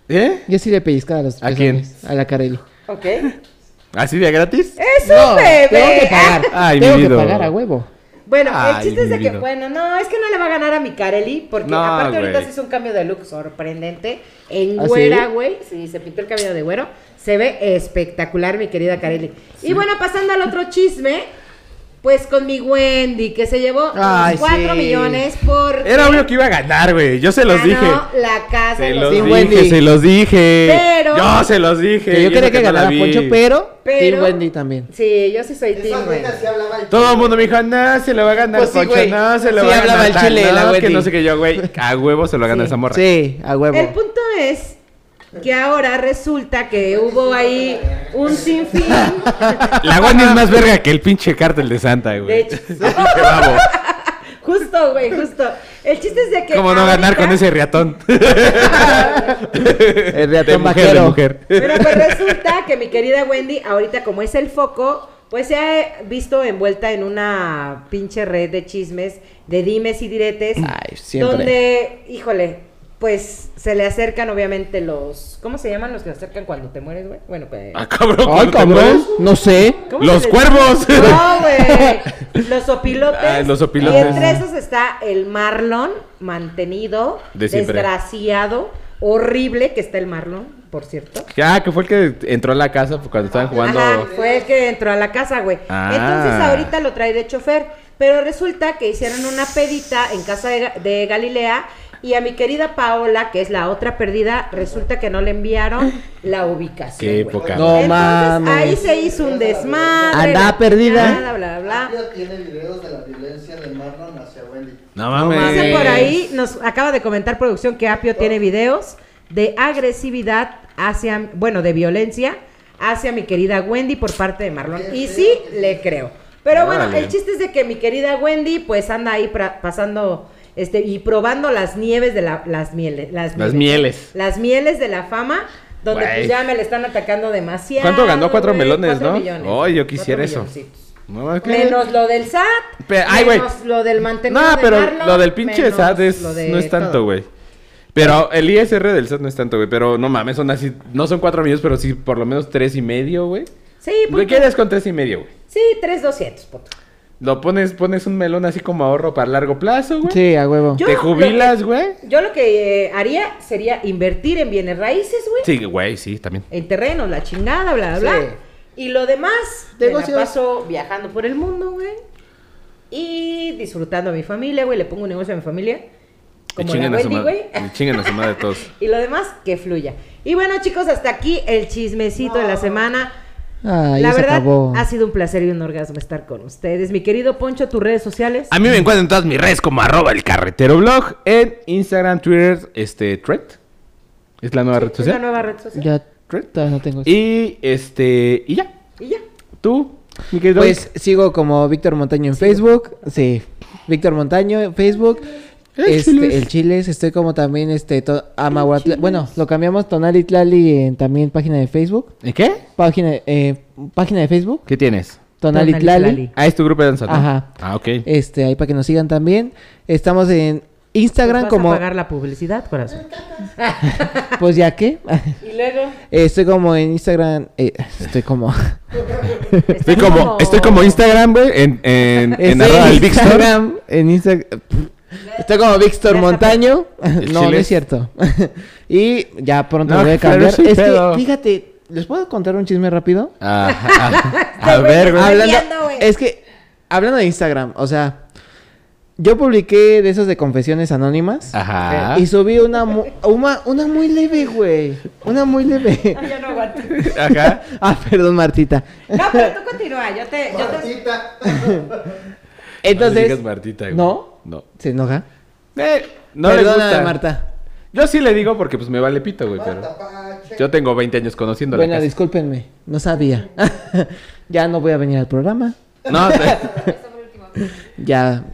¿Eh? Yo sí le pellizcaba los ¿A pezones. quién? A la Carelli. Ok. ¿Así de gratis? ¡Es un No, Tengo que bebé! pagar. Ay, tengo mi que vida. pagar a huevo. Bueno, el Ay, chiste es de mi que, vida. bueno, no, es que no le va a ganar a mi Carelli, porque No, aparte ahorita güey. se hizo un cambio de look sorprendente. En ¿Ah, sí? güera, güey. Sí, se pintó el cabello de güero. Se ve espectacular, mi querida Carelli. Y bueno, pasando al otro chisme. Pues con mi Wendy, que se llevó Ay, 4 sí. millones por. Era obvio que iba a ganar, güey. Yo se los dije. La casa Se en los Sí, dije, Wendy. se los dije. Pero- Yo se los dije. Que yo y quería eso que no la ganara vi. Poncho, pero, Pero- y Wendy también. Sí, yo sí soy team, güey. Todo el mundo me dijo, no, se lo va a ganar Pues sí, Poncho, güey. no, se lo Sí va a ganar. hablaba el chile, no, la que Wendy. no sé qué yo, güey. A huevo se lo gana esa morra. Sí, a huevo. El punto es que ahora resulta que hubo ahí un sinfín. La Wendy es más verga que el pinche cártel de Santa, De güey. hecho, Pinche babo. justo, güey, justo. El chiste es de que. ¿Cómo no ahorita- ganar con ese riatón? El De reatón mujer, de vaquero. mujer. Bueno, pues resulta que mi querida Wendy, ahorita como es el foco, pues se ha visto envuelta en una pinche red de chismes, de dimes y diretes. Ay, siempre. Donde, híjole, pues se le acercan obviamente los. ¿Cómo se llaman los que se acercan cuando te mueres, güey? Bueno, pues. Ah, cabrón. ¿cómo Ay, te cabrón. mueres? No sé. ¿Cómo Los se les- cuervos. No, güey. Los opilotes. Ah, los opilotes. Y entre esos está el Marlon, mantenido, De siempre. desgraciado, horrible que está el Marlon, por cierto. Ah, que fue el que entró a la casa pues, cuando estaban jugando. Ajá, fue el que entró a la casa, güey. Ah. Entonces ahorita lo trae de chofer, pero resulta que hicieron una pedita en casa de, Ga- de Galilea y a mi querida Paola, que es la otra perdida, resulta que no le enviaron la ubicación. Qué güey. poca. No Entonces, mames. Ahí se hizo un desmadre. Andaba la perdida. chingada, Bla, bla, bla. tiene videos de la violencia de Marlon hacia Wendy. No mames. Oh. Dice por ahí, nos acaba de comentar producción que Apio tiene videos de agresividad hacia, bueno, de violencia hacia mi querida Wendy por parte de Marlon. Y sí, le creo. Pero bueno, Órale. el chiste es de que mi querida Wendy, pues anda ahí pra- pasando este y probando las nieves de la, las mieles. Las, nieves. Las mieles. Las mieles de la fama, donde Güey. pues ya me le están atacando demasiado. ¿Cuánto ganó? Cuatro güey, melones, cuatro ¿no? millones. Ay, yo quisiera Cuatro eso. milloncitos. No, es que- Menos lo del SAT. Pe- ay, güey. menos lo del No, mantenido. de pero Marlon, lo del pinche menos SAT es- lo de no es tanto, todo. güey. Pero el ISR del SAT no es tanto, güey. Pero no mames, son así. No son cuatro millones, pero sí por lo menos tres y medio, güey. Sí, ¿Qué punto. quieres con tres y medio, güey? Sí, 3,200. punto. Lo pones, pones un melón así como ahorro para largo plazo, güey. Sí, a huevo. Yo- Te lo jubilas, que- güey. Yo lo que eh, haría sería invertir en bienes raíces, güey. Sí, güey, sí, también. En terrenos, la chingada, bla, bla, Sí. bla. Y lo demás, me la Negocios. paso viajando por el mundo, güey. Y disfrutando a mi familia, güey. Le pongo un negocio a mi familia. Como la a su Wendy, güey. madre. Y chinguen a su madre todos. Y lo demás, que fluya. Y bueno, chicos, hasta aquí el chismecito de la semana. Ah, la ya se verdad, acabó. ha sido un placer y un orgasmo estar con ustedes. Mi querido Poncho, tus redes sociales. A mí me encuentran en todas mis redes como arroba el carretero blog en Instagram, Twitter, este, Thread. Es la nueva red Es la social. nueva red social. Ya todavía no tengo. Y este, y ya. Y ya. Pues Tú, mi querido. Pues sigo como Víctor Montaño en Facebook. Sí. Víctor Montaño en Facebook. El Este, Chiles. el Chiles, estoy como también este to- Amahuatl- bueno, lo cambiamos Tonali Tlali en también página de Facebook, ¿Y qué? página eh, página de Facebook, ¿Qué tienes? Tonali, Tonali Tlali. Tlali. Ah, es tu grupo de danza, ¿no? Ajá. Ah, ok. Este, ahí para que nos sigan también. Estamos en Nos Instagram vas como a pagar la publicidad, corazón. pues ya que Y luego. estoy como en Instagram eh, estoy como Estoy como, estoy como Instagram, güey, en, en, en Estoy arroba el Big Store. Instagram, en Instagram. Estoy como Víctor Ya está Montaño. El No, no chile. es cierto. y ya pronto No, me voy a pero cambiar. sí, es pedo. que, fíjate, ¿les puedo contar un chisme rápido? Ajá. A ver, Estoy Ah, güey. Hablando, viendo, güey. es que, hablando de Instagram, o sea, yo publiqué de esos de confesiones anónimas. Ajá. Y subí una, mu- una, una muy leve, güey. Una muy leve. Yo no aguanto. Ajá. ah, perdón, Martita. No, pero tú continúa. Yo te. Yo te... Martita. No le Entonces, digas Martita, güey. ¿no? No. ¿se enoja? Eh, no le Perdona, gusta. Marta. Yo sí le digo porque pues me vale pito, güey, pero... Marta Pache. Yo tengo 20 años conociéndola. Bueno, casi. discúlpenme, no sabía. ya no voy a venir al programa. No, te- Ya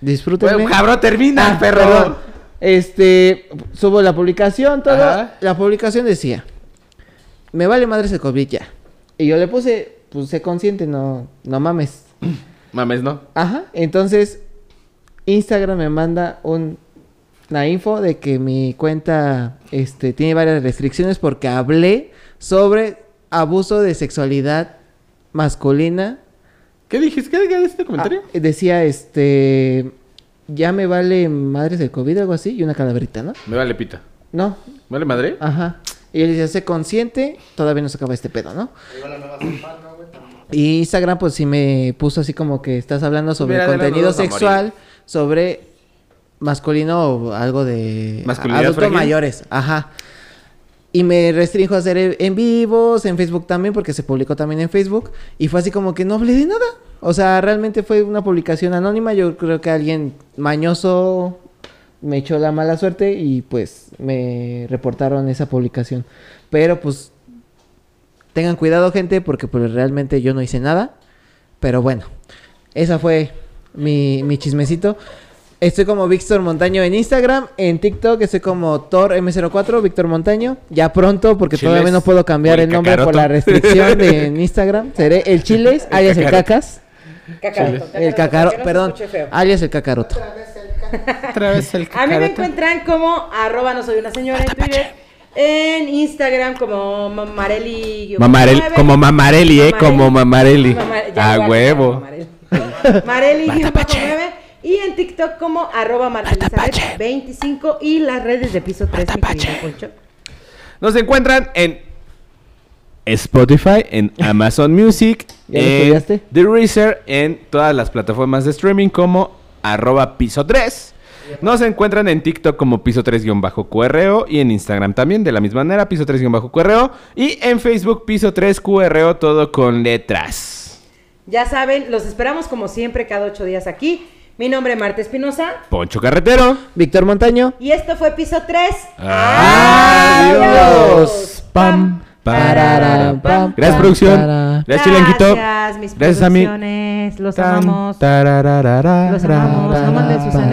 disfrútenme. Güey, cabrón, termina, Ah, perro. perdón. Este, subo la publicación, todo. Ajá. La publicación decía, me vale madre el COVID ya. Y yo le puse, pues se consciente, no, no mames. Mames, no. Ajá, entonces Instagram me manda un, una info de que mi cuenta este, tiene varias restricciones porque hablé sobre abuso de sexualidad masculina. ¿Qué dijiste? ¿Qué dijiste este comentario? Ah, decía, este, ya me vale madres el COVID, algo así, y una calaverita, ¿no? Me vale pito. No, ¿Me vale madre? ajá. Y yo le decía, sé consciente, todavía no se acaba este pedo, ¿no? Igual la nueva Zapan, ¿no, güey? Y Instagram pues sí me puso así como que estás hablando sobre Mira, de la contenido dudosa sexual, sobre masculino o algo de Masculinidad adultos frágil. mayores, ajá. Y me restrinjo a hacer e- en vivos, en Facebook también, porque se publicó también en Facebook. Y fue así como que no hablé de nada. O sea, realmente fue una publicación anónima. Yo creo que alguien mañoso me echó la mala suerte y pues me reportaron esa publicación. Pero pues tengan cuidado gente porque pues realmente yo no hice nada. Pero bueno, esa fue mi, mi chismecito. Estoy como Víctor Montaño en Instagram, en TikTok estoy como Thor M04, Víctor Montaño. Ya pronto, porque Chiles todavía no puedo cambiar o el el nombre por cacaroto. la restricción de en Instagram. Seré el Chiles, alias el cacaroto. Cacas. Cacaroto, El cacaroto, que Cacaroto, no se perdón, Ah, escuche feo. alias el Cacaroto. Otra vez el A mí me encuentran como arroba no soy una señora en Twitter. En Instagram como Mamarelli. Mamarel, como Mamarelli, eh, como Mamarelli. A huevo. Mareli. Y en TikTok como arroba Marta Elizabeth 25 y las redes de piso 3. mi querido Poncho. Nos encuentran en Spotify, en Amazon Music, ¿Ya lo en estudiaste? The Reader, en todas las plataformas de streaming como arroba piso 3. Nos encuentran en TikTok como piso 3-QRO y en Instagram también de la misma manera, piso 3-QRO y en Facebook piso 3QRO todo con letras. Ya saben, los esperamos como siempre cada ocho días aquí. Mi nombre es Marta Espinosa Poncho Carretero. Víctor Montaño. y esto fue piso 3. Adiós. Pam, pararam, pam, Gracias, pam, producción. pararam. Chilanguita. Gracias, Chilanguito. Gracias, mis Gracias a mí. producciones. Los Tan, amamos. tarararara, Los amamos. No manden sus pa.